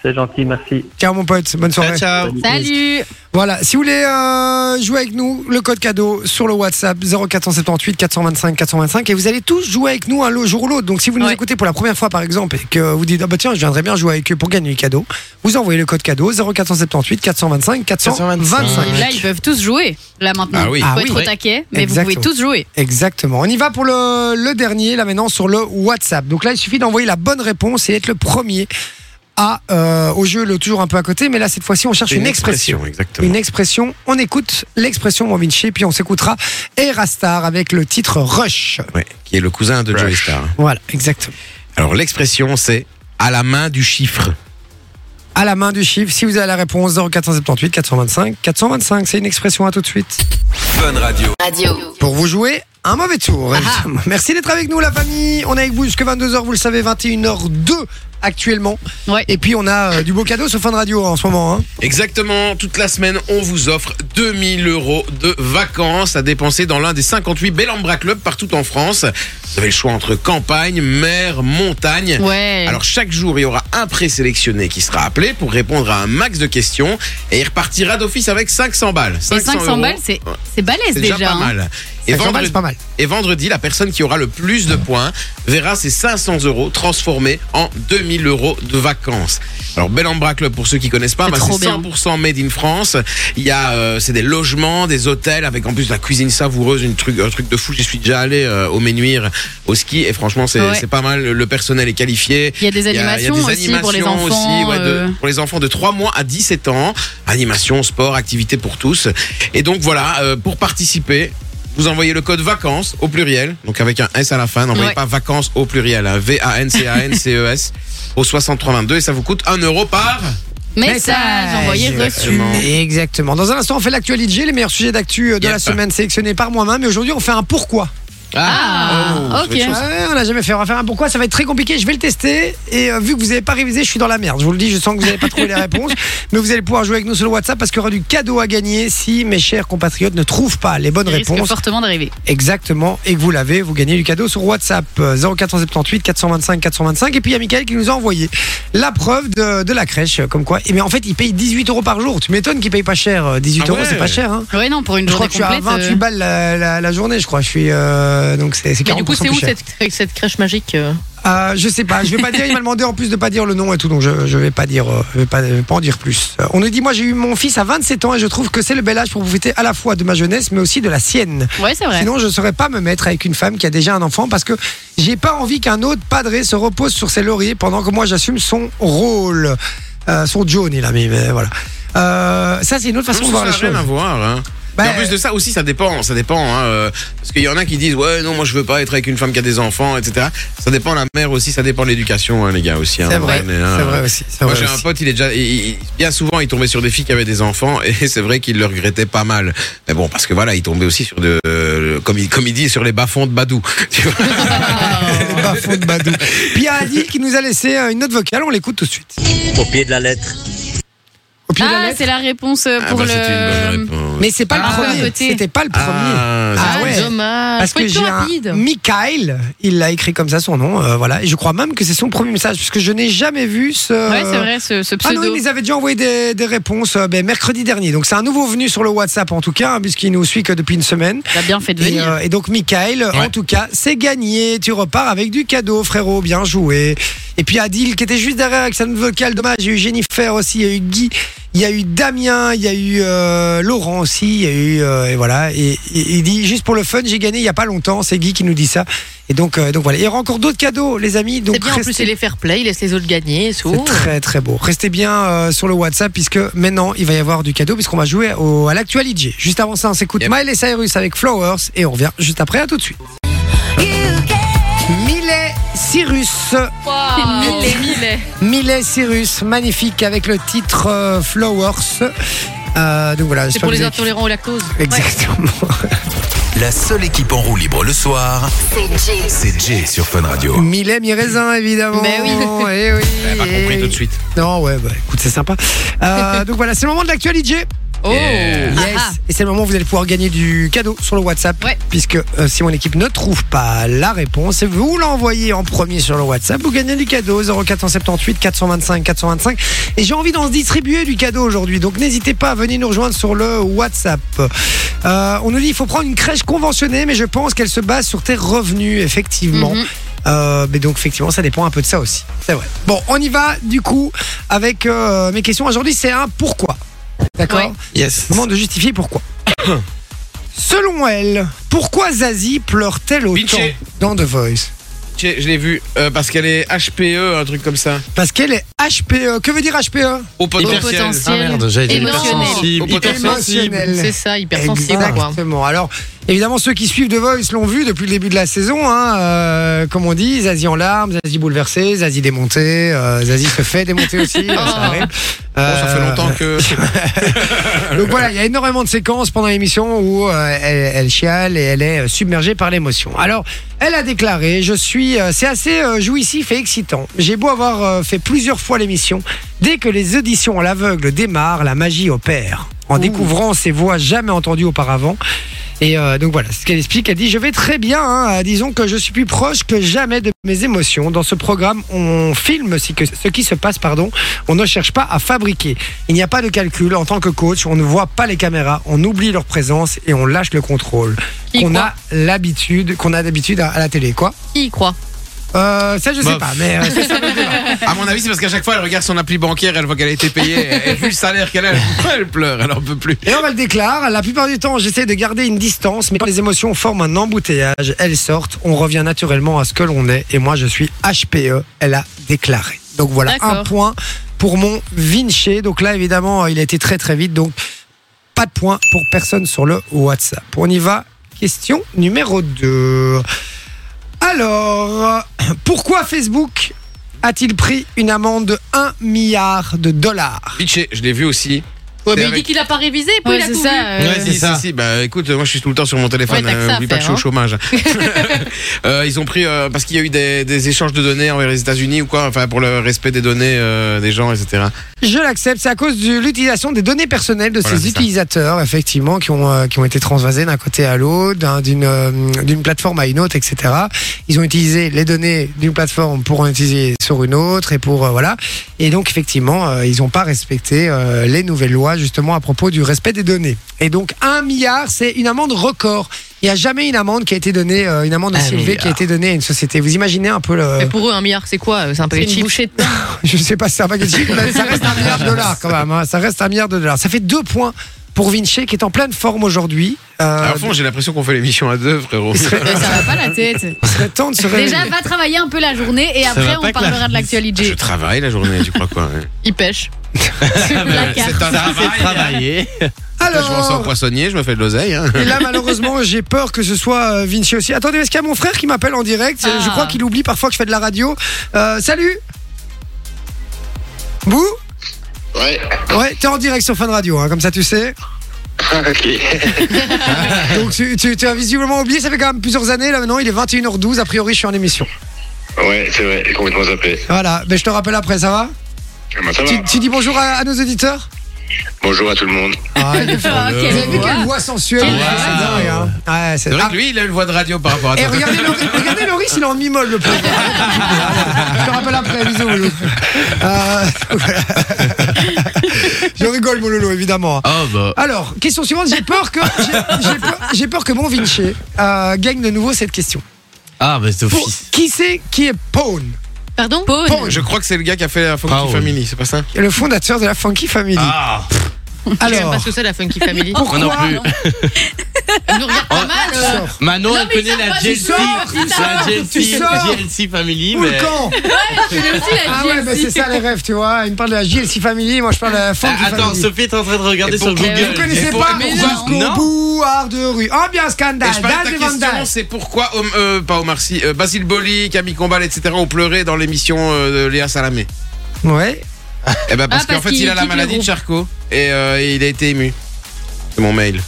Speaker 9: C'est gentil, merci.
Speaker 2: Ciao mon pote, bonne soirée.
Speaker 5: Ciao, ciao.
Speaker 6: Salut
Speaker 2: Voilà, si vous voulez euh, jouer avec nous, le code cadeau sur le WhatsApp 0478 425 425 et vous allez tous jouer avec nous un lo- jour ou l'autre. Donc si vous nous
Speaker 4: Ouais.
Speaker 2: écoutez pour la première fois par exemple et que vous dites ah bah tiens, je viendrais bien jouer avec eux pour gagner le cadeau, vous envoyez le code cadeau 0478 425 425.
Speaker 6: Là, ils peuvent tous jouer, là maintenant.
Speaker 3: Ah oui.
Speaker 6: Faut
Speaker 2: Ah
Speaker 6: être
Speaker 2: oui.
Speaker 6: au taquet, mais
Speaker 2: Exactement.
Speaker 6: vous pouvez tous jouer.
Speaker 2: Exactement. On y va pour le, le dernier, là maintenant, sur le WhatsApp. Donc là, il suffit d'envoyer la bonne réponse et être le premier à, euh, au jeu, le toujours un peu à côté. Mais là, cette fois-ci, on cherche une, expression.
Speaker 3: exactement.
Speaker 2: Une expression. On écoute l'expression, mon Vinci, puis on s'écoutera Erastar avec le titre Rush.
Speaker 3: Ouais, qui est le cousin de Joey Star.
Speaker 2: Voilà, exactement.
Speaker 3: Alors, l'expression, c'est à la main du chiffre.
Speaker 2: À la main du chiffre, si vous avez la réponse, 0478 425 425. C'est une expression, à tout de suite.
Speaker 8: Fun Radio.
Speaker 1: Radio.
Speaker 2: pour vous jouer un Ah. mauvais tour. évidemment. Merci d'être avec nous, la famille. On est avec vous jusque 22h, vous le savez, 21h02 actuellement.
Speaker 6: Ouais.
Speaker 2: Et puis on a euh, du beau cadeau sur Fun Radio en ce moment. hein.
Speaker 3: Exactement, toute la semaine, on vous offre 2000 euros de vacances à dépenser dans l'un des 58 Bellambra Club partout en France. Vous avez le choix entre campagne, mer, montagne.
Speaker 6: Ouais.
Speaker 3: Alors chaque jour, il y aura un présélectionné qui sera appelé pour répondre à un max de questions et il repartira d'office avec 500 balles.
Speaker 6: Et 500
Speaker 3: euros,
Speaker 6: balles, c'est c'est balèze
Speaker 3: c'est déjà,
Speaker 6: déjà.
Speaker 3: pas
Speaker 6: hein.
Speaker 3: mal. Et
Speaker 2: 500 balles,
Speaker 3: vendredi-
Speaker 2: c'est pas mal.
Speaker 3: et vendredi, la personne qui aura le plus de points verra ses 500 euros transformés en 2000 euros de vacances. Alors, Bel Ambra Club, pour ceux qui connaissent pas,
Speaker 6: C'est
Speaker 3: bah,
Speaker 6: trop
Speaker 3: c'est
Speaker 6: bien.
Speaker 3: 100% made in France. Il y a, euh, c'est des logements, des hôtels avec en plus de la cuisine savoureuse, une truc, un truc de fou. J'y suis déjà allé euh, au Menuire, au ski, et franchement, c'est
Speaker 6: Ouais.
Speaker 3: c'est pas mal. Le personnel est qualifié.
Speaker 6: Il y a des
Speaker 3: Il y a- il y a
Speaker 6: animations
Speaker 3: des
Speaker 6: aussi pour les
Speaker 3: animations
Speaker 6: enfants.
Speaker 3: aussi, ouais, de-
Speaker 6: euh,
Speaker 3: pour les enfants de 3 mois à 17 ans. Animation, sport, activités pour tous. Et donc voilà, euh, pour participer, vous envoyez le code vacances au pluriel, donc avec un S à la fin. N'envoyez
Speaker 6: Ouais.
Speaker 3: pas vacances au pluriel, hein, V-A-N-C-A-N-C-E-S E au 6322 et ça vous coûte 1 euro par.
Speaker 6: Message envoyé reçu.
Speaker 3: Exactement.
Speaker 2: Exactement. Dans un instant, on fait l'actualité, les meilleurs sujets d'actu euh, de
Speaker 3: Yep.
Speaker 2: la semaine sélectionnés par moi-même. Et aujourd'hui, on fait un pourquoi. Ah
Speaker 6: Ah,
Speaker 3: Oh,
Speaker 6: ok.
Speaker 2: Ouais, on n'a jamais fait. On va faire un pourquoi. Ça va être très compliqué. Je vais le tester. Et euh, vu que vous n'avez pas révisé, je suis dans la merde. Je vous le dis, je sens que vous n'avez pas trouvé les réponses. Mais vous allez pouvoir jouer avec nous sur le WhatsApp parce qu'il y aura du cadeau à gagner si mes chers compatriotes ne trouvent pas les bonnes
Speaker 6: Il risque
Speaker 2: réponses.
Speaker 6: fortement d'arriver.
Speaker 2: Exactement. Et que vous l'avez, vous gagnez du cadeau sur WhatsApp euh, 0478 425 425. Et puis il y a Michael qui nous a envoyé la preuve de, de la crèche. euh, Comme quoi. Et mais en fait, il paye 18 euros par jour. Tu m'étonnes qu'il paye pas cher. euh, 18
Speaker 3: Ah
Speaker 2: euros,
Speaker 3: ouais.
Speaker 2: c'est pas cher. Hein.
Speaker 6: Ouais, non, pour une
Speaker 2: Je crois que
Speaker 6: journée
Speaker 2: je suis à
Speaker 6: complète.
Speaker 2: 28
Speaker 6: euh,
Speaker 2: balles la, la- la journée, je crois. Je suis euh, donc c'est c'est
Speaker 4: Mais
Speaker 2: 40%
Speaker 4: du coup, c'est
Speaker 2: plus
Speaker 4: où
Speaker 2: cher.
Speaker 4: cette, cette crèche magique euh
Speaker 2: Euh, je sais pas, je vais pas dire, il m'a demandé en plus de pas dire le nom et tout, donc je, je vais pas dire, euh, je vais pas, je vais pas en dire plus. Euh, On nous dit, moi j'ai eu mon fils à 27 ans et je trouve que c'est le bel âge pour profiter à la fois de ma jeunesse mais aussi de la sienne.
Speaker 6: Ouais, c'est vrai.
Speaker 2: Sinon je saurais pas me mettre avec une femme qui a déjà un enfant parce que j'ai pas envie qu'un autre padré se repose sur ses lauriers pendant que moi j'assume son rôle, Euh, son John il a mis, mais voilà. Euh, ça c'est une autre façon de
Speaker 3: ça
Speaker 2: voir
Speaker 3: n'a
Speaker 2: les choses.
Speaker 3: rien à voir. hein.
Speaker 2: Bah,
Speaker 3: Et en plus de ça aussi, ça dépend, ça dépend, hein, euh, parce qu'il y en a qui disent ouais non moi je veux pas être avec une femme qui a des enfants, etc. Ça dépend de la mère aussi, ça dépend de l'éducation hein, les gars aussi. hein.
Speaker 2: C'est vrai,
Speaker 3: Mais, hein,
Speaker 2: c'est vrai aussi. c'est
Speaker 3: Moi
Speaker 2: vrai
Speaker 3: j'ai un
Speaker 2: aussi.
Speaker 3: pote, il est déjà, il- il- bien souvent il tombait sur des filles qui avaient des enfants et c'est vrai qu'il le regrettait pas mal. Mais bon parce que voilà, il tombait aussi sur de, euh, comme il comme il dit sur les bas fonds de Badou. Tu vois
Speaker 2: Le bas-fond de Badou. Puis il y a Adil qui nous a laissé euh, une note vocale, on l'écoute tout de suite.
Speaker 9: Au pied de la lettre.
Speaker 2: Au pied de la
Speaker 6: Ah,
Speaker 2: lettre.
Speaker 6: c'est la réponse euh,
Speaker 3: Ah,
Speaker 6: pour
Speaker 3: bah, c'était une bonne
Speaker 6: le.
Speaker 3: réponse.
Speaker 2: Mais c'est pas
Speaker 6: Ah,
Speaker 2: le
Speaker 6: à
Speaker 2: premier.
Speaker 6: côté.
Speaker 2: C'était pas le premier.
Speaker 3: Ah,
Speaker 2: Ah ouais.
Speaker 4: dommage.
Speaker 2: Parce
Speaker 4: Faut
Speaker 2: que
Speaker 4: être
Speaker 2: j'ai
Speaker 4: plus
Speaker 2: un
Speaker 4: rapide.
Speaker 2: Mikhail, il l'a écrit comme ça son nom, euh, voilà. Et je crois même que c'est son premier message, puisque je n'ai jamais vu ce.
Speaker 6: Ouais, c'est vrai, ce, ce
Speaker 2: Ah non, il
Speaker 6: pseudo.
Speaker 2: nous avait déjà envoyé des, des réponses euh, ben, mercredi dernier. Donc c'est un nouveau venu sur le WhatsApp en tout cas, hein, puisqu'il nous suit que depuis une semaine.
Speaker 6: Il a bien fait de
Speaker 2: Et,
Speaker 6: venir.
Speaker 2: euh, et donc Michael, en tout cas, c'est gagné. Tu repars avec du cadeau, frérot. Bien joué. Et puis Adil qui était juste derrière avec sa note vocale. Dommage, il y a eu Jennifer aussi, il y a eu Guy, il y a eu Damien, il y a eu euh, Laurent aussi, il y a eu euh, et voilà. Et et- il dit juste pour le fun, j'ai gagné il y a pas longtemps. C'est Guy qui nous dit ça. Et donc euh, donc voilà. Il y aura encore d'autres cadeaux, les amis. Donc
Speaker 4: C'est bien, en plus,
Speaker 2: restez-
Speaker 4: c'est les fair play, il laisse les autres gagner. C'est
Speaker 2: c'est
Speaker 4: tout.
Speaker 2: très très beau. Restez bien euh, sur le WhatsApp puisque maintenant il va y avoir du cadeau puisqu'on va jouer au, à l'actualité. Juste avant ça, on s'écoute
Speaker 3: Yep.
Speaker 2: Miley Cyrus avec Flowers et on revient juste après. À tout de suite. Miley Cyrus,
Speaker 4: Ah.
Speaker 6: Mille et mille.
Speaker 2: Miley Cyrus, magnifique avec le titre euh, Flowers. Euh, donc voilà,
Speaker 4: C'est pour les intolérants au lactose.
Speaker 2: Exactement.
Speaker 8: La seule équipe en roue libre le soir,
Speaker 1: C'est Jay.
Speaker 8: c'est Jay sur Fun Radio.
Speaker 2: Miley mi-raisin évidemment.
Speaker 4: Ben
Speaker 6: Mais oui.
Speaker 2: Eh oui.
Speaker 3: j'avais pas compris tout de suite.
Speaker 2: Non, ouais, bah, écoute, c'est sympa. Euh, donc voilà, c'est le moment de l'actualité.
Speaker 6: Oh.
Speaker 3: Yeah.
Speaker 2: Yes.
Speaker 6: Ah, ah.
Speaker 2: Et c'est le moment où vous allez pouvoir gagner du cadeau sur le WhatsApp.
Speaker 6: Ouais.
Speaker 2: Puisque euh, si mon équipe ne trouve pas la réponse et vous l'envoyez en premier sur le WhatsApp, vous gagnez du cadeau 0478 425 425. Et j'ai envie d'en se distribuer du cadeau aujourd'hui. Donc n'hésitez pas à venir nous rejoindre sur le WhatsApp. Euh, on nous dit il faut prendre une crèche conventionnée, mais je pense qu'elle se base sur tes revenus, effectivement.
Speaker 6: Mhm.
Speaker 2: Euh, mais donc effectivement, ça dépend un peu de ça aussi. C'est vrai. Bon, on y va du coup avec euh, mes questions. Aujourd'hui, c'est un pourquoi. D'accord
Speaker 6: Ouais.
Speaker 5: Yes.
Speaker 2: Moment de justifier pourquoi. Selon elle, pourquoi Zazie pleure-t-elle autant
Speaker 3: Vinci.
Speaker 2: dans The Voice
Speaker 3: Tiens, Je l'ai vu euh, parce qu'elle est HPE, un truc comme ça.
Speaker 2: Parce qu'elle est HPE. Que veut dire E HPE
Speaker 3: Au potentiel.
Speaker 6: potentiel.
Speaker 5: Ah merde, j'allais dire
Speaker 6: Émotionnel.
Speaker 5: hypersensible,
Speaker 3: Émotionnel.
Speaker 5: hypersensible.
Speaker 4: C'est ça, hypersensible, quoi.
Speaker 2: Exactement. Alors, Évidemment, ceux qui suivent The Voice l'ont vu depuis le début de la saison. Hein, euh, comme on dit, Zazie en larmes, Zazie bouleversée, Zazie démontée, euh, Zazie se fait démonter aussi. euh, ça arrive.
Speaker 3: Bon, Oh, Ah, ça fait
Speaker 2: Euh,
Speaker 3: longtemps que.
Speaker 2: donc voilà, il y a énormément de séquences pendant l'émission où euh, elle, elle chiale et elle est euh, submergée par l'émotion. Alors, elle a déclaré Je suis. euh, c'est assez euh, jouissif et excitant. J'ai beau avoir euh, fait plusieurs fois l'émission. Dès que les auditions à l'aveugle démarrent, la magie opère. En découvrant ces voix jamais entendues auparavant. Et euh, donc voilà, c'est ce qu'elle explique. Elle dit Je vais très bien. hein. Euh, Disons que je suis plus proche que jamais de mes émotions. Dans ce programme, on filme ce que- ce qui se passe, pardon. On ne cherche pas à fabriquer. Il n'y a pas de calcul. En tant que coach, on ne voit pas les caméras, on oublie leur présence et on lâche le contrôle.
Speaker 6: Qui
Speaker 2: qu'on
Speaker 6: croit
Speaker 2: a l'habitude, qu'on a d'habitude à, à la télé, quoi.
Speaker 4: Qui y croit
Speaker 2: Euh, ça, je sais
Speaker 5: Bah,
Speaker 2: pas, mais euh, c'est ça.
Speaker 3: À mon avis, c'est parce qu'à chaque fois, elle regarde son appli bancaire, elle voit qu'elle a été payée, et vu le salaire qu'elle a, elle pleure, elle en peut plus.
Speaker 2: Et on le déclare. La plupart du temps, j'essaie de garder une distance, mais quand les émotions forment un embouteillage, elles sortent. On revient naturellement à ce que l'on est. Et moi, je suis HPE. Elle a déclaré. Donc voilà un
Speaker 6: D'accord.
Speaker 2: point pour mon Vinci. Donc là, évidemment, il a été très très vite. Donc pas de point pour personne sur le WhatsApp. On y va. Question numéro 2. Alors, pourquoi Facebook a-t-il pris une amende de 1 milliard de dollars
Speaker 3: Bitché, je l'ai vu aussi.
Speaker 4: Ouais, mais il
Speaker 3: avec-
Speaker 4: dit qu'il a pas révisé, puis
Speaker 6: Ouais,
Speaker 4: il a
Speaker 6: c'est
Speaker 4: tout vu.
Speaker 6: ça. euh,
Speaker 5: Ouais, c'est
Speaker 3: si,
Speaker 5: ça.
Speaker 3: Si, si, bah écoute, moi je suis tout le temps sur mon téléphone,
Speaker 4: Ouais, t'as que
Speaker 3: euh,
Speaker 4: ça à
Speaker 3: oublie pas que
Speaker 4: faire,
Speaker 3: je suis
Speaker 4: hein.
Speaker 3: au chômage. Euh, ils ont pris, euh, parce qu'il y a eu des, des échanges de données envers les États-Unis ou quoi, enfin pour le respect des données euh, des gens, etc.
Speaker 2: Je l'accepte, c'est à cause de l'utilisation des données personnelles de
Speaker 3: Voilà,
Speaker 2: ces
Speaker 3: c'est ça.
Speaker 2: utilisateurs, effectivement, qui ont, euh, qui ont été transvasés d'un côté à l'autre, d'un- d'une euh, d'une plateforme à une autre, etc. Ils ont utilisé les données d'une plateforme pour en utiliser sur une autre et pour euh, voilà. Et donc effectivement, euh, ils n'ont pas respecté euh, les nouvelles lois justement à propos du respect des données. Et donc un milliard, c'est une amende record. Il n'y a jamais une amende qui a été donnée, euh, une amende
Speaker 5: Un
Speaker 2: aussi élevée qui a
Speaker 5: milliard.
Speaker 2: été donnée à une société. Vous imaginez un peu le
Speaker 3: Eh ben,
Speaker 4: Mais pour eux, un milliard, c'est quoi euh, C'est un
Speaker 6: C'est
Speaker 4: paquet de
Speaker 6: une
Speaker 4: chips.
Speaker 6: bouchée de pain.
Speaker 2: je sais pas si c'est un paquet de chips, mais ça reste un milliard de dollars quand même. hein. Ça reste un milliard de dollars. Ça fait deux points pour Vinci qui est en pleine forme aujourd'hui. Euh,
Speaker 3: Ah, à fond, j'ai l'impression qu'on fait l'émission à deux, frérot.
Speaker 6: Mais ça va pas la tête.
Speaker 2: il serait temps de se réveiller.
Speaker 6: Déjà, va travailler un peu la journée et
Speaker 5: Ça
Speaker 6: après,
Speaker 5: va pas
Speaker 6: on
Speaker 5: que la-
Speaker 6: parlera de
Speaker 3: Ah, Je
Speaker 6: l'actualité.
Speaker 3: travaille la journée, tu crois quoi hein
Speaker 4: Il pêche.
Speaker 6: La carte.
Speaker 3: C'est un
Speaker 5: Ça, c'est
Speaker 3: travail.
Speaker 5: travailler.
Speaker 3: Putain, Je me sens
Speaker 2: Alors,
Speaker 3: poissonnier, je me fais de l'oseille. hein.
Speaker 2: et là malheureusement, j'ai peur que ce soit euh, Vinci aussi. Attendez, est-ce qu'il y a mon frère qui m'appelle en direct
Speaker 4: Ah.
Speaker 2: Je crois qu'il oublie parfois que je fais de la radio. Euh, salut Bou
Speaker 10: Ouais,
Speaker 2: Ouais, t'es en direct sur Fun Radio, hein, comme ça tu sais.
Speaker 10: Ah, ok.
Speaker 2: Donc tu, tu, tu as visiblement oublié, ça fait quand même plusieurs années là maintenant, il est 21h12, a priori je suis en émission.
Speaker 10: Ouais, c'est vrai, j'ai complètement zappé.
Speaker 2: Voilà, mais je te rappelle après, ça va
Speaker 10: Ah bah, ça va.
Speaker 2: Tu, tu dis bonjour à, à nos auditeurs
Speaker 10: Bonjour à tout le monde.
Speaker 2: ah, il est fort.
Speaker 6: Ah, quelle
Speaker 2: Vous avez vu
Speaker 6: voix.
Speaker 2: quelle voix sensuelle
Speaker 5: Quelle
Speaker 2: C'est
Speaker 5: voix.
Speaker 2: dingue, hein. Ouais, c'est
Speaker 3: C'est vrai
Speaker 2: Ah,
Speaker 3: que lui, il a une voix de radio par rapport à
Speaker 2: Et
Speaker 3: toi.
Speaker 2: regardez, Laurie- regardez Loris, il est en mi-molle le pauvre. Je te rappelle après, bisous, Mololo. Euh, voilà. Je rigole, Mololo, évidemment.
Speaker 5: Oh, bah.
Speaker 2: Alors, question suivante, j'ai peur que j'ai- j'ai peur, j'ai peur que mon Vinci euh, gagne de nouveau cette question.
Speaker 5: Ah, bah, c'est
Speaker 2: Pour-
Speaker 5: office.
Speaker 2: qui c'est qui est Pawn
Speaker 4: Pardon
Speaker 2: Pawn,
Speaker 3: Je crois que c'est le gars qui a fait la Funky
Speaker 5: Ah, ouais.
Speaker 3: Family, c'est pas ça
Speaker 2: le fondateur de la Funky Family.
Speaker 5: Ah,
Speaker 4: Je sais même
Speaker 2: Alors,
Speaker 4: pas ce que c'est la Funky Family.
Speaker 5: moi non plus.
Speaker 4: Elle nous regarde pas
Speaker 5: Oh.
Speaker 4: mal. euh.
Speaker 2: sors.
Speaker 5: Manon,
Speaker 4: Non,
Speaker 5: elle
Speaker 4: mais il
Speaker 5: connaît
Speaker 4: sort
Speaker 5: la
Speaker 4: pas, tu
Speaker 5: GLC.
Speaker 4: sors,
Speaker 2: tu
Speaker 5: La
Speaker 2: sors, tu
Speaker 5: GLC,
Speaker 2: sors.
Speaker 5: GLC Family.
Speaker 2: Ou le
Speaker 5: mais-
Speaker 2: camp Ah ouais, mais c'est ça les rêves, tu vois. Il me parle de la JLC Family, moi je parle de la
Speaker 5: Ah,
Speaker 3: Bah,
Speaker 2: Funky
Speaker 5: Attends,
Speaker 2: Family.
Speaker 5: Sophie est en train de regarder
Speaker 3: Et
Speaker 5: sur
Speaker 3: pour-
Speaker 5: Google.
Speaker 2: Vous connaissez
Speaker 5: Et pour-
Speaker 2: pas
Speaker 5: mais
Speaker 6: mais
Speaker 2: Pourquoi
Speaker 5: non.
Speaker 2: qu'on
Speaker 5: Non.
Speaker 2: bouard de rue Oh bien
Speaker 3: Et
Speaker 2: scandale,
Speaker 3: je parlais de
Speaker 2: Daz et
Speaker 3: ta
Speaker 2: Van
Speaker 3: question,
Speaker 2: Dyke.
Speaker 3: c'est pourquoi euh, pas Omar Sy, euh, Basile Boli, Camille Combal, etc. ont pleuré dans l'émission euh, de Léa Salamé
Speaker 2: Ouais.
Speaker 3: Eh ben parce
Speaker 6: Ah,
Speaker 3: qu'en
Speaker 6: parce
Speaker 3: fait,
Speaker 6: qu'il
Speaker 3: il a la
Speaker 6: quitte le
Speaker 3: maladie de
Speaker 6: groupe.
Speaker 3: Charcot et euh, il a été ému. C'est mon mail.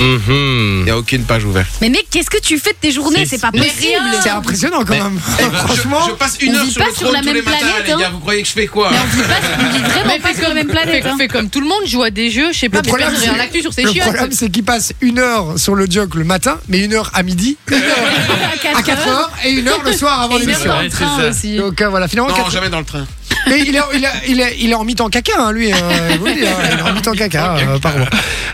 Speaker 3: Il
Speaker 5: Mhm.
Speaker 3: n'y a aucune page ouverte.
Speaker 6: Mais mec, qu'est-ce que tu fais de tes journées
Speaker 5: C'est-
Speaker 6: C'est pas
Speaker 4: Mais
Speaker 6: possible.
Speaker 4: rien.
Speaker 2: C'est impressionnant quand
Speaker 5: Mais-
Speaker 2: même.
Speaker 3: Eh ben, je-
Speaker 2: Franchement.
Speaker 3: je, passe une
Speaker 6: on
Speaker 3: heure
Speaker 6: vit
Speaker 3: sur
Speaker 6: pas
Speaker 3: le
Speaker 6: sur
Speaker 3: trône
Speaker 6: la
Speaker 3: tous les
Speaker 6: même
Speaker 3: matins,
Speaker 6: planète,
Speaker 3: les
Speaker 6: hein.
Speaker 3: gars. Vous croyez que je fais quoi
Speaker 6: On vit pas, on vit vraiment
Speaker 4: Mais
Speaker 6: pas
Speaker 4: fais
Speaker 6: sur la
Speaker 4: comme-
Speaker 6: même planète.
Speaker 4: Fait,
Speaker 6: hein.
Speaker 4: fait comme tout le monde, joue à des jeux, je sais pas, mais
Speaker 2: problème,
Speaker 4: personne
Speaker 2: c'est-
Speaker 4: regarde l'actu sur ces
Speaker 2: Le
Speaker 4: chiottes.
Speaker 2: problème, c'est qu'il passe une heure sur le jog le matin, mais une heure à midi, une heure à 4 heures et une heure le soir avant
Speaker 6: Et une heure
Speaker 2: l'émission.
Speaker 6: dans le
Speaker 5: Ouais, c'est
Speaker 6: train
Speaker 5: ça.
Speaker 6: aussi.
Speaker 2: Donc euh, voilà, finalement,
Speaker 3: Non,
Speaker 2: quatre-
Speaker 3: jamais dans le train.
Speaker 2: Mais il est, il a- il est- il est en mi-temps caca, hein, lui. euh, je vous le dis, hein, il est en mi-temps caca, euh, par mois.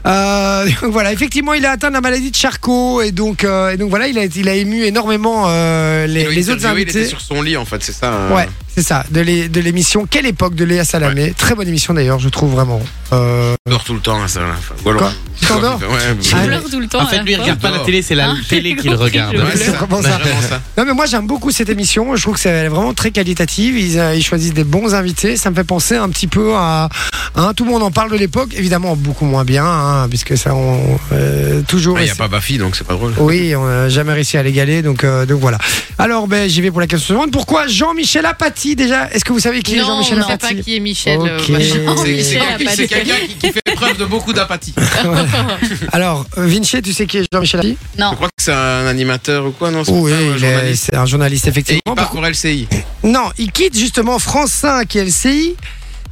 Speaker 2: Euh, donc voilà, effectivement, il a atteint la maladie de Charcot. Et donc, euh, et donc voilà, il a, il a ému énormément euh, les,
Speaker 3: Ils l'ont
Speaker 2: les autres
Speaker 3: interviewé, Il était
Speaker 2: invités.
Speaker 3: sur son lit en fait, c'est ça. euh.
Speaker 2: Ouais, C'est ça, de l'é- de l'émission Quelle époque de Léa Salamé. Très bonne émission d'ailleurs, je trouve vraiment. Euh,
Speaker 3: Je dors tout le temps, là, ça. là. Enfin, ou alors-
Speaker 2: Quoi Tu t'endors
Speaker 3: Ouais, ouais,
Speaker 6: Je
Speaker 2: Ah,
Speaker 6: pleure tout le temps.
Speaker 5: En
Speaker 6: à
Speaker 5: fait,
Speaker 6: la
Speaker 5: lui, il
Speaker 6: fin.
Speaker 5: regarde pas la télé, c'est la
Speaker 6: Ah,
Speaker 5: télé
Speaker 6: j'ai
Speaker 5: qu'il
Speaker 6: compris,
Speaker 5: regarde.
Speaker 6: je
Speaker 3: ouais,
Speaker 2: c'est
Speaker 3: c'est ça.
Speaker 2: vraiment ça.
Speaker 3: Vraiment ça.
Speaker 2: Non mais moi j'aime beaucoup cette émission, je trouve que c'est vraiment très qualitative, ils, euh, ils choisissent des bons invités, ça me fait penser un petit peu à... hein, tout le monde en parle de l'époque, évidemment beaucoup moins bien, hein, puisque ça on... euh, toujours...
Speaker 3: Ah, Il n'y a pas Bafi, donc c'est pas drôle.
Speaker 2: Oui, on n'a jamais réussi à l'égaler, donc, euh, donc voilà. Alors ben, j'y vais pour la question suivante, pourquoi Jean-Michel Apathy déjà Est-ce que vous savez qui est
Speaker 4: non, on
Speaker 2: Jean-Michel
Speaker 4: ne sait pas
Speaker 2: Apathy
Speaker 4: qui est Michel. euh,
Speaker 2: Ok.
Speaker 4: machin.
Speaker 2: C'est-
Speaker 3: C'est- C'est
Speaker 4: Michel
Speaker 3: quelqu'un-
Speaker 4: Apathy.
Speaker 3: c'est quelqu'un qui, qui fait preuve de beaucoup d'apathie. Je
Speaker 2: Alors, Vinci, tu sais qui est Jean-Michel Apathy
Speaker 6: Non.
Speaker 3: crois que c'est un animateur ou quoi, non c'est
Speaker 2: Oui,
Speaker 3: pas ça, un
Speaker 2: il est-
Speaker 3: journaliste.
Speaker 2: c'est bah. un journaliste,
Speaker 3: Et
Speaker 2: effectivement.
Speaker 3: il part pour LCI.
Speaker 2: Non, il quitte justement France 5 et LCI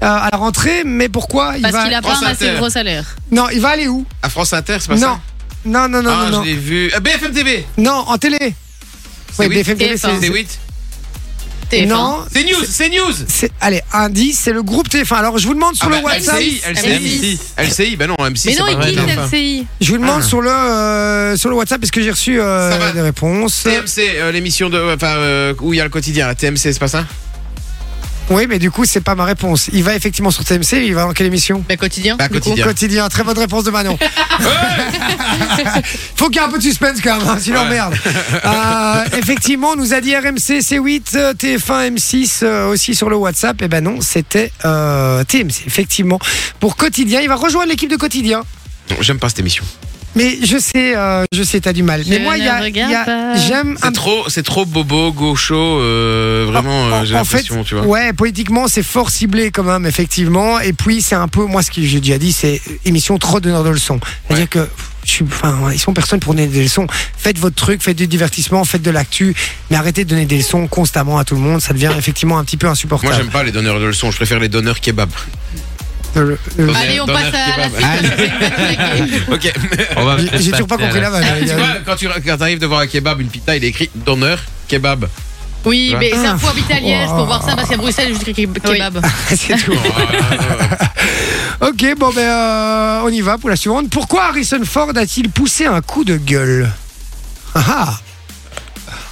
Speaker 2: euh, à la rentrée, mais pourquoi il
Speaker 6: Parce
Speaker 2: va...
Speaker 6: qu'il a pas
Speaker 3: France
Speaker 6: un assez
Speaker 3: Inter.
Speaker 6: gros salaire.
Speaker 2: Non, il va aller où
Speaker 3: À France Inter, c'est pas
Speaker 2: non.
Speaker 3: ça
Speaker 2: non, non, non,
Speaker 3: Ah,
Speaker 2: non,
Speaker 3: je
Speaker 2: non.
Speaker 3: l'ai vu. Ah, BFM TV
Speaker 2: Non, en télé.
Speaker 3: C'est
Speaker 2: Oui,
Speaker 3: oui,
Speaker 2: BFM TV,
Speaker 6: TF1.
Speaker 2: Ah, c'est-
Speaker 3: C'est 8
Speaker 2: c'est...
Speaker 4: TF1.
Speaker 2: Non,
Speaker 3: C'est News C'est News
Speaker 2: c'est... Allez, indice, c'est le groupe TF1. Alors, je vous demande sur
Speaker 3: Ah
Speaker 2: le
Speaker 3: bah,
Speaker 2: WhatsApp...
Speaker 3: LCI, LCI, LCI, bah non, M6.
Speaker 4: Mais
Speaker 3: c'est
Speaker 4: non,
Speaker 3: pas
Speaker 4: il
Speaker 5: vrai,
Speaker 4: quitte
Speaker 5: enfin.
Speaker 4: LCI.
Speaker 2: Je vous demande
Speaker 3: Ah.
Speaker 2: sur, le, euh, sur le WhatsApp parce que j'ai reçu euh,
Speaker 3: Ça va.
Speaker 2: des réponses.
Speaker 3: TMC, euh, l'émission de, enfin, euh, où il y a le quotidien, la TMC, c'est pas ça
Speaker 2: Oui, mais du coup, c'est pas ma réponse. Il va effectivement sur TMC, il va dans quelle émission
Speaker 4: Bah, quotidien.
Speaker 3: Bah,
Speaker 4: du coup.
Speaker 3: quotidien.
Speaker 2: Quotidien, très bonne réponse de Manon. Faut qu'il y ait un peu de suspense quand même, hein, sinon
Speaker 3: Ouais.
Speaker 2: merde. Euh, effectivement, on nous a dit RMC, C8, euh, TF1, M6 euh, aussi sur le WhatsApp. Et ben non, c'était euh, TMC, effectivement. Pour Quotidien, il va rejoindre l'équipe de Quotidien.
Speaker 3: Non, j'aime pas cette émission.
Speaker 2: Mais je sais, euh, je sais, t'as du mal. Mais
Speaker 6: Je
Speaker 2: moi, il y a,
Speaker 6: ne
Speaker 2: il y a-
Speaker 6: regarde pas.
Speaker 2: j'aime
Speaker 3: C'est
Speaker 2: un
Speaker 3: trop, c'est trop bobo, gaucho, euh, vraiment, euh,
Speaker 2: en-
Speaker 3: j'ai
Speaker 2: en fait,
Speaker 3: l'impression, tu vois.
Speaker 2: Ouais, politiquement, c'est fort ciblé quand même, effectivement. Et puis, c'est un peu, moi, ce que j'ai déjà dit, c'est euh, émission trop donneur de leçons. C'est-à-dire que. pff, Je suis, enfin, ils sont personne pour donner des leçons. Faites votre truc, faites du divertissement, faites de l'actu, mais arrêtez de donner des leçons constamment à tout le monde. Ça devient effectivement un petit peu
Speaker 3: Moi, j'aime
Speaker 2: insupportable.
Speaker 3: pas les donneurs de leçons, je préfère les donneurs kebab.
Speaker 2: Euh, euh,
Speaker 4: Allez, on
Speaker 3: Dans
Speaker 4: passe
Speaker 3: l'air
Speaker 4: à la
Speaker 3: kebab.
Speaker 4: suite.
Speaker 3: Ok.
Speaker 5: On va
Speaker 2: j'ai-
Speaker 5: peut-être
Speaker 2: J'ai
Speaker 5: pas
Speaker 2: toujours pas
Speaker 5: faire
Speaker 2: compris la Ah, vanne. les
Speaker 3: tu
Speaker 2: gars.
Speaker 3: vois, quand tu quand arrives devant un kebab, une pita, il est écrit donneur kebab.
Speaker 4: Oui, mais c'est un faut habiter à Liège
Speaker 2: Wow.
Speaker 4: pour voir ça parce qu'à Bruxelles, je dis ke- kebab.
Speaker 2: C'est tout.
Speaker 3: Oh,
Speaker 2: Ok, bon, ben, euh, on y va pour la suivante. Pourquoi Harrison Ford a-t-il poussé un coup de gueule Ah ah,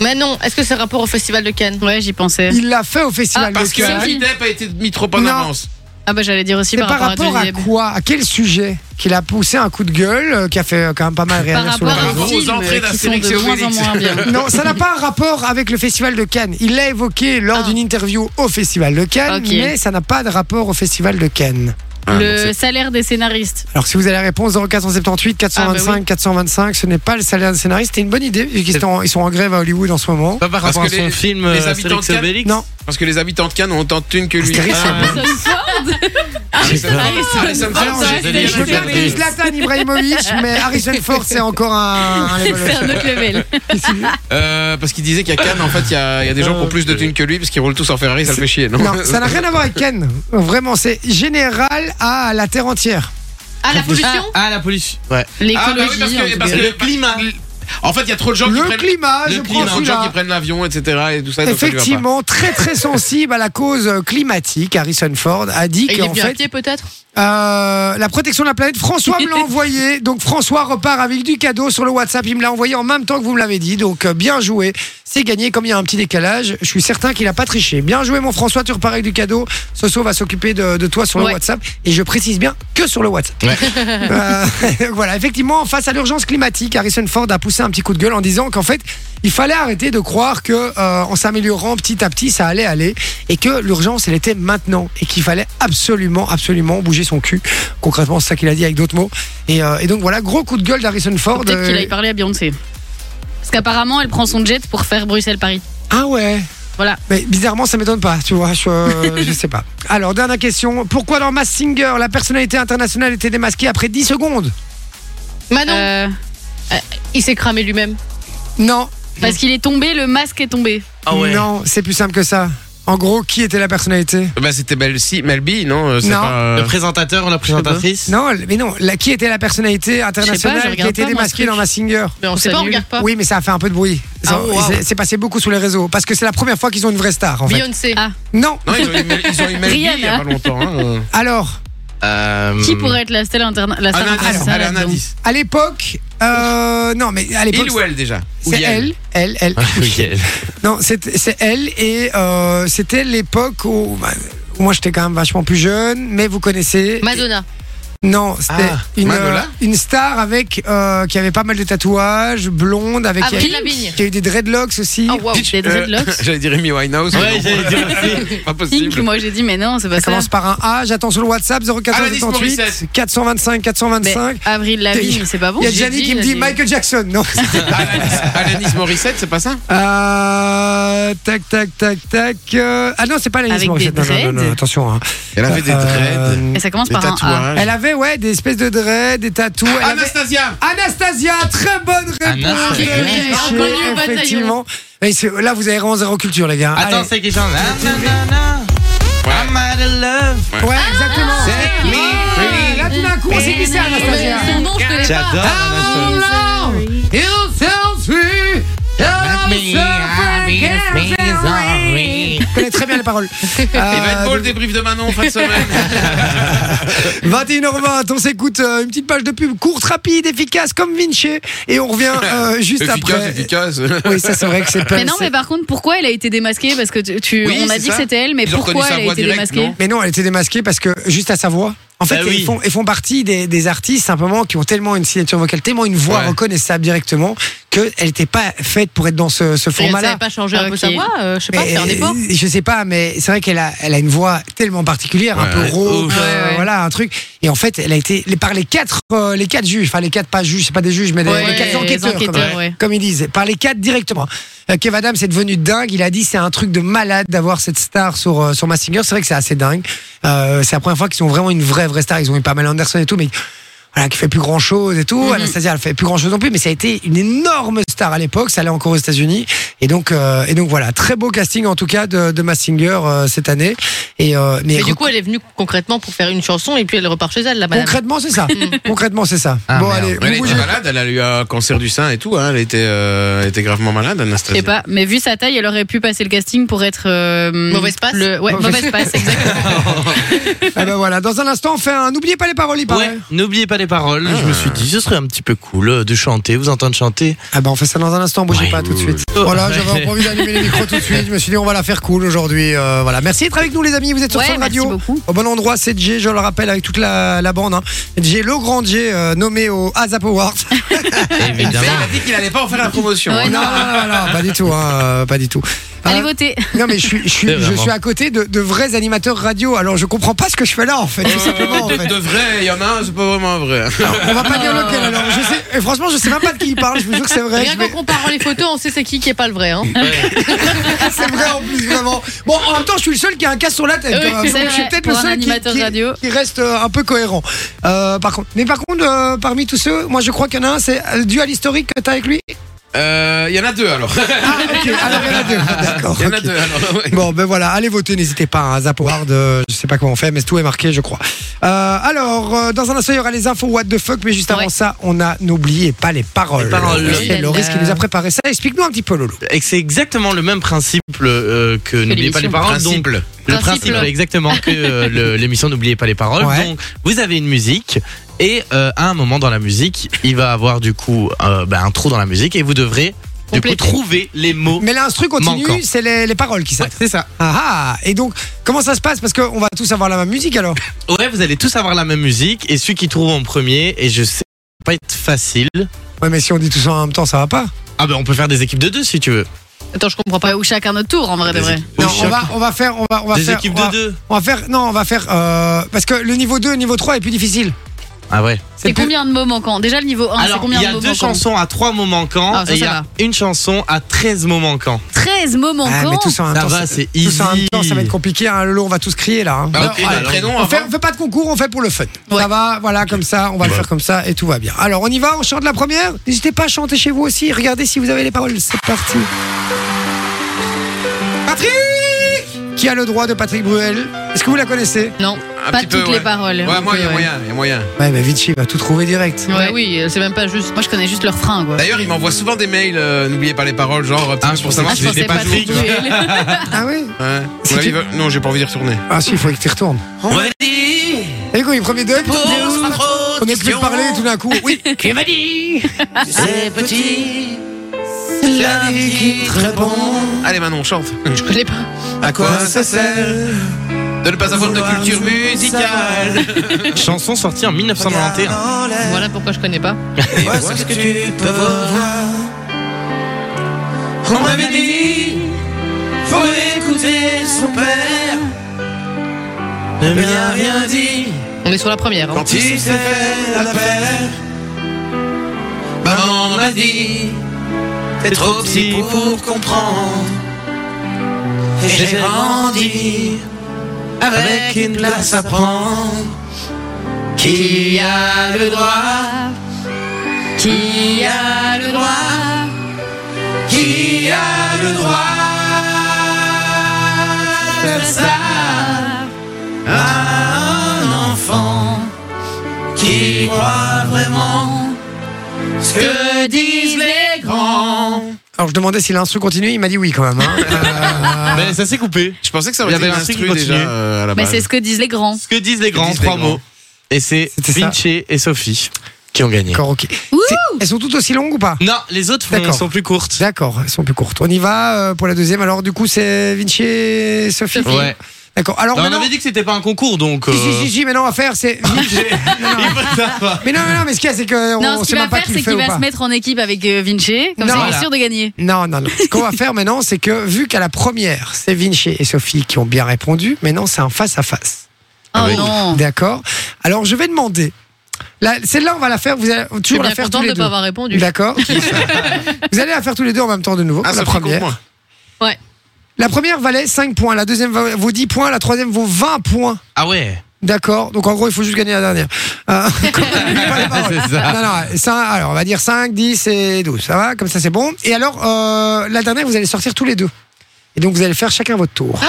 Speaker 4: Mais non, est-ce que c'est rapport au festival de Cannes
Speaker 6: Ouais, j'y pensais.
Speaker 2: Il l'a fait au festival de
Speaker 3: Ah, parce que
Speaker 2: Cannes.
Speaker 3: la a été mis trop en
Speaker 2: Non.
Speaker 3: avance.
Speaker 6: Ah bah j'allais dire aussi
Speaker 2: C'est
Speaker 6: par
Speaker 2: par
Speaker 6: rapport à
Speaker 2: rapport à
Speaker 6: Johnny Depp.
Speaker 2: quoi À quel sujet Qu'il a poussé un coup de gueule, euh, qui a fait euh, quand même pas mal
Speaker 6: Par
Speaker 2: réagir sur
Speaker 6: rapport
Speaker 2: le
Speaker 3: Par
Speaker 6: à
Speaker 3: rapport
Speaker 6: un
Speaker 3: aux
Speaker 6: film
Speaker 3: entrées
Speaker 6: euh, qui sont
Speaker 3: d'Astérix
Speaker 6: de
Speaker 3: et
Speaker 6: moins en
Speaker 3: Obélix.
Speaker 6: moins bien.
Speaker 2: Non, ça n'a pas un rapport avec le Festival de Cannes. Il l'a évoqué lors
Speaker 6: Ah.
Speaker 2: d'une interview au Festival de Cannes,
Speaker 6: Ok.
Speaker 2: mais ça n'a pas de rapport au Festival de Cannes.
Speaker 3: Ah, donc
Speaker 6: Le
Speaker 3: c'est-
Speaker 6: salaire des scénaristes.
Speaker 2: Alors si vous avez la réponse 0478 425
Speaker 6: Ah, bah
Speaker 2: 425, ce n'est pas le salaire des scénaristes. C'était une bonne idée, puisqu'ils sont en- ils sont en grève à Hollywood en ce moment.
Speaker 5: Pas par
Speaker 3: Parce
Speaker 5: rapport à
Speaker 3: que
Speaker 5: son
Speaker 3: les-
Speaker 5: film
Speaker 3: les
Speaker 5: euh,
Speaker 3: habitants
Speaker 5: Astérix
Speaker 3: de
Speaker 5: et
Speaker 3: Cannes-
Speaker 5: Obélix
Speaker 2: Non,
Speaker 3: parce que les habitants de Cannes ont autant de thunes que lui.
Speaker 2: Astérix,
Speaker 5: Ah,
Speaker 2: c'est-
Speaker 3: Harrison Ford. Harrison
Speaker 2: Ah, non,
Speaker 3: Ford,
Speaker 5: j'ai-
Speaker 3: c'est-
Speaker 5: j'ai-
Speaker 2: je veux bien
Speaker 5: j'ai-
Speaker 2: qu'il y ait Zlatan Ibrahimovic, mais Harrison Ford, c'est encore un, un level
Speaker 6: C'est
Speaker 2: up.
Speaker 6: un autre level.
Speaker 3: Euh, parce qu'il disait qu'à Cannes, en fait, il y, a il y a des gens qui ont plus de thunes que lui parce qu'ils roulent tous en Ferrari, ça le fait chier, non,
Speaker 2: Non, ça n'a rien à voir avec Ken. Vraiment, c'est général à la terre entière.
Speaker 4: Ah, la pollution
Speaker 5: Ah, ah, la pollution.
Speaker 3: Ah,
Speaker 5: Ouais.
Speaker 3: bah oui, parce
Speaker 6: L'écologie. en
Speaker 3: que,
Speaker 2: hein,
Speaker 6: tout
Speaker 3: parce
Speaker 6: cas.
Speaker 3: que
Speaker 5: Le climat.
Speaker 3: En fait, il y a trop de gens qui
Speaker 2: le
Speaker 3: prennent
Speaker 2: climat,
Speaker 3: le
Speaker 2: je
Speaker 3: climat,
Speaker 2: prends
Speaker 3: trop de gens qui
Speaker 2: celui-là.
Speaker 3: prennent l'avion, etc. Et tout ça, donc ça lui va pas.
Speaker 2: Effectivement, très très sensible à la cause climatique, Harrison Ford a dit
Speaker 4: Et Il est
Speaker 2: qu'en
Speaker 4: bien à
Speaker 2: fait,
Speaker 4: pied peut-être
Speaker 2: euh, la protection de la planète, François me l'a envoyé. Donc François repart avec du cadeau sur le WhatsApp. Il me l'a envoyé en même temps que vous me l'avez dit. Donc euh, bien joué, c'est gagné. Comme il y a un petit décalage, je suis certain qu'il n'a pas triché. Bien joué, mon François, tu repars avec du cadeau. Soso va s'occuper de, de toi sur le
Speaker 4: Ouais.
Speaker 2: WhatsApp. Et je précise bien que sur le WhatsApp. Euh, voilà, effectivement, face à l'urgence climatique, Harrison Ford a poussé un petit coup de gueule en disant qu'en fait, il fallait arrêter de croire que euh, en s'améliorant petit à petit, ça allait aller et que l'urgence, elle était maintenant et qu'il fallait absolument, absolument bouger son cul. Concrètement, c'est ça qu'il a dit avec d'autres mots. Et, euh, et donc voilà, gros coup de gueule d'Harrison Ford.
Speaker 6: Peut-être qu'il
Speaker 2: euh,
Speaker 6: aille parler à Beyoncé. Parce qu'apparemment, elle prend son jet pour faire Bruxelles-Paris.
Speaker 2: Ah ouais.
Speaker 6: Voilà.
Speaker 2: Mais bizarrement, ça m'étonne pas, tu vois, je, euh, je sais pas. Alors, dernière question. Pourquoi dans Mass Singer, la personnalité internationale était démasquée après 10 secondes
Speaker 4: Manon,
Speaker 6: Euh,
Speaker 4: il s'est cramé lui-même.
Speaker 2: Non,
Speaker 6: parce qu'il est tombé, le masque est tombé.
Speaker 5: Ah ouais.
Speaker 2: Non, c'est plus simple que ça. En gros, qui était la personnalité
Speaker 3: Bah, c'était Melby, Melby, non euh, c'est
Speaker 2: Non.
Speaker 3: pas, euh,
Speaker 5: Le présentateur ou la présentatrice
Speaker 2: Non, mais non, la, qui était la personnalité internationale qui a
Speaker 6: regarde
Speaker 2: été
Speaker 6: pas, moi,
Speaker 2: démasquée
Speaker 6: ce truc.
Speaker 2: dans Massinger
Speaker 4: Mais on
Speaker 6: Je
Speaker 4: sait pas,
Speaker 6: trouve ça
Speaker 4: on
Speaker 6: nul.
Speaker 4: regarde pas.
Speaker 2: Oui, mais ça a fait un peu de bruit. Ça-
Speaker 4: Ah, waouh.
Speaker 2: C'est c'est passé beaucoup sur les réseaux parce que c'est la première fois qu'ils ont une vraie star en fait.
Speaker 4: Beyoncé.
Speaker 6: Ah.
Speaker 2: Non,
Speaker 3: Non, ils ont eu, ils ont eu Melby il y a pas longtemps. hein.
Speaker 2: alors,
Speaker 5: Euh,
Speaker 3: Hmm.
Speaker 6: Qui pourrait être la, stella interna- la star
Speaker 3: Un indice,
Speaker 6: internationale
Speaker 3: Ah, allez, un
Speaker 6: là-dedans
Speaker 3: indice.
Speaker 2: à l'époque, Euh, non, mais à l'époque.
Speaker 3: Il ou elle déjà Ou
Speaker 2: C'est
Speaker 3: Yann
Speaker 2: elle, elle, elle. Non, c'est c'est elle et euh, c'était l'époque où, bah, où moi j'étais quand même vachement plus jeune, mais vous connaissez.
Speaker 4: Madonna.
Speaker 2: Non, c'était
Speaker 3: Ah,
Speaker 2: une,
Speaker 3: Manola
Speaker 2: euh, une star avec euh, qui avait pas mal de tatouages, blonde,
Speaker 6: Ah,
Speaker 2: avec
Speaker 4: Avril
Speaker 2: qui, a-
Speaker 4: Lavigne.
Speaker 2: qui a eu des dreadlocks aussi.
Speaker 6: Oh, wow,
Speaker 3: Peach,
Speaker 6: des
Speaker 3: euh,
Speaker 6: dreadlocks.
Speaker 3: J'allais dire Amy Winehouse. mais
Speaker 5: Ouais,
Speaker 3: non.
Speaker 5: j'allais dire
Speaker 3: Pas
Speaker 6: Pink,
Speaker 3: possible.
Speaker 6: moi j'ai dit, mais non, c'est pas
Speaker 2: Ça
Speaker 6: ça.
Speaker 2: commence par un A. J'attends sur le WhatsApp 0478
Speaker 3: Alanis Morissette.
Speaker 2: 425
Speaker 6: Mais
Speaker 2: 425.
Speaker 6: Avril Lavigne, c'est pas bon.
Speaker 2: Il y a
Speaker 6: j'ai
Speaker 2: Gianni
Speaker 6: dit,
Speaker 2: qui me
Speaker 6: j'ai
Speaker 2: dit Michael Jackson, non
Speaker 3: Alanis, Alanis Morissette, c'est pas ça
Speaker 2: Euh, Tac, tac, tac, tac. euh, Ah non, c'est pas Alanis
Speaker 6: Avec
Speaker 2: Morissette.
Speaker 6: des
Speaker 2: Non, non, non, non,
Speaker 6: dreads.
Speaker 2: attention. hein.
Speaker 3: Elle avait des
Speaker 2: Euh,
Speaker 3: dreads,
Speaker 6: Et ça commence
Speaker 3: des
Speaker 6: par un A.
Speaker 3: tatouages.
Speaker 2: Elle avait, ouais, des espèces de dreads, des tatous.
Speaker 3: Ah,
Speaker 2: Elle avait-
Speaker 3: Anastasia
Speaker 2: Anastasia, très bonne réponse.
Speaker 5: Anastasia.
Speaker 2: Eric
Speaker 6: Oui,
Speaker 2: Richer,
Speaker 6: inconnue au bataillon.
Speaker 2: effectivement. Et c'est- là, vous avez vraiment zéro culture, les gars.
Speaker 5: Attends,
Speaker 2: Allez.
Speaker 5: c'est qui chante Na, na, na, na. I'm out of love.
Speaker 2: Ouais, exactement.
Speaker 5: Set me
Speaker 2: Ouais,
Speaker 5: free.
Speaker 2: Là, tout d'un coup, on sait qui c'est Anastasia.
Speaker 4: Mais Son nom, je connais pas. Ah,
Speaker 5: J'adore Anastasia.
Speaker 2: You tell me
Speaker 4: oh,
Speaker 2: Ah,
Speaker 5: Let me have me sorry.
Speaker 2: Je connais très bien les paroles. Ah, Euh,
Speaker 3: Il va être beau le débrief de Manon en fin de semaine.
Speaker 2: 21h20, on s'écoute euh, une petite page de pub courte, rapide, efficace comme Vinci. Et on revient euh, juste après.
Speaker 3: efficace, efficace.
Speaker 2: Oui, ça c'est vrai que c'est pas.
Speaker 6: Mais non, mais par contre, pourquoi elle a été démasquée Parce que tu, tu-
Speaker 3: Oui,
Speaker 6: on a
Speaker 3: c'est
Speaker 6: dit que
Speaker 3: ça.
Speaker 6: c'était elle, mais
Speaker 3: Ils ont reconnu
Speaker 6: pourquoi
Speaker 3: sa
Speaker 6: elle a
Speaker 3: voix
Speaker 6: été
Speaker 3: directe,
Speaker 6: démasquée
Speaker 3: non
Speaker 2: Mais non, elle était démasquée parce que juste à sa voix. En fait,
Speaker 5: Bah
Speaker 2: ils,
Speaker 5: oui.
Speaker 2: font, ils font partie des, des artistes simplement qui ont tellement une signature vocale, tellement une voix
Speaker 3: Ouais.
Speaker 2: reconnaissable directement qu'elle n'était pas faite pour être dans ce, ce
Speaker 4: Elle
Speaker 2: format-là.
Speaker 4: savait pas changer un peu
Speaker 6: Ok.
Speaker 4: sa voix, euh, je sais pas,
Speaker 2: Mais,
Speaker 4: faire un effort.
Speaker 2: euh, Je sais pas, mais c'est vrai qu'elle a, elle a une voix tellement particulière, un
Speaker 3: Ouais,
Speaker 2: peu
Speaker 3: ouais,
Speaker 2: rauque,
Speaker 5: ouf.
Speaker 2: euh,
Speaker 6: Ouais, ouais.
Speaker 2: voilà, un truc. Et en fait, elle a été les- par les quatre, euh, les quatre juges, enfin les quatre pas juges, c'est pas des juges, mais des-
Speaker 6: Ouais,
Speaker 2: les quatre
Speaker 6: les
Speaker 2: enquêteurs, comme-
Speaker 6: enquêteurs,
Speaker 2: comme,
Speaker 6: ouais.
Speaker 2: ils disent, par les quatre directement. Euh, Kev Adams est devenu dingue. Il a dit c'est un truc de malade d'avoir cette star sur euh, sur Mask Singer. C'est vrai que c'est assez dingue. Euh, c'est la première fois qu'ils ont vraiment une vraie vraie star. Ils ont eu pas mal Anderson et tout, mais voilà, qui fait plus grand chose et tout. Anastasia, elle fait plus grand chose non plus, mais ça a été une énorme star à l'époque. Ça allait encore aux États-Unis. Et donc, euh, et donc voilà, très beau casting en tout cas de, de Mask Singer euh, cette année. Et euh, mais
Speaker 4: Mais du coup, elle est venue concrètement pour faire une chanson et puis elle repart chez elle, la madame.
Speaker 2: concrètement, c'est ça. concrètement, c'est ça.
Speaker 5: Ah,
Speaker 2: bon,
Speaker 5: merde.
Speaker 2: allez,
Speaker 3: Elle
Speaker 2: vous
Speaker 3: était
Speaker 2: bougez-
Speaker 3: malade, elle a eu un cancer du sein et tout. hein, Elle était, euh, elle était gravement malade,
Speaker 6: Je
Speaker 3: Anastasia.
Speaker 6: sais pas, mais vu sa taille, elle aurait pu passer le casting pour être. euh,
Speaker 4: Mauvaise passe
Speaker 6: le- Ouais,
Speaker 2: Mauvaise-
Speaker 6: mauvaise passe, exactement.
Speaker 2: Ah ben voilà, dans un instant, on fait un. N'oubliez pas les paroles, il paraît.
Speaker 5: Ouais, n'oubliez pas les paroles. Je me suis dit, ce serait un petit peu cool euh, de chanter, vous entendre chanter.
Speaker 2: Ah ben on fait ça dans un instant, bougez
Speaker 5: Ouais.
Speaker 2: pas tout de suite.
Speaker 5: Oh.
Speaker 2: Voilà, j'avais
Speaker 5: Ouais.
Speaker 2: envie d'allumer les micros tout de suite. Je me suis dit, on va la faire cool aujourd'hui. euh, voilà, merci d'être avec nous, les amis. Vous êtes sur
Speaker 6: Ouais,
Speaker 2: Fun
Speaker 6: merci
Speaker 2: Radio.
Speaker 6: beaucoup.
Speaker 2: Au bon endroit, c'est Jay, je le rappelle, avec toute la, la bande. Hein. Jay Lograndier, euh, nommé au ASAP Awards.
Speaker 4: Ah,
Speaker 3: Mais
Speaker 5: Évidemment.
Speaker 3: il a dit qu'il allait pas en faire la promotion.
Speaker 6: Ouais,
Speaker 3: hein.
Speaker 2: non, non, non, non, pas du tout, hein, euh, pas du tout.
Speaker 6: Allez
Speaker 2: Euh,
Speaker 6: voter.
Speaker 2: non mais je suis, je suis,
Speaker 5: C'est
Speaker 2: je
Speaker 5: vraiment.
Speaker 2: suis à côté de, de vrais animateurs radio, alors je comprends pas ce que je fais là en fait, tout simplement. en
Speaker 3: Euh,
Speaker 2: fait.
Speaker 3: De vrai, il y en a un, c'est pas vraiment vrai.
Speaker 2: On va pas dire lequel alors. Je sais, et franchement, je sais même pas de qui il parle. Je vous jure que c'est vrai.
Speaker 4: Rien
Speaker 2: je vais-
Speaker 4: qu'en comparant les photos, on sait c'est qui qui est pas le vrai. Hein.
Speaker 2: C'est vrai en plus, vraiment. Bon, en même temps, je suis le seul qui a un casque sur la tête.
Speaker 6: Oui,
Speaker 2: quand même.
Speaker 6: c'est
Speaker 2: Donc, je suis
Speaker 6: vrai,
Speaker 2: peut-être
Speaker 6: pour
Speaker 2: le
Speaker 6: un
Speaker 2: seul qui,
Speaker 6: animateur
Speaker 2: qui-
Speaker 6: radio.
Speaker 2: qui reste euh, un peu cohérent. Euh, par contre, mais par contre, euh, parmi tous ceux, moi je crois qu'il y en a un, c'est euh, dû à l'historique que t'as avec lui.
Speaker 3: Euh, Il y en a deux alors.
Speaker 2: Ah, ok, alors il y en a deux. Ah, D'accord.
Speaker 3: Il y en a
Speaker 2: ok.
Speaker 3: deux alors. ouais.
Speaker 2: Bon, ben voilà, allez voter, n'hésitez pas. Hein, Zap Award, euh, je sais pas comment on fait, mais tout est marqué, je crois. Euh, alors, euh, dans un instant, il y aura les infos What the fuck, mais juste avant
Speaker 4: Ouais.
Speaker 2: ça, on a n'oubliez pas les paroles. Euh,
Speaker 5: Les paroles.
Speaker 2: C'est Loris qui nous a préparé ça. Explique-nous un petit peu, Lolo.
Speaker 5: Et que c'est exactement le même principe euh, que N'oubliez pas les
Speaker 6: l'émission.
Speaker 5: paroles. Donc,
Speaker 3: Principe.
Speaker 5: le
Speaker 4: Principe.
Speaker 5: principe, exactement, que euh, le- l'émission N'oubliez pas les paroles.
Speaker 2: Ouais.
Speaker 5: Donc, vous avez une musique. Et euh, à un moment dans la musique, il va avoir du coup euh, bah, un trou dans la musique et vous devrez du coup,
Speaker 4: Compléter.
Speaker 5: trouver les mots.
Speaker 2: Mais l'instru
Speaker 5: Manquant.
Speaker 2: continue, c'est les, les paroles qui
Speaker 5: Ouais,
Speaker 2: s'arrêtent.
Speaker 5: c'est ça.
Speaker 2: Ah ah Et donc, comment ça se passe Parce qu'on va tous avoir la même musique alors
Speaker 5: Ouais, vous allez tous avoir la même musique et celui qui trouve en premier, et je sais, ça va pas être facile.
Speaker 2: Ouais, mais si on dit tous en même temps, ça va pas.
Speaker 5: Ah ben on peut faire des équipes de deux si tu veux.
Speaker 4: Attends, je comprends pas.
Speaker 6: Ouais, ou chacun notre tour, en vrai de
Speaker 5: Des
Speaker 6: vrai.
Speaker 5: équipes-
Speaker 2: Non,
Speaker 5: Oui,
Speaker 2: on
Speaker 5: chacun-
Speaker 2: va, on va faire. On va, on va
Speaker 5: des
Speaker 2: faire
Speaker 5: équipes
Speaker 2: on va,
Speaker 5: de deux.
Speaker 2: on va faire. Non, on va faire. euh, parce que le niveau 2 et le niveau 3 est plus difficile.
Speaker 5: Ah ouais.
Speaker 6: C'est
Speaker 2: plus-
Speaker 6: combien de mots manquants Déjà, le niveau 1, c'est
Speaker 5: Alors,
Speaker 6: combien
Speaker 5: il y
Speaker 6: de
Speaker 5: a
Speaker 6: mots
Speaker 5: deux
Speaker 6: manquants
Speaker 5: chansons à trois mots manquants
Speaker 6: Ah, ça,
Speaker 5: et il y
Speaker 6: ça
Speaker 5: a une chanson à 13 mots manquants.
Speaker 6: 13 mots
Speaker 2: Ah,
Speaker 6: manquants.
Speaker 2: mais tous en même
Speaker 5: Ça
Speaker 2: temps.
Speaker 5: va, c'est
Speaker 2: Tous en même
Speaker 5: easy.
Speaker 2: temps, ça va être compliqué. Hein, Lolo, on va tous crier là. hein.
Speaker 3: Bah, ok,
Speaker 2: Alors,
Speaker 3: bah,
Speaker 2: allez.
Speaker 3: le prénom
Speaker 2: on,
Speaker 3: avant.
Speaker 2: fait, on fait pas de concours, on fait pour le fun. Ça va, voilà, comme ça, on va le faire comme ça et tout va bien. Alors, on y va, on chante la première. N'hésitez pas à chanter chez vous aussi. Regardez si vous avez les paroles. C'est parti. Patrick Qui a le droit de Patrick Bruel Est-ce que vous la connaissez
Speaker 4: Non,
Speaker 3: Un
Speaker 4: pas
Speaker 3: petit peu,
Speaker 4: toutes
Speaker 3: ouais.
Speaker 4: les paroles.
Speaker 3: Ouais, moi, il y a moyen, il y a moyen.
Speaker 2: Ouais, mais Vinci va tout trouver direct.
Speaker 4: Ouais, oui, c'est même pas juste.
Speaker 6: Moi, je connais juste leur frein, quoi.
Speaker 3: D'ailleurs, il m'envoie souvent des mails, euh, n'oubliez pas les paroles, genre, petit
Speaker 5: Ah,
Speaker 3: peu
Speaker 5: je
Speaker 3: pour
Speaker 5: pensais-
Speaker 3: savoir
Speaker 5: ah,
Speaker 3: si
Speaker 5: je
Speaker 3: je l'ai pas
Speaker 5: pensais pas
Speaker 3: trouvé.
Speaker 5: du
Speaker 3: tu vois.
Speaker 6: Bruel.
Speaker 2: Ah oui
Speaker 3: Ouais.
Speaker 2: Si
Speaker 3: Ouais,
Speaker 2: tu-
Speaker 3: il veut- Non, j'ai pas envie d'y retourner.
Speaker 2: Ah si, il faut que tu y retournes.
Speaker 5: On va dire
Speaker 2: Et quoi, les premiers deux
Speaker 5: trop
Speaker 2: On n'est plus parler tout d'un coup. Oui. Qui m'a dit
Speaker 3: C'est petit, c'est la vie qui te répond. Allez Manon, chante.
Speaker 4: Je connais pas.
Speaker 3: À quoi ça sert de ne pas avoir de culture musicale
Speaker 5: Chanson sortie en 1991.
Speaker 4: Voilà pourquoi je connais pas.
Speaker 3: Et vois ce que tu peux voir. On m'avait dit, faut écouter son père. Ne bien rien dit
Speaker 4: On est sur la première. hein.
Speaker 3: quand il s'est fait la paire. Maman m'a dit, t'es trop petit pour comprendre. Et j'ai grandi avec une place à prendre. Qui a le droit
Speaker 6: Qui a le droit
Speaker 3: Qui a le droit de faire ça à un enfant qui croit vraiment ce que disent les grands
Speaker 2: Alors je demandais si l'instru continue, il m'a dit oui quand même. hein. Euh,
Speaker 5: Mais ça s'est coupé.
Speaker 3: Je pensais que ça
Speaker 5: aurait été une instru déjà,
Speaker 3: euh, à la
Speaker 6: Mais Bah, c'est ce que disent les grands.
Speaker 5: Ce que disent les
Speaker 3: Que
Speaker 5: grands,
Speaker 3: disent les
Speaker 5: trois
Speaker 3: grands.
Speaker 5: mots. Et c'est
Speaker 2: C'était ça.
Speaker 5: Vinci et Sophie qui ont gagné.
Speaker 2: D'accord, ok. C'est- Elles sont toutes aussi longues ou pas
Speaker 5: Non, les autres font-
Speaker 2: D'accord.
Speaker 5: sont plus courtes.
Speaker 2: D'accord, elles sont plus courtes. On y va euh, pour la deuxième. Alors du coup, c'est Vinci et Sophie.
Speaker 5: Ouais.
Speaker 2: D'accord. Alors
Speaker 5: Non, on
Speaker 2: maintenant.
Speaker 5: avait dit que c'était pas un concours, donc.
Speaker 2: Si,
Speaker 5: euh,
Speaker 2: si, si, si, mais non, à faire, c'est. Non, non.
Speaker 5: il faut savoir.
Speaker 2: Mais non, mais non, mais ce qu'il y a, c'est que on-
Speaker 6: Non,
Speaker 2: on
Speaker 6: ce
Speaker 2: sait
Speaker 6: qu'il va
Speaker 2: même pas
Speaker 6: faire,
Speaker 2: qui
Speaker 6: c'est
Speaker 2: le fait
Speaker 6: qu'il
Speaker 2: ou
Speaker 6: va
Speaker 2: pas.
Speaker 6: se mettre en équipe avec euh, Vinci. Comme
Speaker 2: Non.
Speaker 6: ça, il
Speaker 5: Voilà.
Speaker 6: est sûr de gagner.
Speaker 2: Non, non, non. Ce qu'on va faire maintenant, c'est que vu qu'à la première, c'est Vinci et Sophie qui ont bien répondu, maintenant c'est un face à face.
Speaker 6: Oh
Speaker 3: oui.
Speaker 6: non.
Speaker 2: D'accord. Alors je vais demander. Là, Celle-là, on va la faire. Vous allez
Speaker 4: Je suis
Speaker 2: toujours la
Speaker 4: bien
Speaker 2: faire tous
Speaker 4: contente de
Speaker 2: les
Speaker 4: ne
Speaker 2: deux.
Speaker 4: pas avoir répondu.
Speaker 2: D'accord. vous allez la faire tous les deux en même temps de
Speaker 3: Ah,
Speaker 5: Ah,
Speaker 2: nouveau. la première. La première valait 5 points, la deuxième va- vaut 10 points, la troisième vaut 20 points.
Speaker 5: Ah ouais.
Speaker 2: D'accord. Donc en gros, il faut juste gagner la dernière. Euh, comme on n'oublie pas les paroles.
Speaker 5: C'est ça.
Speaker 2: Non, non, ça- alors on va dire 5, 10 et 12. Ça va Comme ça, c'est bon. Et alors, euh, la dernière, vous allez sortir tous les deux. Et donc, vous allez faire chacun votre tour.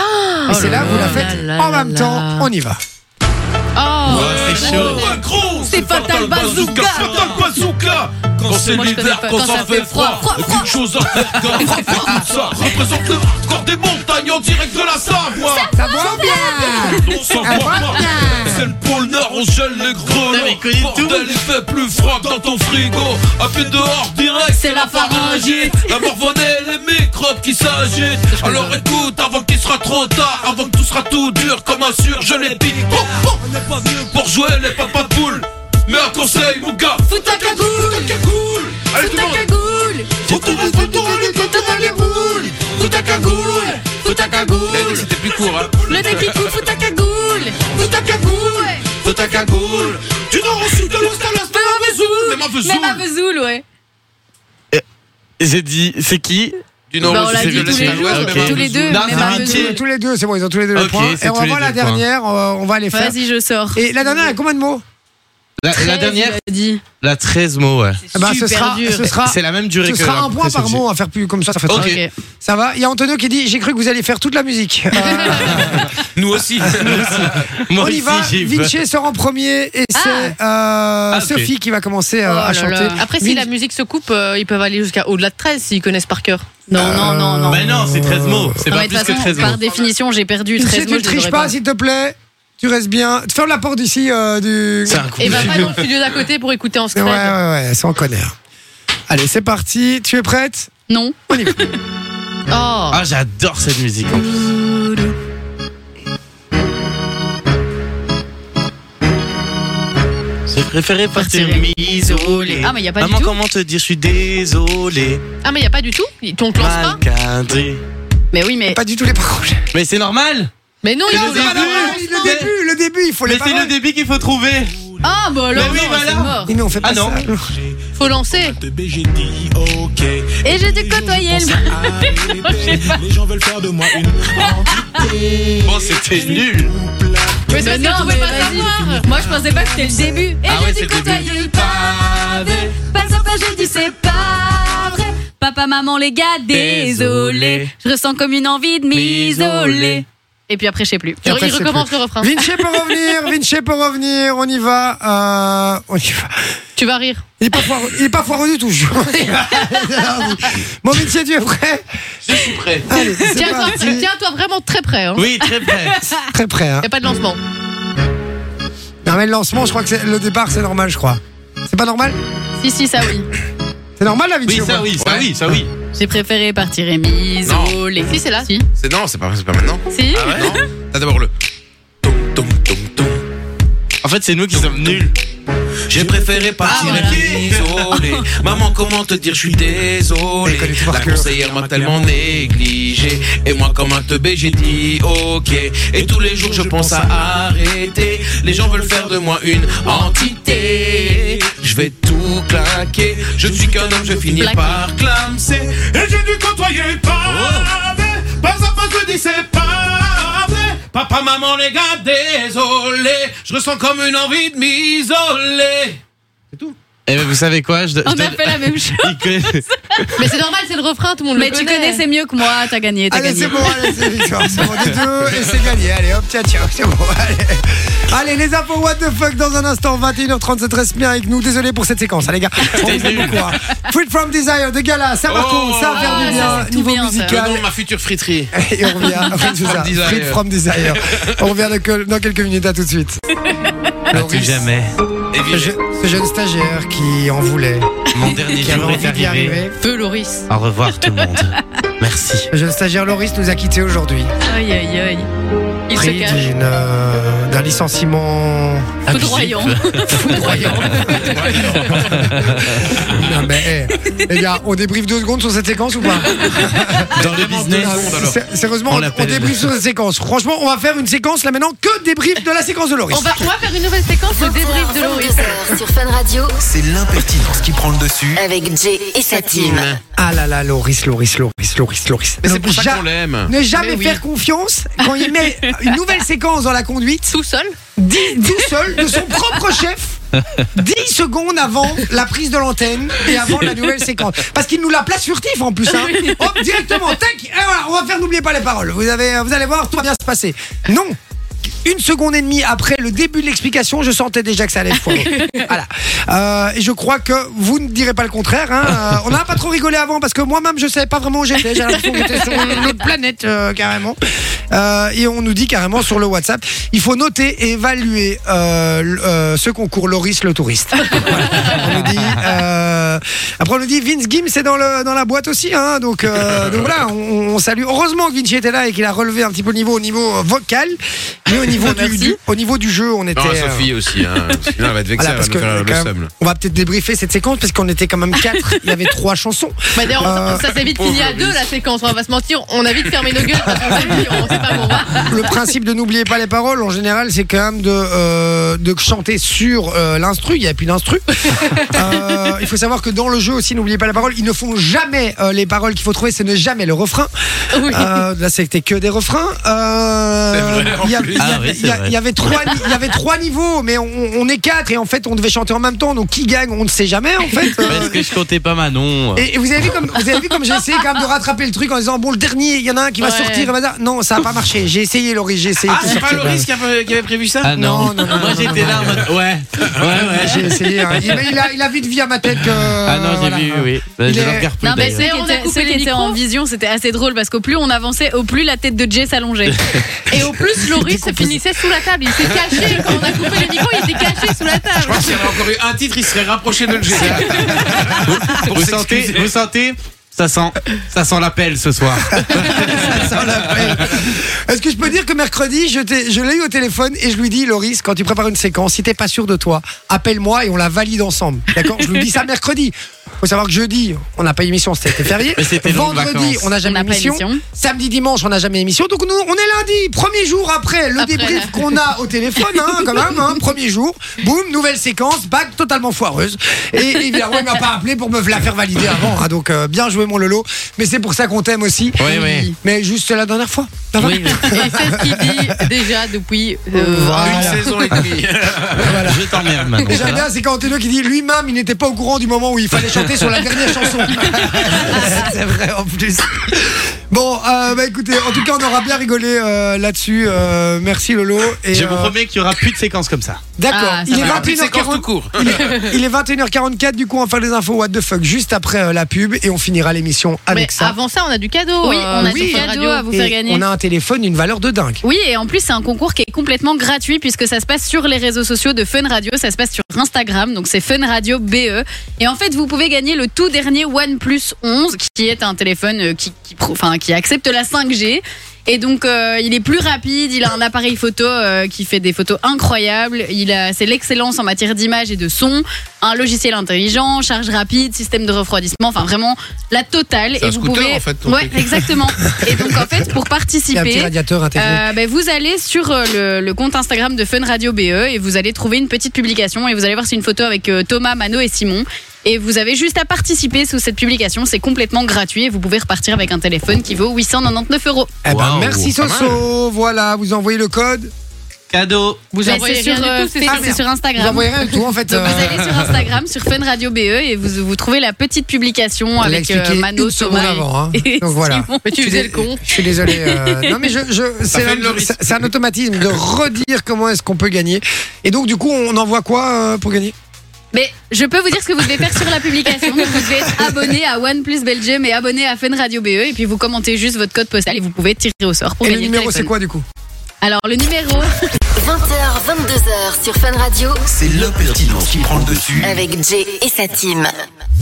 Speaker 2: et c'est là, vous la faites
Speaker 4: Ah. Oh là là
Speaker 2: en même
Speaker 4: là.
Speaker 2: temps. On y va.
Speaker 4: Oh,
Speaker 5: c'est chaud.
Speaker 4: c'est Fatal Bazooka.
Speaker 11: bazooka Quand c'est
Speaker 4: Moi, je
Speaker 11: l'hiver,
Speaker 4: connais pas.
Speaker 11: quand
Speaker 4: Quand
Speaker 11: ça fait froid, aucune chose à faire quand tout ça représente le corps des montagnes en direct de la Savoie
Speaker 2: Ça va bien
Speaker 11: On s'en
Speaker 2: Ah,
Speaker 11: fout pas.
Speaker 2: voilà.
Speaker 11: C'est le pôle Nord, on gèle les
Speaker 5: Non, mais il connaît
Speaker 11: grelots Bordel, il fait plus froid que dans ton frigo À plus dehors, direct, c'est la pharyngite La morvonnée, les microbes qui s'agitent Alors écoute, avant qu'il sera trop tard Avant que tout sera tout dur comme un surgelé pique Oh, oh. On n'est pas venu pour jouer les papas poules Mais un conseil, mon gars Fous ta cagoule Fous ta cagoule Allez tout le monde Fous ta cagoule Fous ta cagoule Fous ta cagoule Eh, Fous ta cagoule
Speaker 3: C'était plus court, hein.
Speaker 6: Le nez qui coule, faut ta cagoule.
Speaker 11: Fous ta cagoule Fous ta cagoule Du nord au sud, de l'ouest à l'est, mais ma vesoule
Speaker 6: Même à Vesoul, ouais.
Speaker 5: J'ai dit, c'est qui
Speaker 3: Du nord
Speaker 4: Bah, on
Speaker 3: au
Speaker 4: l'a
Speaker 3: sud,
Speaker 4: dit
Speaker 3: de
Speaker 4: tous
Speaker 3: l'est
Speaker 4: les
Speaker 3: à
Speaker 4: jours,
Speaker 3: l'ouest, mais
Speaker 6: tous les deux,
Speaker 5: Non,
Speaker 4: Eh ben,
Speaker 6: même
Speaker 5: c'est
Speaker 6: à
Speaker 5: Vinci.
Speaker 6: Vesoul.
Speaker 2: Tous les deux, c'est bon, ils ont tous les deux le
Speaker 5: Ok,
Speaker 2: point.
Speaker 5: c'est
Speaker 2: Et on
Speaker 5: tous
Speaker 2: va
Speaker 5: les
Speaker 2: voir la
Speaker 5: deux points.
Speaker 2: dernière, euh, on va les faire.
Speaker 6: Vas-y, je sors.
Speaker 2: Et la dernière, elle a combien de mots
Speaker 5: La, la
Speaker 6: Treize,
Speaker 5: dernière,
Speaker 6: il a dit.
Speaker 5: la 13 mots, ouais.
Speaker 2: Eh ben, ce
Speaker 4: Super
Speaker 2: sera,
Speaker 4: dur.
Speaker 2: ce sera,
Speaker 5: C'est la même durée
Speaker 2: ce
Speaker 5: que
Speaker 2: sera
Speaker 5: la
Speaker 2: un point par
Speaker 5: précédente.
Speaker 2: mot à faire plus comme ça, ça fait
Speaker 5: Ok.
Speaker 2: trois. Ça va. Il y a Antonio qui dit J'ai cru que vous alliez faire toute la musique. Euh,
Speaker 3: Nous aussi.
Speaker 5: Moi
Speaker 2: On y
Speaker 5: aussi,
Speaker 2: va.
Speaker 5: j'y vais.
Speaker 2: Vinci sort en premier et c'est euh,
Speaker 5: Ah, ok.
Speaker 2: Sophie qui va commencer euh,
Speaker 6: Oh
Speaker 2: à
Speaker 6: là
Speaker 2: chanter.
Speaker 6: là.
Speaker 4: Après, si
Speaker 2: Vin-
Speaker 4: la musique se coupe, euh, ils peuvent aller jusqu'à au-delà de 13 s'ils connaissent par cœur.
Speaker 6: Non, non, non, non.
Speaker 5: Bah non, c'est 13 mots. C'est
Speaker 6: Non,
Speaker 5: pas
Speaker 6: mais de
Speaker 5: plus
Speaker 6: toute
Speaker 5: que
Speaker 6: façon,
Speaker 5: 13 mots.
Speaker 6: par définition, j'ai perdu
Speaker 2: Vinci,
Speaker 6: 13 mots.
Speaker 2: tu
Speaker 6: je les
Speaker 2: triches
Speaker 6: aurais
Speaker 2: pas, s'il te plaît. Tu restes bien. Ferme la porte d'ici euh, du.
Speaker 5: C'est un coup.
Speaker 4: Et va Eh ben, pas dans le studio d'à côté pour écouter en
Speaker 2: Ouais, ouais,
Speaker 4: secret.
Speaker 2: ouais, c'est en connard. Allez, c'est parti. Tu es prête
Speaker 6: Non.
Speaker 2: On y va.
Speaker 4: Oh,
Speaker 5: Ah, j'adore cette musique en plus. J'ai préféré partir
Speaker 6: Partir.
Speaker 5: isolé.
Speaker 6: Ah, mais y a pas
Speaker 5: Maman,
Speaker 6: du tout.
Speaker 5: comment te dire, je suis désolé.
Speaker 4: ah mais y a pas du tout. Ton clan pas.
Speaker 5: Mal cadré.
Speaker 6: Mais oui, mais.
Speaker 2: Pas du tout les paroles.
Speaker 5: Mais c'est normal.
Speaker 4: Mais non, il
Speaker 5: Mais
Speaker 4: a
Speaker 5: c'est pas la
Speaker 2: Ah,
Speaker 5: oui,
Speaker 2: le
Speaker 5: mais-
Speaker 2: début, le début, il faut les
Speaker 5: Mais c'est
Speaker 2: paroles.
Speaker 5: le débit qu'il faut trouver.
Speaker 6: Ah, bah alors,
Speaker 5: Mais oui,
Speaker 6: non,
Speaker 5: voilà.
Speaker 6: c'est mort.
Speaker 2: Mais non, on fait pas
Speaker 5: Ah, non.
Speaker 2: ça.
Speaker 4: Faut
Speaker 2: Ah,
Speaker 4: lancer.
Speaker 11: De BGDI, ok.
Speaker 6: Et j'ai dû côtoyer le.
Speaker 11: Les gens veulent faire de moi une entité.
Speaker 5: Bon, c'était nul.
Speaker 4: Mais c'est
Speaker 6: non,
Speaker 4: parce
Speaker 6: mais
Speaker 4: qu'elle pouvait pas
Speaker 6: vas-y.
Speaker 4: savoir.
Speaker 6: Moi, je pensais pas que c'était le début. Eh, Et
Speaker 5: Ah ouais,
Speaker 6: j'ai dû
Speaker 5: c'est le
Speaker 6: côtoyer le pavé. Pas sympa, j'ai dit c'est pas vrai. Papa, maman, les gars, désolé.
Speaker 5: Désolé.
Speaker 6: Je ressens comme une envie de m'isoler.
Speaker 5: M'isoler.
Speaker 6: Et puis après, je sais plus.
Speaker 4: Il
Speaker 2: après, c'est
Speaker 4: recommence le refrain.
Speaker 2: Vinci peut revenir, Vinci peut revenir. On y va. euh, on y va.
Speaker 4: Tu vas rire.
Speaker 2: Il est pas foireux, il est pas foireux du tout. je vous jure. bon, Vinci, tu es prêt
Speaker 3: Je suis prêt.
Speaker 2: Allez, c'est
Speaker 4: Tiens-toi
Speaker 2: parti.
Speaker 4: tiens-toi vraiment très près. Hein.
Speaker 5: Oui, très près.
Speaker 2: Très prêt. Hein.
Speaker 4: Y a pas de lancement.
Speaker 2: Non, Non, mais le lancement, je crois que c'est- le départ, c'est normal, je crois. C'est pas normal
Speaker 6: Si, si, ça oui.
Speaker 2: C'est normal la vidéo
Speaker 5: ça oui, ça oui, ça oui.
Speaker 6: J'ai préféré partir remise,
Speaker 3: Non.
Speaker 6: les. Si, c'est là. Si.
Speaker 3: C'est non, c'est pas, c'est pas maintenant.
Speaker 6: Si.
Speaker 3: Ah ouais Non. T'as d'abord le.
Speaker 5: En fait, c'est nous qui sommes nuls.
Speaker 11: J'ai préféré partir isolé. Maman, comment te dire, je suis désolé. La conseillère m'a tellement négligé. Et moi, comme un teubé, j'ai dit ok. Et tous les jours, je pense à arrêter. Les gens veulent faire de moi une entité. Je vais tout claquer. Je ne suis qu'un homme, je finis
Speaker 3: Claquer.
Speaker 11: par clamser. Et j'ai dû côtoyer pas vrai. Pas à pas, je dis c'est pas vrai. Papa, maman, les gars, désolé. Je ressens comme une envie de m'isoler.
Speaker 5: Et Eh ben, vous savez quoi je,
Speaker 6: On a fait la même chose.
Speaker 4: Mais c'est normal, c'est le refrain, tout le monde
Speaker 6: Mais
Speaker 4: le
Speaker 6: tu
Speaker 4: connaît.
Speaker 6: connaissais mieux que moi, t'as gagné, t'as
Speaker 2: Allez,
Speaker 6: gagné.
Speaker 2: c'est bon, allez, c'est victoire. C'est bon, des deux, et c'est gagné. Allez, hop, tiens, tiens, c'est bon. Allez. allez, les infos, what the fuck, dans un instant, 21h37, reste bien avec nous. Désolé pour cette séquence, hein, les gars. On vous aime beaucoup. hein. Fruit from Desire de Gala, ça va
Speaker 3: Oh.
Speaker 2: ça va faire
Speaker 6: Ah,
Speaker 2: du
Speaker 6: ça,
Speaker 2: bien,
Speaker 6: c'est tout
Speaker 2: niveau
Speaker 6: bien, ça.
Speaker 3: Le
Speaker 2: musical.
Speaker 3: nom de ma future friterie.
Speaker 2: Et on revient. Oui, c'est ça.
Speaker 3: From Desire.
Speaker 2: Fruit from Desire. On revient de- dans quelques minutes, à tout de suite.
Speaker 5: Plus jamais.
Speaker 11: Eh
Speaker 3: Et
Speaker 2: Ce je- ce jeune stagiaire qui en voulait,
Speaker 5: Mon dernier
Speaker 2: qui avait
Speaker 5: jour
Speaker 2: envie
Speaker 5: est
Speaker 2: d'y
Speaker 5: arrivé.
Speaker 2: arriver.
Speaker 6: Peu Loris.
Speaker 5: Au revoir tout le monde. Merci.
Speaker 2: Le jeune stagiaire Loris nous a quittés aujourd'hui.
Speaker 6: Aïe, aïe, aïe. Il se
Speaker 2: Pris
Speaker 6: cache.
Speaker 2: d'une, euh, d'un licenciement
Speaker 6: Foudroyant.
Speaker 2: foudroyant. non mais, eh, les gars, on débriefe deux secondes sur cette séquence ou pas
Speaker 5: Dans le business.
Speaker 2: Sé- Sérieusement,
Speaker 5: On
Speaker 2: on,
Speaker 5: l'appelle.
Speaker 2: on débriefe sur cette séquence. Franchement, on va faire une séquence là maintenant que débrief de la séquence de Loris.
Speaker 4: On va, on va faire une nouvelle séquence, le débrief de Loris.
Speaker 1: 22h sur Fun Radio
Speaker 8: C'est l'impertinence qui prend le dessus.
Speaker 1: avec Jay et sa team.
Speaker 2: Ah là là, Loris, Loris, Loris, Loris, Loris.
Speaker 3: Mais c'est
Speaker 2: Ne
Speaker 3: pour ça
Speaker 2: ja-
Speaker 3: qu'on l'aime.
Speaker 2: Ne jamais
Speaker 4: Mais oui.
Speaker 2: faire confiance quand il met une nouvelle séquence dans la conduite,
Speaker 4: Tout seul
Speaker 2: dit tout seul, de son propre chef, 10 secondes avant la prise de l'antenne et avant la nouvelle séquence. Parce qu'il nous la place furtif en plus. Hein. Hop, directement, tac, et voilà, on va faire n'oubliez pas les paroles. Vous, avez, vous allez voir, tout va bien se passer. Non une seconde et demie après le début de l'explication, je sentais déjà que ça allait foirer. voilà. Euh, et je crois que vous ne direz pas le contraire. hein. Euh, on n'a pas trop rigolé avant parce que moi-même, je savais pas vraiment où j'étais. J'ai l'impression que j'étais sur une autre planète, euh, carrément. Euh, et on nous dit carrément sur le WhatsApp il faut noter et évaluer euh, l- euh, ce concours Loris le touriste. Voilà. On nous dit. euh, après, on nous dit Vince Gim, c'est dans, le- dans la boîte aussi. hein. donc, euh, donc voilà, on, on salue. Heureusement que Vinci était là et qu'il a relevé un petit peu le niveau au niveau euh, vocal. Mais au niveau, du, du- au niveau du jeu, on était.
Speaker 3: Non,
Speaker 2: euh,
Speaker 3: Sophie aussi. Hein. Sinon, elle va être vexée,
Speaker 2: voilà,
Speaker 3: elle va
Speaker 2: parce
Speaker 3: nous
Speaker 2: que,
Speaker 3: faire le
Speaker 2: quand même,
Speaker 3: seum.
Speaker 2: on va peut-être débriefer cette séquence parce qu'on était quand même quatre. Il y avait trois chansons.
Speaker 4: Bah d'ailleurs,
Speaker 2: Euh,
Speaker 4: ça- ça s'est vite
Speaker 3: pauvre
Speaker 4: fini à
Speaker 3: Loris.
Speaker 4: deux la séquence, on va se mentir, on a vite fermé nos gueules parce qu'on s'est dit, on sait pas où on va.
Speaker 2: le principe de n'oubliez pas les paroles en général c'est quand même de, euh, de chanter sur euh, l'instru il n'y a plus d'instru Euh, il faut savoir que dans le jeu aussi n'oubliez pas les paroles ils ne font jamais euh, les paroles qu'il faut trouver c'est ne jamais le refrain Euh, là c'était que des refrains Euh,
Speaker 3: C'est vrai, en
Speaker 2: il y a-
Speaker 3: plus.
Speaker 2: il y a-
Speaker 5: Ah oui, c'est
Speaker 2: il y a-
Speaker 5: vrai.
Speaker 2: il y avait trois ni- il y avait trois niveaux mais on, on est quatre et en fait on devait chanter en même temps donc qui gagne on ne sait jamais en fait Euh,
Speaker 5: Est-ce que je comptais pas Manon
Speaker 2: et, et vous avez vu comme vous avez vu comme j'ai essayé quand même de rattraper le truc en disant bon le dernier il y en a un qui va
Speaker 4: Ouais.
Speaker 2: sortir et bazar. non ça a pas marché j'ai essayé Laurie j'ai essayé
Speaker 3: Ah,
Speaker 2: tout
Speaker 3: c'est
Speaker 2: sortir.
Speaker 3: pas Loris qui, avait- qui avait prévu ça
Speaker 5: Ah non.
Speaker 2: Non, non, non,
Speaker 5: Moi
Speaker 2: non,
Speaker 5: j'étais
Speaker 2: non,
Speaker 5: là en
Speaker 2: non.
Speaker 5: mode ouais. Ouais ouais.
Speaker 2: j'ai essayé hein. il, mais il a, il a vite vu à ma tête que
Speaker 5: Ah non, j'ai
Speaker 2: voilà.
Speaker 5: vu, oui.
Speaker 2: Il
Speaker 5: oui. Je
Speaker 2: est-
Speaker 5: le regarde plus
Speaker 6: Non,
Speaker 5: d'ailleurs.
Speaker 6: mais ceux qui
Speaker 4: on a
Speaker 6: étaient,
Speaker 4: coupé
Speaker 6: ceux qui
Speaker 4: les
Speaker 6: étaient en
Speaker 4: micros.
Speaker 6: vision, c'était assez drôle parce qu'au plus on avançait, au plus la tête de Jay s'allongeait.
Speaker 4: Et au plus, Loris se finissait sous la table, il s'est caché, quand on a coupé le micro, il s'est caché sous la
Speaker 3: Je
Speaker 4: table.
Speaker 3: crois que s'il y avait encore eu un titre, il serait rapproché de le G. Pour
Speaker 5: Vous sentez,
Speaker 3: s'excuser.
Speaker 5: vous sentez ça sent, ça sent l'appel ce soir.
Speaker 2: Ça l'appelle. Est-ce que je peux dire que mercredi, je, t'ai- je l'ai eu au téléphone et je lui dis, Loris, quand tu prépares une séquence, si t'es pas sûr de toi, appelle-moi et on la valide ensemble. D'accord Je lui dis ça mercredi. Faut savoir que jeudi, on n'a pas émission, c'était férié.
Speaker 5: Mais c'était longues
Speaker 2: Vendredi,
Speaker 5: vacances.
Speaker 2: on n'a
Speaker 6: On
Speaker 2: jamais
Speaker 6: n'a pas
Speaker 2: émission.
Speaker 6: émission.
Speaker 2: Samedi, dimanche, on n'a jamais émission. Donc nous, on est lundi, premier jour après le
Speaker 4: Après.
Speaker 2: débrief qu'on a au téléphone, hein, quand même, hein, premier jour. Boum, nouvelle séquence, bac totalement foireuse. Et évidemment, il m'a pas appelé pour me la faire valider avant. hein. donc euh, bien joué mon Lolo. Mais c'est pour ça qu'on t'aime aussi.
Speaker 5: Oui, oui.
Speaker 2: Mais juste la dernière fois. Ça va
Speaker 4: Et c'est ce qu'il dit déjà depuis. euh,
Speaker 3: Une
Speaker 2: Voilà.
Speaker 3: saison et demie.
Speaker 5: Je t'emmerde Manon.
Speaker 2: Et J'aime bien, c'est quand Antonio qui dit lui-même, il n'était pas au courant du moment où il fallait chanter sur la dernière chanson. c'est vrai en plus. Bon, euh, bah écoutez, en tout cas, on aura bien rigolé euh, là-dessus. Euh, merci Lolo. Et,
Speaker 5: Je vous
Speaker 2: euh,
Speaker 5: promets qu'il y aura plus de séquences comme ça.
Speaker 2: D'accord,
Speaker 5: Ah, ça
Speaker 2: il, est
Speaker 5: va. Plus de séquences
Speaker 2: 21h40
Speaker 5: tout court.
Speaker 2: il, est, il est 21h44, du coup on va faire les infos what the fuck juste après euh, la pub et on finira l'émission avec
Speaker 4: Mais
Speaker 2: ça.
Speaker 4: avant ça, on a du cadeau.
Speaker 6: Oui,
Speaker 4: euh,
Speaker 6: on a
Speaker 4: sur
Speaker 6: du
Speaker 4: Fun
Speaker 6: cadeau
Speaker 4: Radio.
Speaker 6: à vous
Speaker 2: Et
Speaker 6: faire gagner.
Speaker 2: On a un téléphone d'une valeur de dingue.
Speaker 6: Oui, et en plus, c'est un concours qui est complètement gratuit puisque ça se passe sur les réseaux sociaux de Fun Radio. Ça se passe sur Instagram, donc c'est Fun Radio BE. Et en fait, vous pouvez gagner le tout dernier OnePlus 11, qui est un téléphone euh, qui, qui, pro- enfin, qui accepte la 5G. Et donc, euh, il est plus rapide, il a un appareil photo euh, qui fait des photos incroyables. Il a, c'est l'excellence en matière d'image et de son. Un logiciel intelligent, charge rapide, système de refroidissement. Enfin, vraiment la totale.
Speaker 3: C'est un
Speaker 6: et vous
Speaker 3: scooter,
Speaker 6: pouvez,
Speaker 3: en fait, ton
Speaker 6: ouais,
Speaker 3: truc.
Speaker 6: exactement. Et donc, en fait, pour
Speaker 2: Il y a un petit
Speaker 6: participer,
Speaker 2: radiateur intégré.
Speaker 6: euh, ben, vous allez sur euh, le, le compte Instagram de Fun Radio BE et vous allez trouver une petite publication et vous allez voir c'est une photo avec euh, Thomas, Mano et Simon. Et vous avez juste à participer sous cette publication, c'est complètement gratuit et vous pouvez repartir avec un téléphone qui vaut 899 euros.
Speaker 2: Eh ben,
Speaker 5: Wow,
Speaker 2: merci
Speaker 5: pas
Speaker 2: Soso, voilà, vous envoyez le code.
Speaker 5: Cadeau.
Speaker 4: Vous
Speaker 6: Ben,
Speaker 4: envoyez
Speaker 6: c'est sur,
Speaker 4: rien
Speaker 6: euh,
Speaker 4: du tout, c'est
Speaker 6: c'est-
Speaker 4: sur-
Speaker 6: c'est sur Instagram.
Speaker 2: Vous envoyez rien du tout en fait.
Speaker 6: Donc, vous
Speaker 2: euh,
Speaker 6: allez sur Instagram, sur Fun Radio BE et vous, vous trouvez la petite publication
Speaker 2: on l'a
Speaker 6: avec euh,
Speaker 2: expliqué
Speaker 6: Mano,
Speaker 2: une seconde
Speaker 6: Thomas. et-
Speaker 2: avant. hein.
Speaker 6: et
Speaker 2: Donc voilà.
Speaker 6: Simon.
Speaker 4: Mais tu faisais le con.
Speaker 2: Je suis désolé. euh, non mais je, je- c'est
Speaker 3: fait
Speaker 2: un,
Speaker 3: une Loris.
Speaker 2: c'est- c'est un automatisme de redire comment est-ce qu'on peut gagner. Et donc du coup on envoie quoi euh, pour gagner
Speaker 6: Mais je peux vous dire ce que vous devez faire sur la publication. Vous devez être abonné à OnePlus Belgium et abonné à Fun Radio BE. Et puis vous commentez juste votre code postal et vous pouvez tirer au sort pour
Speaker 2: Et le
Speaker 6: gagner
Speaker 2: numéro c'est
Speaker 6: téléphone.
Speaker 2: quoi du coup
Speaker 6: Alors le numéro,
Speaker 1: 20h, 22h sur Fun Radio
Speaker 8: C'est l'impertinence qui prend le dessus.
Speaker 1: avec Jay et sa team.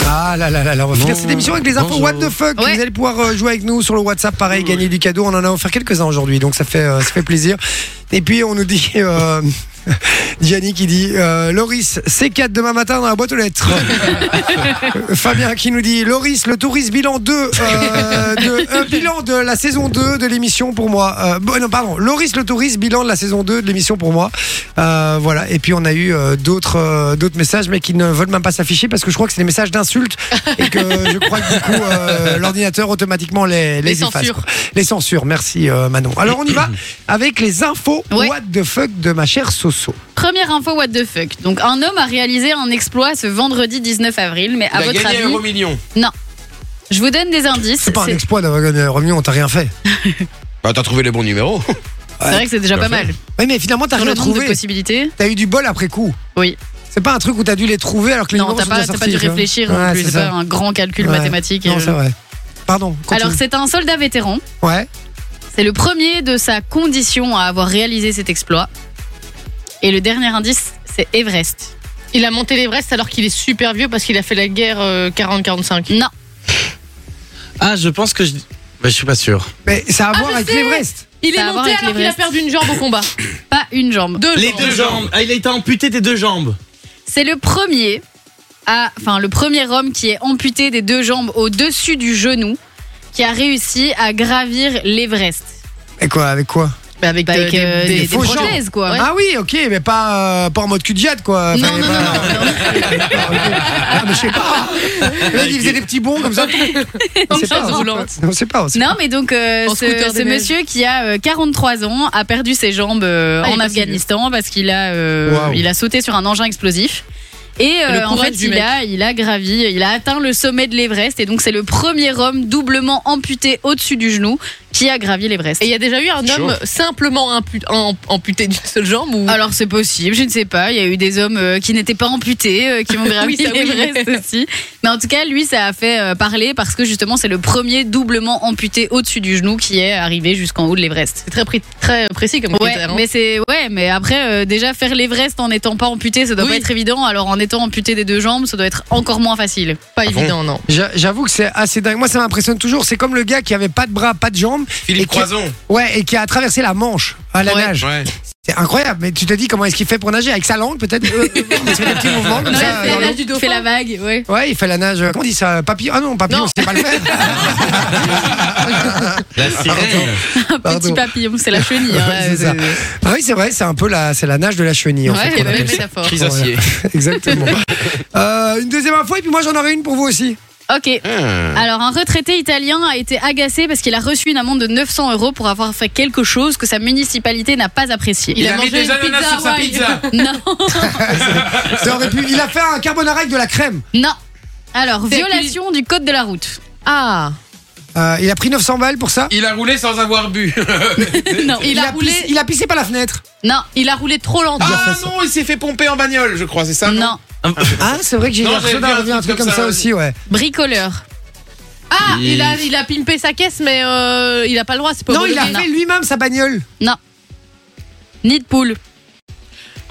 Speaker 2: Ah là là là là, on va finir cette émission avec les infos
Speaker 5: Bonjour.
Speaker 2: What the fuck.
Speaker 6: Ouais.
Speaker 2: Vous allez pouvoir euh, jouer avec nous sur le WhatsApp, pareil, gagner du cadeau. On en a offert quelques-uns aujourd'hui, donc ça fait, euh, ça fait plaisir. Et puis on nous dit, euh, Gianni qui dit, euh, Loris, C4 demain matin dans la boîte aux lettres. Euh, Fabien qui nous dit, Loris, le touriste bilan 2, euh, de, euh, bilan de la saison 2 de l'émission pour moi. Euh, bon, non, pardon, Loris, le touriste bilan de la saison 2 de l'émission pour moi. Euh, voilà, et puis on a eu euh, d'autres euh, d'autres messages, mais qui ne veulent même pas s'afficher parce que je crois que c'est des messages d'insultes et que je crois que du coup euh, l'ordinateur automatiquement les, les,
Speaker 4: Les
Speaker 2: efface,
Speaker 4: censures.
Speaker 2: quoi. Les censures, merci euh, Manon. Alors on y va avec les infos
Speaker 6: Ouais.
Speaker 2: What the fuck de ma chère Soso.
Speaker 6: première info what the fuck. Donc un homme a réalisé un exploit ce vendredi 19 avril, mais à
Speaker 3: Il a
Speaker 6: votre
Speaker 3: gagné
Speaker 6: avis,
Speaker 3: un euro million.
Speaker 6: je vous donne des indices.
Speaker 2: C'est pas un
Speaker 6: C'est
Speaker 2: exploit d'avoir gagné un revenu, on t'a rien fait.
Speaker 3: Bah, t'as trouvé les bons numéros.
Speaker 6: c'est vrai que c'est déjà pas mal.
Speaker 2: Oui, mais finalement t'as
Speaker 6: Sur
Speaker 2: rien
Speaker 6: le nombre de
Speaker 2: trouvé.
Speaker 6: possibilités.
Speaker 2: T'as eu du bol après coup.
Speaker 6: Oui.
Speaker 2: C'est pas un truc où t'as dû les trouver alors que les
Speaker 6: Non,
Speaker 2: numéros
Speaker 6: t'as
Speaker 2: sont
Speaker 6: pas,
Speaker 2: déjà
Speaker 6: t'as pas
Speaker 2: sortis,
Speaker 6: dû
Speaker 2: tu vois.
Speaker 6: réfléchir hein.
Speaker 2: Ouais,
Speaker 6: non plus.
Speaker 2: c'est
Speaker 6: C'est
Speaker 2: ça.
Speaker 6: pas un grand calcul
Speaker 2: Ouais.
Speaker 6: mathématique.
Speaker 2: Non,
Speaker 6: euh.
Speaker 2: c'est vrai. Pardon. continue.
Speaker 6: Alors c'est un soldat vétéran.
Speaker 2: ouais.
Speaker 6: C'est le premier de sa condition à avoir réalisé cet exploit. Et le dernier indice, c'est Everest.
Speaker 4: Il a monté l'Everest alors qu'il est super vieux parce qu'il a fait la guerre euh, 40-45.
Speaker 6: Non,
Speaker 5: Ah, je pense que je. Bah, je suis pas sûr.
Speaker 2: Mais ça a à
Speaker 4: Ah,
Speaker 2: voir
Speaker 4: je
Speaker 2: avec
Speaker 4: sais.
Speaker 2: l'Everest.
Speaker 4: Il
Speaker 6: Ça
Speaker 4: est
Speaker 6: a à voir
Speaker 4: monté
Speaker 6: avec
Speaker 4: alors qu'il a
Speaker 6: l'Everest.
Speaker 4: perdu une jambe au combat.
Speaker 6: pas une jambe.
Speaker 4: Deux
Speaker 5: Les
Speaker 4: jambes.
Speaker 5: deux jambes. Ah, il a été amputé des deux jambes.
Speaker 6: C'est le premier à, enfin, le premier homme qui est amputé des deux jambes au-dessus du genou, qui a réussi à gravir l'Everest.
Speaker 2: Et quoi Avec quoi
Speaker 4: Bah, avec
Speaker 6: Bah,
Speaker 4: euh,
Speaker 6: avec
Speaker 4: des-
Speaker 6: euh,
Speaker 4: des-
Speaker 6: des,
Speaker 4: des
Speaker 6: des
Speaker 2: faux jambes.
Speaker 6: prothèses, quoi.
Speaker 2: Ah oui, ok, mais pas, euh, pas en mode cul de jatte, quoi.
Speaker 6: Non,
Speaker 2: Enfin,
Speaker 6: non, non,
Speaker 2: pas-
Speaker 6: non, non.
Speaker 2: Ah, mais je sais pas. Le mec, il faisait des petits bonds comme ça.
Speaker 5: Ah,
Speaker 2: On sait
Speaker 4: chaise
Speaker 2: pas. hein.
Speaker 4: roulante.
Speaker 2: On sait pas. on sait
Speaker 6: Non, mais donc euh,
Speaker 4: En
Speaker 6: ce,
Speaker 4: scooter des
Speaker 6: ce
Speaker 4: neiges.
Speaker 6: monsieur qui a euh, 43 ans a perdu ses jambes euh,
Speaker 4: Ah, il est
Speaker 6: en
Speaker 4: pas
Speaker 6: Afghanistan parce qu'il a euh,
Speaker 2: Waouh.
Speaker 6: il a sauté sur un engin explosif. Et euh,
Speaker 4: le
Speaker 6: en
Speaker 4: courage
Speaker 6: fait,
Speaker 4: du
Speaker 6: il
Speaker 4: mec.
Speaker 6: a, il a gravi, il a atteint le sommet de l'Everest. Et donc, c'est le premier homme doublement amputé au-dessus du genou qui a gravi l'Everest.
Speaker 4: Et il y a déjà eu un homme simplement impu- en- amputé d'une seule jambe ou
Speaker 6: Alors, c'est possible, je ne sais pas. Il y a eu des hommes euh, qui n'étaient pas amputés, euh, qui ont gravi
Speaker 4: Oui, ça, oui.
Speaker 6: l'Everest aussi. Mais en tout cas, lui, ça a fait euh, parler parce que justement, c'est le premier doublement amputé au-dessus du genou qui est arrivé jusqu'en haut de l'Everest.
Speaker 4: c'est très, pré- très précis comme
Speaker 6: Ouais,
Speaker 4: critère, hein.
Speaker 6: mais c'est ouais, mais après euh, déjà faire l'Everest en n'étant pas amputé, ça doit
Speaker 4: Oui.
Speaker 6: pas être évident. Alors en étant amputé des deux jambes, ça doit être encore moins facile.
Speaker 4: pas
Speaker 3: bon
Speaker 4: évident, non.
Speaker 2: J'a- J'avoue que c'est assez dingue. Moi, ça m'impressionne toujours. C'est comme le gars qui avait pas de bras, pas de jambes, Et
Speaker 3: Philippe
Speaker 2: qui-
Speaker 3: Croison.
Speaker 2: ouais, et qui a traversé la Manche à la
Speaker 4: Ouais.
Speaker 2: nage.
Speaker 3: Ouais.
Speaker 2: C'est incroyable. Mais tu te dis comment est-ce qu'il fait pour nager avec sa langue, peut-être. Euh, euh, il se fait des petits mouvements comme
Speaker 6: Non,
Speaker 2: ça.
Speaker 6: il fait
Speaker 2: dans
Speaker 6: la
Speaker 2: l'eau.
Speaker 6: nage du dauphin. Fait la vague, ouais.
Speaker 2: Ouais, il fait la nage. euh, Comment on dit ça Papillon Ah non, papillon,
Speaker 4: Non.
Speaker 2: c'est pas le faire.
Speaker 5: La sirène.
Speaker 6: Un
Speaker 2: Pardon.
Speaker 6: petit papillon, c'est la chenille.
Speaker 2: Ouais,
Speaker 6: hein,
Speaker 2: c'est ça. Ah oui, c'est vrai, c'est un peu la, c'est la nage de la chenille en
Speaker 6: Ouais,
Speaker 2: fait. qu'on
Speaker 6: il y a
Speaker 2: appelle
Speaker 6: même
Speaker 2: ça.
Speaker 6: métaphore.
Speaker 3: Chrysacier.
Speaker 2: Exactement. Euh, une deuxième info, et puis moi j'en aurai une pour vous aussi.
Speaker 6: Ok.
Speaker 3: Hmm.
Speaker 6: Alors un retraité italien a été agacé parce qu'il a reçu une amende de 900 euros pour avoir fait quelque chose que sa municipalité n'a pas apprécié.
Speaker 4: Il a
Speaker 3: mis
Speaker 4: mangé
Speaker 3: des
Speaker 4: une
Speaker 3: ananas
Speaker 4: pizza
Speaker 3: sur sa
Speaker 4: Hawaii.
Speaker 3: pizza.
Speaker 6: Non,
Speaker 2: Ça aurait pu- Il a fait un carbonara avec de la crème.
Speaker 6: non. Alors
Speaker 4: C'est
Speaker 6: violation du code de la route.
Speaker 4: Ah,
Speaker 2: Euh, Euh, il a pris 900 balles pour ça.
Speaker 3: Il a roulé sans avoir bu.
Speaker 4: Non, il,
Speaker 2: Il
Speaker 4: a,
Speaker 2: a
Speaker 4: roulé.
Speaker 2: il a pissé par la fenêtre.
Speaker 4: Non, il a roulé trop lentement.
Speaker 3: ah non, il s'est fait pomper en bagnole, je crois, c'est ça Non.
Speaker 2: Ah, c'est vrai que j'ai
Speaker 3: Non,
Speaker 2: l'impression
Speaker 3: j'avais vu
Speaker 2: d'avoir vu un truc comme ça aussi, ouais.
Speaker 4: Bricoleur. Ah, il... a, il a pimpé sa caisse, mais euh, il a pas le droit, c'est pas
Speaker 2: Non,
Speaker 4: obligé.
Speaker 2: il a fait lui-même sa bagnole.
Speaker 4: Non. Ni de poule.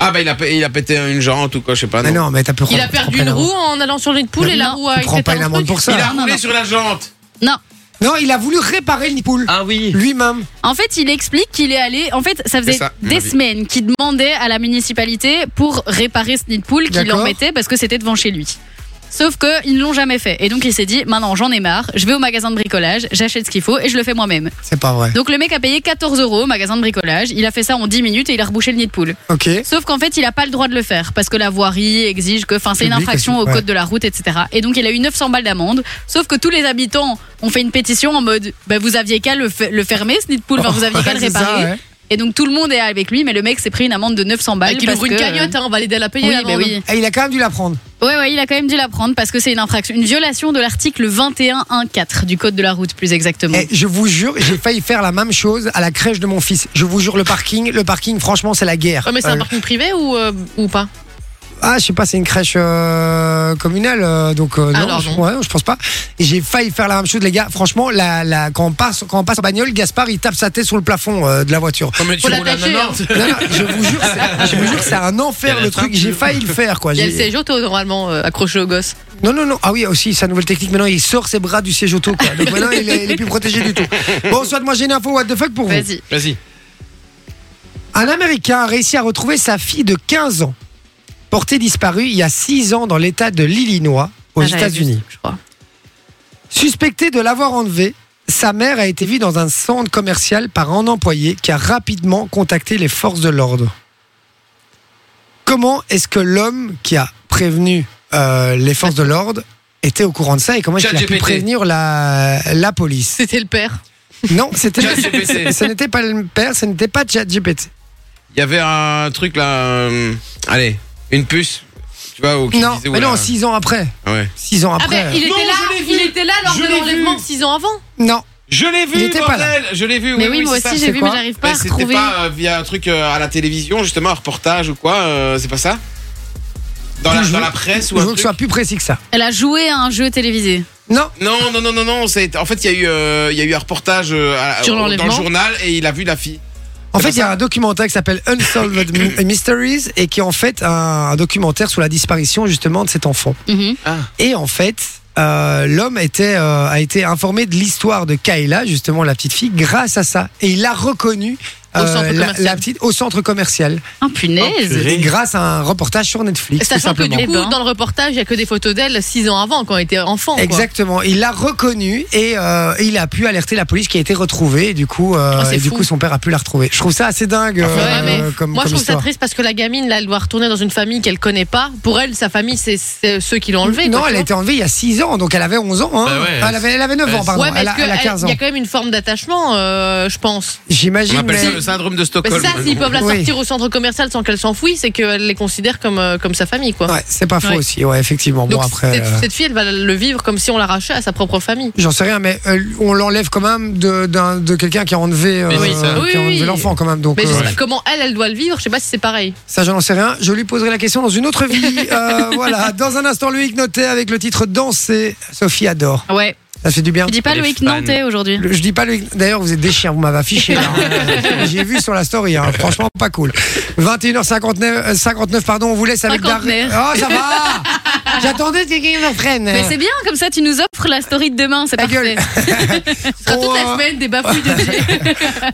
Speaker 3: Ah bah il a, pé- il a pété une jante ou quoi, je sais pas.
Speaker 2: Mais non, mais t'as pu
Speaker 4: Il a perdu euh, une roue en allant sur le nid de poule
Speaker 2: Non,
Speaker 4: et la
Speaker 2: non.
Speaker 4: roue
Speaker 2: Tu
Speaker 4: a
Speaker 2: prends
Speaker 4: été
Speaker 2: pas une amende pour ça.
Speaker 3: Il a
Speaker 2: Non, non,
Speaker 3: roulé
Speaker 2: non.
Speaker 3: sur la jante.
Speaker 6: Non.
Speaker 2: Non, il a voulu réparer le nipoule.
Speaker 5: Ah oui.
Speaker 2: Lui-même.
Speaker 6: En fait, il explique qu'il est allé. En fait, ça faisait
Speaker 2: C'est ça, mon
Speaker 6: des
Speaker 2: avis.
Speaker 6: semaines qu'il demandait à la municipalité pour réparer ce nid de poule qu'il
Speaker 2: D'accord.
Speaker 6: en mettait parce que c'était devant chez lui. Sauf qu'ils ne l'ont jamais fait. Et donc, il s'est dit maintenant, j'en ai marre, je vais au magasin de bricolage, j'achète ce qu'il faut et je le fais moi-même.
Speaker 2: C'est pas vrai.
Speaker 6: Donc, le mec a payé 14 euros au magasin de bricolage. Il a fait ça en 10 minutes et il a rebouché le nid de poule.
Speaker 2: Ok.
Speaker 6: Sauf qu'en fait, il n'a pas le droit de le faire parce que la voirie exige que. Enfin, c'est une
Speaker 2: Public,
Speaker 6: infraction
Speaker 2: aussi,
Speaker 6: au
Speaker 2: ouais.
Speaker 6: code de la route, etc. Et donc, il a eu 900 balles d'amende. Sauf que tous les habitants ont fait une pétition en mode bah, Vous aviez qu'à le, fe- le fermer, ce nid de poule, Enfin, vous aviez qu'à le
Speaker 2: Ouais, c'est ça,
Speaker 6: réparer.
Speaker 2: ouais.
Speaker 6: Et donc, tout le monde est avec lui, mais le mec s'est pris une amende de 900 balles.
Speaker 4: Et qu'il
Speaker 6: parce
Speaker 4: ouvre une
Speaker 6: que-
Speaker 4: cagnotte, hein, on va l'aider à la payer. hein.
Speaker 6: Oui,
Speaker 4: la
Speaker 6: bah
Speaker 4: bande.
Speaker 6: oui.
Speaker 2: Et il a quand même dû la prendre.
Speaker 6: Ouais, ouais, il a quand même dû la prendre parce que c'est une infraction, une violation de l'article 21.1.4 du code de la route, plus exactement.
Speaker 4: Mm.
Speaker 2: Eh, je vous jure, j'ai failli faire la même chose à la crèche de mon fils. Je vous jure, le parking, le parking, franchement, c'est la guerre.
Speaker 4: Ouais, mais c'est
Speaker 2: Euh,
Speaker 4: un parking privé ou, euh, ou pas
Speaker 2: Ah, je sais pas, c'est une crèche euh, communale, euh, donc euh, non,
Speaker 4: Alors,
Speaker 2: je,
Speaker 4: non.
Speaker 2: ouais, je pense pas. Et J'ai failli faire la même chose, les gars. Franchement, la, la, quand, on passe, quand on passe en bagnole, Gaspard, il tape sa tête sur le plafond euh, de la voiture.
Speaker 3: Comme tu
Speaker 4: Faut
Speaker 3: roules à
Speaker 4: l'attacher, hein.
Speaker 3: 90.
Speaker 2: Non, non, je vous jure, c'est- je vous jure, c'est un enfer
Speaker 5: Elle
Speaker 2: le
Speaker 5: attrape,
Speaker 2: truc. J'ai failli le faire, quoi.
Speaker 4: Il y a le
Speaker 2: J'ai-
Speaker 4: siège auto normalement euh, accroché au gosse.
Speaker 2: Non, non, non. Ah oui, aussi, sa nouvelle technique. Maintenant, il sort ses bras du siège auto, quoi. Donc maintenant, il est, il est plus protégé du tout. Bon, soit moi, j'ai une info, what the fuck pour vous.
Speaker 6: Vas-y.
Speaker 3: Vas-y.
Speaker 2: Un Américain a réussi à retrouver sa fille de 15 ans, portée disparue il y a 6 ans dans l'état de l'Illinois, aux
Speaker 6: Ah, j'avais vu
Speaker 2: États-Unis.
Speaker 6: ce truc, Je crois.
Speaker 2: Suspectée de l'avoir enlevée, sa mère a été vue dans un centre commercial par un employé qui a rapidement contacté les forces de l'ordre. Comment est-ce que l'homme qui a prévenu euh, les forces de l'ordre était au courant de ça et comment est-ce qu'il a pu
Speaker 3: ChatGPT.
Speaker 2: prévenir la, la police
Speaker 4: C'était le père.
Speaker 2: Non, c'était
Speaker 3: ChatGPT.
Speaker 2: ce n'était pas le père, ce n'était pas ChatGPT.
Speaker 3: Il y avait un truc là. euh, allez, une puce. Tu vois, ou qui
Speaker 2: Non,
Speaker 3: disait où
Speaker 2: mais
Speaker 3: la-
Speaker 2: non, six ans après.
Speaker 3: Ah ouais.
Speaker 2: Six ans
Speaker 4: Ah
Speaker 2: après.
Speaker 4: ben il était
Speaker 3: euh, Non,
Speaker 4: là,
Speaker 3: je l'ai vu.
Speaker 4: il était là lors
Speaker 3: Je
Speaker 4: de
Speaker 3: l'ai vu.
Speaker 4: l'enlèvement 6 ans avant.
Speaker 2: Non,
Speaker 3: Je l'ai
Speaker 2: Il
Speaker 3: vu,
Speaker 2: était pas là.
Speaker 3: bordel Je l'ai vu,
Speaker 6: Mais oui, moi
Speaker 3: c'est ça.
Speaker 6: aussi,
Speaker 2: c'est
Speaker 6: j'ai vu,
Speaker 2: quoi
Speaker 6: mais j'arrive pas
Speaker 3: Mais
Speaker 6: à
Speaker 3: c'était
Speaker 6: retrouver.
Speaker 3: pas euh, via un truc euh, à la télévision, justement, un reportage ou quoi euh, C'est pas ça dans la,
Speaker 2: Je
Speaker 3: dans
Speaker 2: veux-
Speaker 3: la presse
Speaker 2: je
Speaker 3: ou un
Speaker 2: veux que
Speaker 3: truc
Speaker 2: ce soit plus précis que ça.
Speaker 6: Elle a joué à un jeu télévisé.
Speaker 2: Non,
Speaker 3: Non, non, non, non, non. c'est- En fait, il y, a eu, euh, il y a eu un reportage euh, à-
Speaker 4: Sur
Speaker 3: dans le
Speaker 4: l'enlèvement.
Speaker 3: journal et il a vu la fille.
Speaker 2: En
Speaker 3: C'est
Speaker 2: fait,
Speaker 3: pas
Speaker 2: il y a
Speaker 3: ça
Speaker 2: un documentaire qui s'appelle Unsolved My- Mysteries et qui est en fait un, un documentaire sur la disparition justement de cet enfant.
Speaker 6: Mhm.
Speaker 2: Et en fait, euh, l'homme était, euh, a été informé de l'histoire de Kayla, justement la petite fille, grâce à ça. Et il l'a reconnue
Speaker 4: Au centre
Speaker 2: la- la,
Speaker 4: commercial.
Speaker 2: petite au centre commercial.
Speaker 6: Oh
Speaker 5: Oh,
Speaker 6: punaise.
Speaker 5: purée.
Speaker 2: Et grâce à un reportage sur Netflix. tout
Speaker 4: Sachant que
Speaker 2: simplement.
Speaker 4: du
Speaker 6: Eh
Speaker 4: coup,
Speaker 6: ben.
Speaker 4: dans le reportage, il n'y a que des photos d'elle 6 ans avant, quand elle était enfant. quoi.
Speaker 2: Exactement, il l'a reconnue et euh, il a pu alerter la police qui a été retrouvée. Et du coup, euh,
Speaker 4: Oh, c'est
Speaker 2: et du
Speaker 4: fou.
Speaker 2: coup, son père a pu la retrouver. Je trouve ça assez dingue.
Speaker 4: Ouais,
Speaker 2: euh,
Speaker 4: mais
Speaker 2: comme,
Speaker 4: moi,
Speaker 2: comme
Speaker 4: je trouve ça
Speaker 2: histoire.
Speaker 4: triste parce que la gamine, là, elle doit retourner dans une famille qu'elle connaît pas. Pour elle, sa famille, c'est c'est ceux qui l'ont enlevée.
Speaker 2: Non,
Speaker 4: quoi,
Speaker 2: elle
Speaker 4: tu
Speaker 2: a été enlevée il y a 6 ans, donc elle avait 11 ans. hein.
Speaker 5: Bah ouais.
Speaker 2: elle, avait, elle avait 9
Speaker 5: Ouais,
Speaker 2: ans, pardon.
Speaker 4: vois. Ouais, mais
Speaker 2: elle, a,
Speaker 4: est-ce que
Speaker 2: elle a 15
Speaker 4: elle-
Speaker 2: ans.
Speaker 4: Il y a quand même une forme d'attachement, euh, je pense.
Speaker 3: On
Speaker 2: J'imagine,
Speaker 3: appelle
Speaker 2: mais-
Speaker 3: ça le syndrome de
Speaker 4: Mais
Speaker 3: Stockholm.
Speaker 4: ça, s'ils peuvent la
Speaker 2: Oui.
Speaker 4: sortir au centre commercial sans qu'elle s'enfouille, c'est qu'elle les considère comme, euh, comme sa famille, quoi.
Speaker 2: Ouais, c'est pas faux
Speaker 4: Ouais.
Speaker 2: aussi, ouais, effectivement.
Speaker 4: Donc,
Speaker 2: bon, après.
Speaker 4: cette,
Speaker 2: euh,
Speaker 4: cette fille, elle va le vivre comme si on l'arrachait à sa propre famille.
Speaker 2: J'en sais rien, mais euh, on l'enlève quand même de, d'un- de quelqu'un qui a enlevé, euh,
Speaker 5: Mais oui, ça.
Speaker 2: qui a
Speaker 4: Oui,
Speaker 2: enlevé
Speaker 4: oui.
Speaker 2: l'enfant quand même. Donc
Speaker 4: Mais je
Speaker 2: euh,
Speaker 4: sais pas comment elle, elle doit le vivre, je sais pas si c'est pareil.
Speaker 2: ça, je n'en sais rien. Je lui poserai la question dans une autre vie. Euh, voilà, dans un instant, Loïc Notet avec le titre Danser. Sophie adore.
Speaker 6: Ouais.
Speaker 2: Ça fait du bien.
Speaker 6: Tu dis pas
Speaker 5: Elle est
Speaker 6: Loïc
Speaker 5: fan.
Speaker 6: Nantais aujourd'hui.
Speaker 2: Le- Je dis pas le. D'ailleurs, vous êtes des chiens, vous m'avez affiché. là, hein. J'ai vu sur la story, hein. franchement, pas cool. 21h59, euh, 59, pardon, on vous laisse avec Dar-
Speaker 6: Cinquantenaire.
Speaker 2: Oh, ça va J'attendais que quelqu'un me freine.
Speaker 6: Mais c'est bien, comme ça tu nous offres la story de demain, c'est
Speaker 2: Ta gueule.
Speaker 6: parfait.
Speaker 4: Ce sera
Speaker 2: On,
Speaker 4: toute la
Speaker 2: euh,
Speaker 4: semaine des bafouilles de Dieu.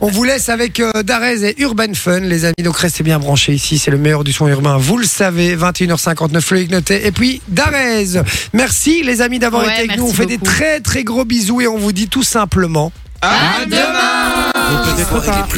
Speaker 2: On vous laisse avec euh, Darez et Urban Fun, les amis. Donc restez bien branchés ici, c'est le meilleur du son urbain, vous le savez. 21h59, Loïc Noté. Et puis Darez. Merci les amis d'avoir
Speaker 6: Ouais,
Speaker 2: été avec
Speaker 6: merci
Speaker 2: nous. On fait des
Speaker 6: beaucoup.
Speaker 2: très très gros bisous et on vous dit tout simplement.
Speaker 3: À demain
Speaker 8: Soirée des plus-